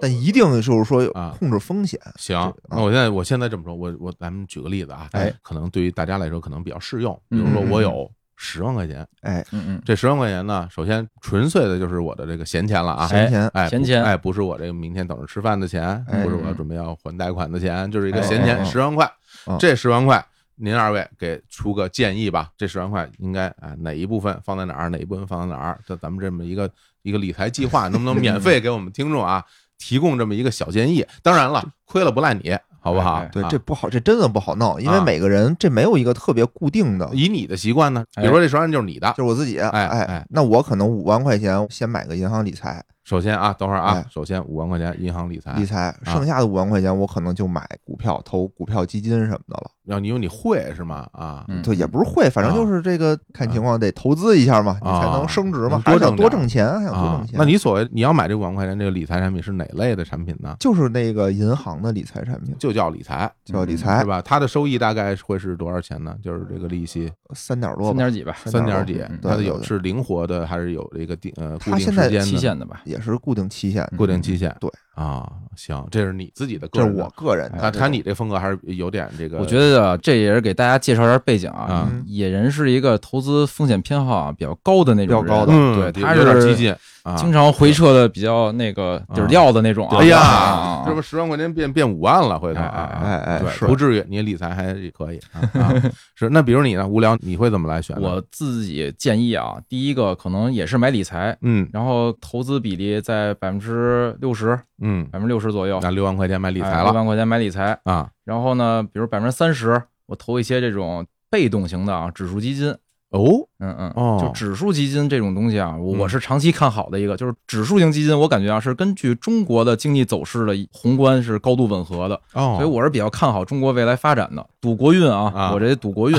Speaker 2: 但一定就是说有
Speaker 1: 啊
Speaker 2: 控制风险。
Speaker 1: 行
Speaker 2: 这。
Speaker 1: 那我现在我现在这么说，我我咱们举个例子啊，
Speaker 2: 哎，
Speaker 1: 可能对于大家来说可能比较适用。比如
Speaker 3: 嗯
Speaker 1: 说
Speaker 2: 嗯
Speaker 1: 我
Speaker 2: 嗯
Speaker 1: 有十万块钱，
Speaker 2: 哎，
Speaker 3: 嗯嗯，
Speaker 1: 这十万块钱呢，首先纯粹的就是我的这个闲钱了啊，
Speaker 2: 闲钱
Speaker 1: 哎，
Speaker 3: 闲
Speaker 1: 不
Speaker 3: 钱
Speaker 1: 哎，不是我这个明天等着吃饭的钱，
Speaker 2: 哎
Speaker 1: 不是我要准备要还贷款的钱，就是一个
Speaker 2: 哎
Speaker 1: 闲
Speaker 2: 哎
Speaker 1: 钱，
Speaker 2: 哎
Speaker 1: 十万块
Speaker 2: 嗯。
Speaker 1: 这十万块，您二位给出个建议吧。这十万块应该啊哪一部分放在哪儿，哪一部分放在哪儿？这咱们这么一个一个理财计划，能不能免费给我们听众啊提供这么一个小建议？当然了，亏了不赖你，好不好
Speaker 3: 哎哎？
Speaker 2: 对
Speaker 1: 啊，
Speaker 2: 这不好，这真的不好弄，因为
Speaker 1: 啊
Speaker 2: 每个人这没有一个特别固定的，
Speaker 1: 以你的习惯呢，比如说这十万就是你的
Speaker 2: 就，是我自己。
Speaker 1: 哎
Speaker 2: 哎
Speaker 1: 哎，
Speaker 2: 那我可能五万块钱先买个银行理财，
Speaker 1: 首先啊，等会儿啊
Speaker 2: 哎，
Speaker 1: 首先五万块钱银行理财，
Speaker 2: 理财，
Speaker 1: 啊
Speaker 2: 剩下的五万块钱我可能就买股票、投股票基金什么的了。
Speaker 1: 然后你有你会是吗？啊，
Speaker 3: 嗯
Speaker 2: 对，也不是会，反正
Speaker 1: 啊
Speaker 2: 就是这个看情况得投资一下嘛，你才能升值
Speaker 1: 啊
Speaker 2: 嘛，
Speaker 1: 能多
Speaker 2: 还想
Speaker 1: 挣
Speaker 2: 多
Speaker 1: 点
Speaker 2: 挣钱，还想多
Speaker 1: 啊
Speaker 2: 挣，钱。
Speaker 1: 那你所谓你要买这五万块钱这个理财产品是哪类的产品呢？
Speaker 2: 就是那个银行的理财产品，
Speaker 1: 就叫理财，
Speaker 2: 叫理
Speaker 1: 是
Speaker 2: 财，
Speaker 1: 吧？它的收益大概会是多少钱呢？就是这个利息
Speaker 2: 三点多
Speaker 3: 三
Speaker 2: 吧，
Speaker 3: 点几吧，
Speaker 1: 三
Speaker 2: 点
Speaker 1: 点
Speaker 2: 儿
Speaker 1: 儿几
Speaker 3: 嗯嗯，
Speaker 1: 它的
Speaker 2: 对
Speaker 1: 有
Speaker 2: 对
Speaker 1: 是灵活的还是有这个定呃固
Speaker 2: 它
Speaker 1: 定
Speaker 2: 现
Speaker 1: 时
Speaker 2: 在
Speaker 1: 间
Speaker 3: 期
Speaker 1: 的
Speaker 3: 限的吧。
Speaker 2: 也是固定期限的，
Speaker 1: 固定期限？
Speaker 2: 对
Speaker 1: 啊，行，这是你自己的嗯个
Speaker 2: 这是
Speaker 1: 人
Speaker 2: 我
Speaker 1: 的。哎
Speaker 2: 个人的。
Speaker 1: 那
Speaker 2: 这
Speaker 1: 他
Speaker 2: 种
Speaker 1: 你这风格还是有点这个，
Speaker 3: 我觉得啊这也是给大家介绍一下背景啊
Speaker 2: 嗯。
Speaker 3: 野人是一个投资风险偏好啊比较高的那种人，
Speaker 2: 比较高的
Speaker 1: 嗯，
Speaker 3: 对，
Speaker 1: 有
Speaker 3: 他
Speaker 1: 有点
Speaker 3: 是
Speaker 1: 激进啊。嗯
Speaker 3: 经常回撤的比较那个底儿掉的那种啊。
Speaker 1: 哎呀
Speaker 3: 啊，
Speaker 1: 这不十万块钱变变五万了，回头啊啊，
Speaker 2: 哎哎
Speaker 1: 对
Speaker 2: 是
Speaker 1: 不至于，你理财还可以啊。啊 是，那比如你呢？无聊你会怎么来选呢？
Speaker 3: 我自己建议啊，第一个可能也是买理财，
Speaker 1: 嗯
Speaker 3: 然后投资比例在百分之六十
Speaker 1: 嗯，
Speaker 3: 百分之六十左右哎
Speaker 1: 那哎六万块钱买理财
Speaker 3: 六
Speaker 1: 了
Speaker 3: 万块钱买理财，
Speaker 1: 啊，
Speaker 3: 然后呢，比如百分之三十，我投一些这种被动型的啊指数基金，
Speaker 1: 哦，
Speaker 3: 嗯嗯，
Speaker 1: 哦
Speaker 3: 就指数基金这种东西啊，我
Speaker 1: 嗯
Speaker 3: 我是长期看好的一个，就是指数型基金，我感觉啊是根据中国的经济走势的宏观是高度吻合的，
Speaker 1: 哦，
Speaker 3: 所以我是比较看好中国未来发展的。赌国运
Speaker 1: 啊
Speaker 3: 啊，我这赌 国运，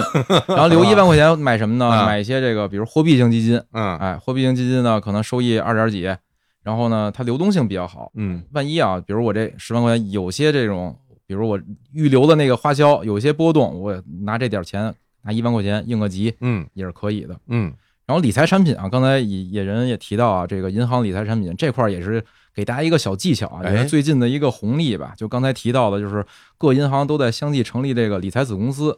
Speaker 3: 然后留一万块钱买什么呢？
Speaker 1: 啊
Speaker 3: 买一些这个，比如货币型基金，
Speaker 1: 嗯
Speaker 3: 哎，货币型基金呢可能收益二点几，然后呢它流动性比较好，
Speaker 1: 嗯
Speaker 3: 万一啊，比如我这十万块钱，有些这种，比如我预留的那个花销有些波动，我拿这点钱拿一万块钱应个急
Speaker 1: 嗯
Speaker 3: 也是可以的。
Speaker 1: 嗯
Speaker 3: 然后理财产品啊，刚才也也人也提到啊，这个银行理财产品这块儿也是给大家一个小技巧啊，
Speaker 1: 哎
Speaker 3: 也是最近的一个红利吧。就刚才提到的，就是各银行都在相继成立这个理财子公司，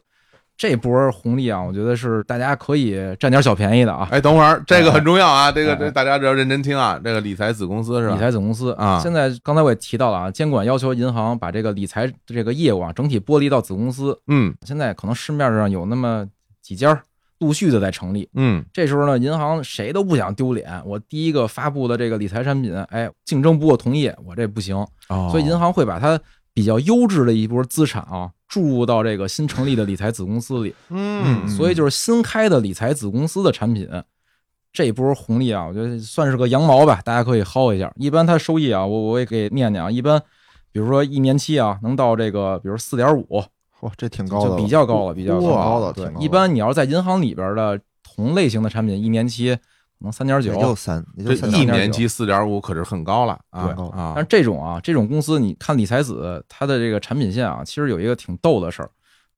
Speaker 3: 这波红利啊，我觉得是大家可以占点小便宜的啊。
Speaker 1: 哎，等会儿这个很重要啊，这个
Speaker 3: 哎
Speaker 1: 这大家只要认真听啊，这个理财子公司是吧？
Speaker 3: 理财子公司
Speaker 1: 啊
Speaker 3: 现在刚才我也提到了啊，监管要求银行把这个理财这个业务啊整体剥离到子公司。
Speaker 1: 嗯
Speaker 3: 现在可能市面上有那么几家儿陆续的在成立，
Speaker 1: 嗯
Speaker 3: 这时候呢，银行谁都不想丢脸，我第一个发布的这个理财产品，哎，竞争不过同业，我这不行，
Speaker 1: 哦，
Speaker 3: 所以银行会把它比较优质的一波资产啊注入到这个新成立的理财子公司里，
Speaker 1: 嗯
Speaker 3: 所以就是新开的理财子公司的产品，这一波红利啊，我觉得算是个羊毛吧，大家可以薅一下。一般它收益啊，我我也给念念啊，一般比如说一年期啊，能到这个比如四点五，
Speaker 2: 哇，这挺高的
Speaker 3: 就
Speaker 2: 了，
Speaker 3: 比较高了，比较
Speaker 2: 哇高了，
Speaker 3: 对
Speaker 2: 挺高，的
Speaker 3: 一般你要是在银行里边的同类型的产品，一年期可能三点
Speaker 2: 也就
Speaker 3: 九，
Speaker 2: 三，也
Speaker 1: 这
Speaker 2: 就三
Speaker 1: 一
Speaker 2: 点
Speaker 1: 年
Speaker 2: 九
Speaker 1: 期四点五可是很高了啊
Speaker 2: 对高
Speaker 1: 啊
Speaker 3: 但，这种啊，这种公司你看理财子它的这个产品线啊，其实有一个挺逗的事儿，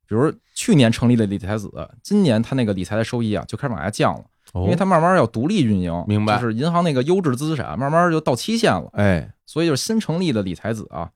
Speaker 3: 比如去年成立的理财子，今年它那个理财的收益啊就开始往下降了，因为它慢慢要独立运营，
Speaker 1: 哦明白
Speaker 3: 就是银行那个优质资产慢慢就到期限了，
Speaker 1: 哎，
Speaker 3: 所以就是新成立的理财子啊，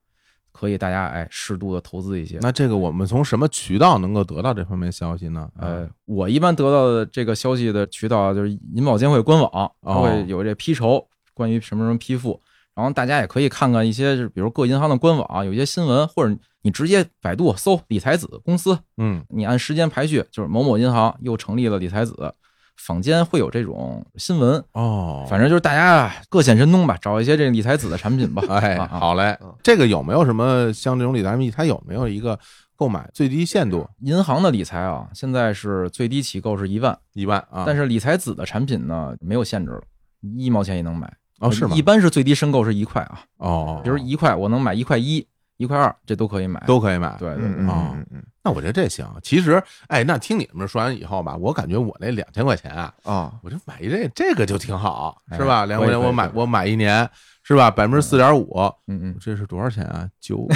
Speaker 3: 可以大家哎适度的投资一些。
Speaker 1: 那这个我们从什么渠道能够得到这方面消息呢？啊
Speaker 3: 呃，我一般得到的这个消息的渠道啊就是银保监会官网，它
Speaker 1: 哦
Speaker 3: 会有这批筹关于什么什么批复，然后大家也可以看看一些，就是比如各银行的官网、啊有一些新闻，或者你直接百度搜理财子公司，
Speaker 1: 嗯
Speaker 3: 你按时间排序，就是某某银行又成立了理财子，坊间会有这种新闻，
Speaker 1: 哦，。
Speaker 3: 反正就是大家各显神通吧，找一些这理财子的产品吧
Speaker 1: 哎，
Speaker 3: 啊啊
Speaker 1: 好嘞
Speaker 2: 嗯，
Speaker 1: 这个有没有什么像这种理财密，它有没有一个购买最低限度
Speaker 3: 银行的理财啊，现在是最低起购是一万，
Speaker 1: 一万啊？
Speaker 3: 但
Speaker 1: 是
Speaker 3: 是理财子的产品呢没有限制了，一毛钱也能买。
Speaker 1: 哦是吗
Speaker 3: 呃一？般是最低申购是一块啊，
Speaker 1: 哦，
Speaker 3: 比如一块，我能买一块一、一块二，这都可以买。
Speaker 1: 都可以买。，
Speaker 3: 对对
Speaker 2: 嗯
Speaker 3: 对
Speaker 2: 嗯
Speaker 1: 啊
Speaker 2: 嗯嗯
Speaker 1: 那我觉得这行。其实，哎，那听你们说完以后吧，我感觉我那两千块钱啊，
Speaker 2: 啊，
Speaker 1: 我就买一这这个就挺好，
Speaker 3: 哎
Speaker 1: 是吧？两千块钱
Speaker 3: 可以
Speaker 1: 我买
Speaker 3: 可以
Speaker 1: 我买一年，是吧？百分之四点五，
Speaker 3: 嗯嗯，
Speaker 1: 这是多少钱啊？九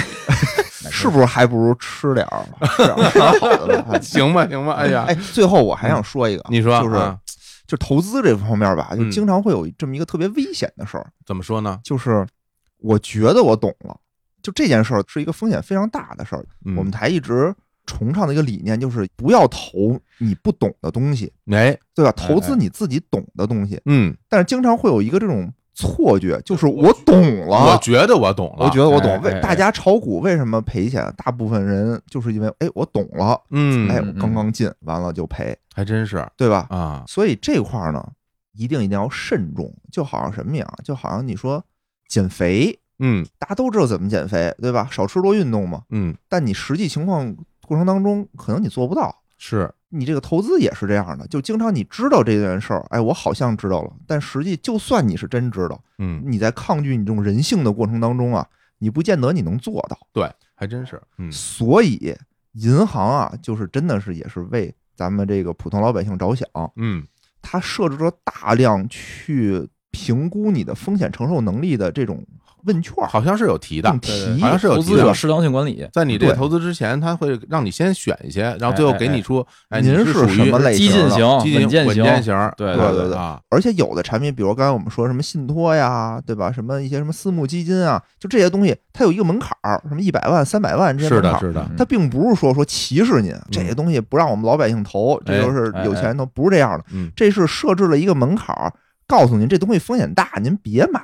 Speaker 2: 是不是还不如吃点儿？吃点儿吃点儿好的吧。
Speaker 1: 行吧行吧，哎呀嗯
Speaker 2: 哎，，最后我还想说一个，
Speaker 1: 你说
Speaker 2: 就是
Speaker 1: 啊
Speaker 2: 就投资这方面吧，就
Speaker 1: 嗯
Speaker 2: 经常会有这么一个特别危险的事儿，
Speaker 1: 怎么说呢？
Speaker 2: 就是我觉得我懂了，就这件事儿是一个风险非常大的事儿。
Speaker 1: 嗯
Speaker 2: 我们台一直崇尚的一个理念就是不要投你不懂的东西，
Speaker 1: 哎，
Speaker 2: 对吧？
Speaker 3: 哎
Speaker 2: 投资你自己懂的东西，
Speaker 1: 嗯，
Speaker 2: 但是经常会有一个这种错觉，就是我懂
Speaker 1: 我
Speaker 2: 了。
Speaker 1: 觉得我懂了，
Speaker 2: 我觉得我
Speaker 3: 哎
Speaker 2: 懂，
Speaker 3: 哎
Speaker 2: 为
Speaker 3: 哎
Speaker 2: 大家炒股为什么赔钱？大部分人就是因为，哎，我懂了，
Speaker 1: 嗯，
Speaker 2: 哎，
Speaker 3: 嗯
Speaker 2: 我刚刚进，完了就赔，
Speaker 1: 还真是
Speaker 2: 对吧？
Speaker 1: 啊，
Speaker 2: 所以这块儿呢，一定一定要慎重。就好像什么呀？就好像你说减肥，
Speaker 1: 嗯
Speaker 2: 大家都知道怎么减肥，对吧？少吃多运动嘛。
Speaker 1: 嗯，
Speaker 2: 但你实际情况过程当中，可能你做不到。
Speaker 1: 是，
Speaker 2: 你这个投资也是这样的，就经常你知道这件事儿，哎，我好像知道了，但实际就算你是真知道，
Speaker 1: 嗯，
Speaker 2: 你在抗拒你这种人性的过程当中啊，你不见得你能做到。
Speaker 1: 对，还真是，嗯
Speaker 2: 所以银行啊，就是真的是也是为咱们这个普通老百姓着想，
Speaker 1: 嗯
Speaker 2: 它设置了大量去评估你的风险承受能力的这种问卷儿，
Speaker 1: 好像是有提的
Speaker 2: 用，
Speaker 3: 对
Speaker 2: 题
Speaker 1: 好像是有
Speaker 3: 投
Speaker 1: 提
Speaker 3: 资者
Speaker 1: 的。
Speaker 3: 适当性管理，
Speaker 1: 在你这个
Speaker 2: 对
Speaker 1: 投资之前，他会让你先选一些，然后最后给你出，哎，
Speaker 2: 您
Speaker 1: 你
Speaker 2: 是
Speaker 1: 属
Speaker 2: 什
Speaker 1: 于
Speaker 2: 么类
Speaker 3: 激
Speaker 2: 型
Speaker 3: 进
Speaker 2: 的
Speaker 3: 型、
Speaker 1: 基金
Speaker 3: 稳健型，哎
Speaker 1: 健型儿，
Speaker 3: 对
Speaker 1: 对
Speaker 2: 对对
Speaker 1: 啊，
Speaker 2: 而且有的产品，比如刚才我们说什么信托呀，对吧？什么一些什么私募基金啊，就这些东西，它有一个门槛儿，什么一百万、三百万这些
Speaker 1: 是
Speaker 2: 门
Speaker 1: 的，
Speaker 2: 槛儿。
Speaker 1: 是的，
Speaker 2: 它并不是说说歧视您，这些东西不让我们老百姓投，
Speaker 1: 嗯哎
Speaker 2: 这就是有钱人投，不是这样的。
Speaker 1: 嗯，
Speaker 2: 这是设置了一个门槛儿，告诉您这东西风险大，您别买。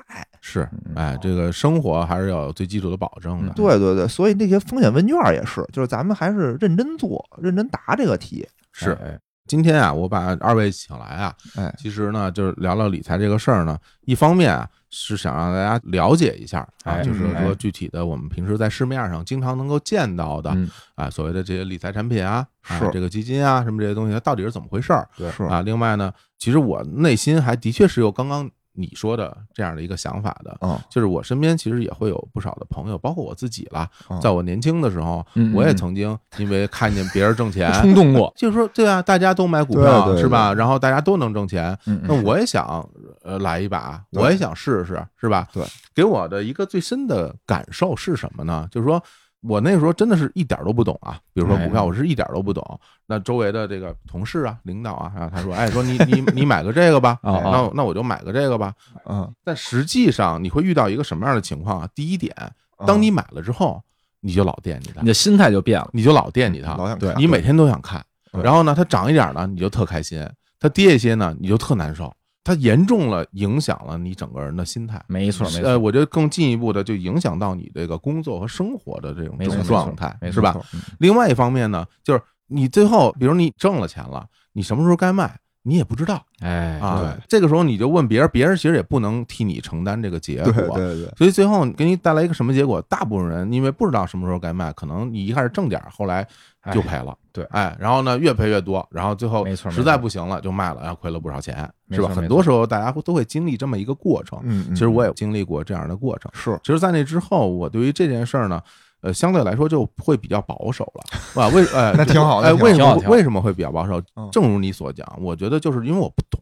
Speaker 1: 是，
Speaker 3: 嗯
Speaker 1: 哎，这个生活还是要有最基础的保证的，
Speaker 3: 嗯
Speaker 2: 对对对，所以那些风险问卷儿也是，就是咱们还是认真做，认真答这个题。
Speaker 1: 是
Speaker 3: 哎哎
Speaker 1: 今天啊，我把二位请来啊，
Speaker 2: 哎，
Speaker 1: 其实呢，就是聊聊理财这个事儿呢，一方面啊是想让大家了解一下啊，
Speaker 3: 哎
Speaker 1: 就是说
Speaker 3: 哎
Speaker 1: 具体的我们平时在市面上经常能够见到的
Speaker 3: 嗯
Speaker 1: 啊，所谓的这些理财产品啊，啊
Speaker 2: 是
Speaker 1: 这个基金啊，什么这些东西，它到底是怎么回事儿
Speaker 3: 对
Speaker 2: 是
Speaker 1: 啊？另外呢，其实我内心还的确是有刚刚你说的这样的一个想法的。
Speaker 2: 嗯，
Speaker 1: 就是我身边其实也会有不少的朋友，包括我自己啦
Speaker 2: 嗯。
Speaker 1: 在我年轻的时候
Speaker 3: 嗯，
Speaker 1: 我也
Speaker 3: 嗯，
Speaker 1: 曾经因为看见别人挣钱
Speaker 3: 冲 动过，
Speaker 1: 就是说，对啊，大家都买股
Speaker 2: 对对
Speaker 1: 票
Speaker 2: 对
Speaker 1: 是吧？然后大家都能挣钱，
Speaker 3: 嗯
Speaker 1: 那我也想呃来一把，
Speaker 2: 对
Speaker 1: 我也想试试，是吧？
Speaker 2: 对，
Speaker 1: 给我的一个最深的感受是什么呢？就是说我那时候真的是一点都不懂啊，比如说股票，我是一点都不懂。那周围的这个同事啊、领导啊，然后 他说：“哎，说你你你买个这个吧，
Speaker 3: 哦
Speaker 1: 哎
Speaker 3: 哦
Speaker 1: 那那我就买个这个吧。”
Speaker 2: 嗯，
Speaker 1: 但实际上你会遇到一个什么样的情况啊？第一点，
Speaker 2: 嗯
Speaker 1: 当你买了之后，你就老惦记它
Speaker 3: 你，的心态就变了。
Speaker 1: 你就老惦记它，
Speaker 2: 老想
Speaker 3: 对
Speaker 2: 看
Speaker 1: 你每天都想看，
Speaker 2: 对
Speaker 1: 然后呢，它涨一点呢，你就特开心；它跌一些呢，你就特难受。它严重了影响了你整个人的心态，
Speaker 3: 没错，没
Speaker 1: 呃，
Speaker 3: 错，
Speaker 1: 我觉得更进一步的就影响到你这个工作和生活的这种
Speaker 3: 没
Speaker 1: 这
Speaker 3: 错
Speaker 1: 种
Speaker 3: 没错
Speaker 1: 状态，
Speaker 3: 没错嗯
Speaker 1: 是吧？？另外一方面呢，就是你最后，比如你挣了钱了，你什么时候该卖，你也不知道
Speaker 3: 哎，
Speaker 1: 啊。这个时候你就问别人，别人其实也不能替你承担这个结
Speaker 2: 对
Speaker 1: 果。
Speaker 2: 对对，
Speaker 1: 所以最后给你带来一个什么结果？大部分人因为不知道什么时候该卖，可能你一开始挣点儿，后来就赔了。
Speaker 3: 对
Speaker 1: 哎，然后呢，越赔越多，然后最后
Speaker 3: 没错没
Speaker 1: 实在
Speaker 3: 错
Speaker 1: 不行了就卖了，然哎后亏了不少钱，
Speaker 3: 没
Speaker 1: 是吧？
Speaker 3: 错
Speaker 1: 很
Speaker 3: 没
Speaker 1: 多
Speaker 3: 错
Speaker 1: 时候大家会都会经历这么一个过程。
Speaker 2: 嗯，
Speaker 1: 其实我也经历过这样的过程。
Speaker 2: 是
Speaker 1: 其实，在那之后，我对于这件事儿呢，呃，相对来说就会比较保守了。 啊，为呃，
Speaker 2: 那挺好那
Speaker 1: 哎，
Speaker 2: 挺好
Speaker 1: 为什
Speaker 3: 挺好
Speaker 1: 么
Speaker 3: 挺好
Speaker 1: 为什么会比较保守
Speaker 2: 嗯？
Speaker 1: 正如你所讲，我觉得就是因为我不懂，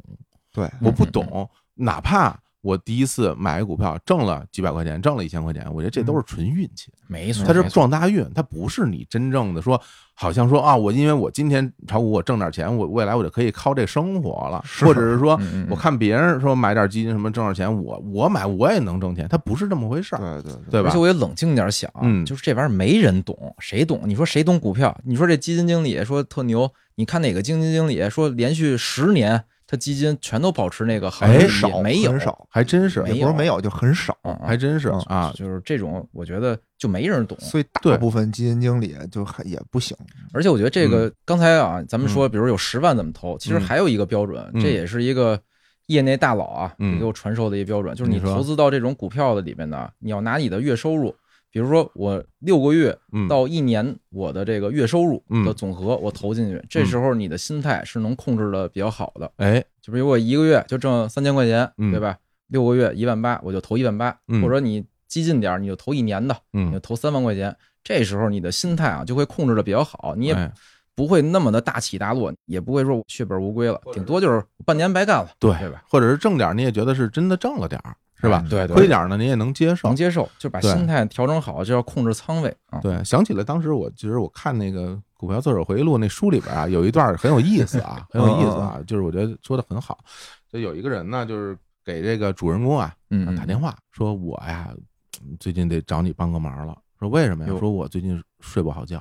Speaker 2: 对，
Speaker 1: 我
Speaker 3: 嗯
Speaker 1: 不懂，哪怕我第一次买股票挣了几百块钱，挣了一千块钱，我觉得这都是纯运气，
Speaker 3: 没错，
Speaker 1: 它是
Speaker 3: 嗯没错
Speaker 1: 撞大运，它不是你真正的说，好像说啊，我因为我今天炒股我挣点钱，我未来我就可以靠这生活了，
Speaker 2: 是
Speaker 1: 或者是说
Speaker 3: 嗯嗯嗯
Speaker 1: 我看别人说买点基金什么挣点钱，我我买我也能挣钱，它不是这么回事儿，
Speaker 2: 对对对，
Speaker 1: 对
Speaker 3: 而
Speaker 1: 吧
Speaker 3: 且？我也冷静点想，啊
Speaker 1: 嗯
Speaker 3: 就是这玩意儿没人懂，谁懂？你说谁懂股票？你说这基金经理说特牛，你看哪个基金经理说连续十年他基金全都保持那个行
Speaker 1: 哎
Speaker 3: 情
Speaker 2: 很少
Speaker 3: 没有
Speaker 2: 很，少，
Speaker 1: 还真是，
Speaker 3: 没
Speaker 2: 也不是没有，就很少。
Speaker 3: 嗯，
Speaker 1: 还真是
Speaker 2: 嗯
Speaker 1: 啊，
Speaker 3: 就是这种，我觉得就没人懂。
Speaker 2: 所以
Speaker 1: 嗯对
Speaker 2: 大部分基金经理就还也不行，
Speaker 3: 而且我觉得这
Speaker 1: 嗯
Speaker 3: 个刚才啊，咱们说，比如有十万怎么投，其实还有一个标准，
Speaker 1: 嗯
Speaker 3: 这也是一个业内大佬啊
Speaker 1: 嗯
Speaker 3: 给我传授的一个标准，就是
Speaker 1: 你
Speaker 3: 你
Speaker 1: 说
Speaker 3: 投资到这种股票的里面呢，你要拿你的月收入，比如说我六个月
Speaker 1: 嗯，
Speaker 3: 到一年我的这个月收入
Speaker 1: 嗯
Speaker 3: 的总和，我投进去，这时候你的心态是能控制的比较好的。
Speaker 1: 哎，
Speaker 3: 就比如我一个月就挣三千块钱，
Speaker 1: 嗯
Speaker 3: 对吧？六个月一万八，我就投一万八，
Speaker 1: 嗯
Speaker 3: 或者说你激进点儿，你就投一年的，你就
Speaker 1: 嗯，
Speaker 3: 投三万块钱。这时候你的心态啊就会控制的比较好，你也
Speaker 1: 哎
Speaker 3: 不会那么的大起大落，也不会说血本无归了，顶多就是半年白干了，
Speaker 1: 对
Speaker 3: 对吧？
Speaker 1: 或者是挣点儿，你也觉得是真的挣了点儿，是吧？
Speaker 3: 对
Speaker 1: 亏点儿呢，你也能接受
Speaker 3: 能。接受，就把
Speaker 1: 对
Speaker 3: 心态调整好，就要控制仓位啊。
Speaker 1: 对，想起来当时我其实我看那个《股票作手回忆录》那书里边啊，有一段很有意思啊，很有意思
Speaker 3: 嗯
Speaker 1: 啊，就是我觉得说的很好。就有一个人呢，就是给这个主人公啊
Speaker 3: 嗯，嗯
Speaker 1: 打电话说：“我呀，最近得找你帮个忙了。”说为什么呀？
Speaker 3: 哟
Speaker 1: 说我最近睡不好觉。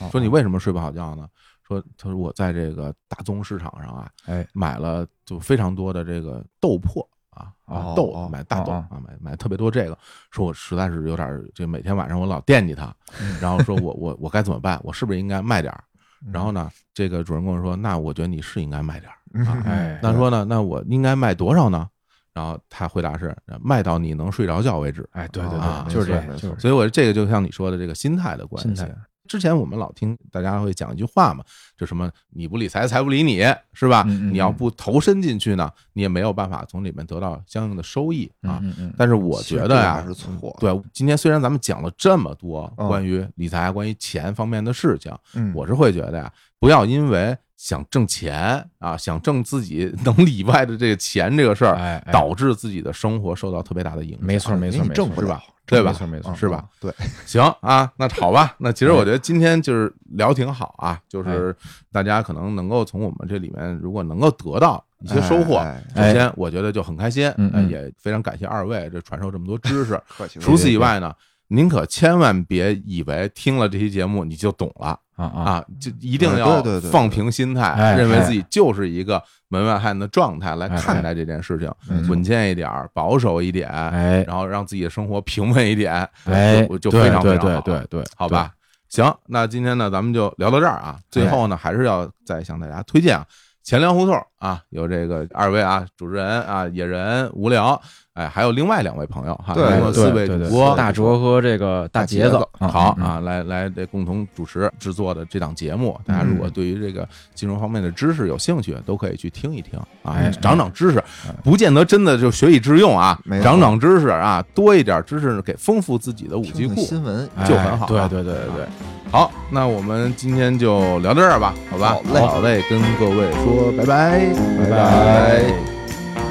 Speaker 3: 哦
Speaker 1: 说你为什么睡不好觉呢？说他说我在这个大宗市场上啊，
Speaker 3: 哎，
Speaker 1: 买了就非常多的这个豆粕啊，啊
Speaker 2: 哦
Speaker 1: 豆
Speaker 2: 哦
Speaker 1: 买大豆
Speaker 3: 哦
Speaker 1: 啊，买买特别多这个，说我实在是有点儿这每天晚上我老惦记它，然后说我我我该怎么办？我是不是应该卖点儿？
Speaker 2: 嗯
Speaker 1: 然后呢，这个主人公说，那我觉得你是应该卖点儿。
Speaker 2: 嗯
Speaker 1: 啊
Speaker 3: 哎
Speaker 1: 那说呢，那我应该卖多少呢？然后他回答是呃卖到你能睡着觉为止。
Speaker 3: 哎，对对
Speaker 1: 啊
Speaker 3: 对，就是这
Speaker 2: 没
Speaker 3: 样，
Speaker 2: 错
Speaker 3: 就是
Speaker 2: 没错
Speaker 1: 所以，我这个就像你说的这个心态的关
Speaker 3: 心
Speaker 1: 系啊
Speaker 3: 态。
Speaker 1: 之前我们老听大家会讲一句话嘛，就什么你不理财，财不理你，是吧？
Speaker 3: 嗯嗯嗯
Speaker 1: 你要不投身进去呢，你也没有办法从里面得到相应的收益啊。
Speaker 3: 嗯嗯嗯，
Speaker 1: 但是我
Speaker 2: 其实
Speaker 1: 觉
Speaker 2: 这
Speaker 1: 得
Speaker 2: 个
Speaker 1: 呀
Speaker 2: 还，是错，
Speaker 1: 对，今天虽然咱们讲了这么多
Speaker 2: 嗯
Speaker 1: 关于理财、关于钱方面的事情，
Speaker 2: 嗯，
Speaker 1: 我是会觉得呀，不要因为想挣钱啊，想挣自己能力以外的这个钱这个事儿，
Speaker 3: 哎，哎
Speaker 1: 导致自己的生活受到特别大的影响。
Speaker 3: 没错没错没
Speaker 2: 你
Speaker 3: 错，
Speaker 2: 挣不
Speaker 1: 是
Speaker 2: 了
Speaker 1: 吧？对吧
Speaker 3: 没？错没错
Speaker 2: 嗯
Speaker 1: 是吧？
Speaker 2: 嗯对，
Speaker 1: 行啊，那好吧，那其实
Speaker 3: 哎
Speaker 1: 我觉得今天就是聊挺好啊，就是大家可能能够从我们这里面，如果能够得到一些收获
Speaker 2: 哎，
Speaker 1: 首
Speaker 3: 哎
Speaker 1: 先我觉得就很开心，
Speaker 3: 嗯
Speaker 1: 呃
Speaker 3: 嗯
Speaker 1: 也非常感谢二位这传授这么多知识。
Speaker 2: 客气了
Speaker 1: 除此以外呢，您可千万别以为听了这期节目你就懂了
Speaker 3: 啊啊，
Speaker 1: 啊，就一定要
Speaker 2: 对对对对
Speaker 1: 放平心态，
Speaker 3: 哎
Speaker 1: 认为自己就是一个门外汉的状态来
Speaker 3: 哎
Speaker 1: 看待这件事情
Speaker 2: 没，错
Speaker 1: 稳健一点儿，保守一点，
Speaker 3: 哎
Speaker 1: 然后让自己的生活平稳一点，
Speaker 3: 哎，
Speaker 1: 就就非常
Speaker 3: 对
Speaker 1: 非常
Speaker 3: 对
Speaker 1: 好
Speaker 3: 对对，
Speaker 1: 好吧？行，那今天呢，咱们就聊到这儿啊。最后
Speaker 5: 哎
Speaker 1: 呢，还是要再向大家推荐啊，钱粮胡同啊，有这个二位啊，主持人啊，野人无聊，哎，还有另外两位朋友哈，
Speaker 5: 对
Speaker 1: 还有四位主播，
Speaker 3: 大哲和这个大嗯杰
Speaker 1: 节
Speaker 3: 子
Speaker 1: 奏，好啊，来来，这共同主持制作的这档节目，大家如
Speaker 5: 嗯
Speaker 1: 果对于这个金融方面的知识有兴趣，都可以去听一听啊，长长知识，不见得真的就学以致用啊
Speaker 5: 没，错
Speaker 1: 长长知识啊，多一点知识给丰富自己的武器
Speaker 5: 听听
Speaker 1: 库
Speaker 5: 新闻，
Speaker 3: 嗯
Speaker 1: 就
Speaker 3: 哎
Speaker 1: 很好啊。
Speaker 6: 对对对对对。
Speaker 1: 好，那我们今天就聊到这儿吧，好吧？
Speaker 5: 好嘞
Speaker 1: 好嘞，跟各位说拜拜，拜
Speaker 5: 拜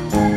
Speaker 1: 拜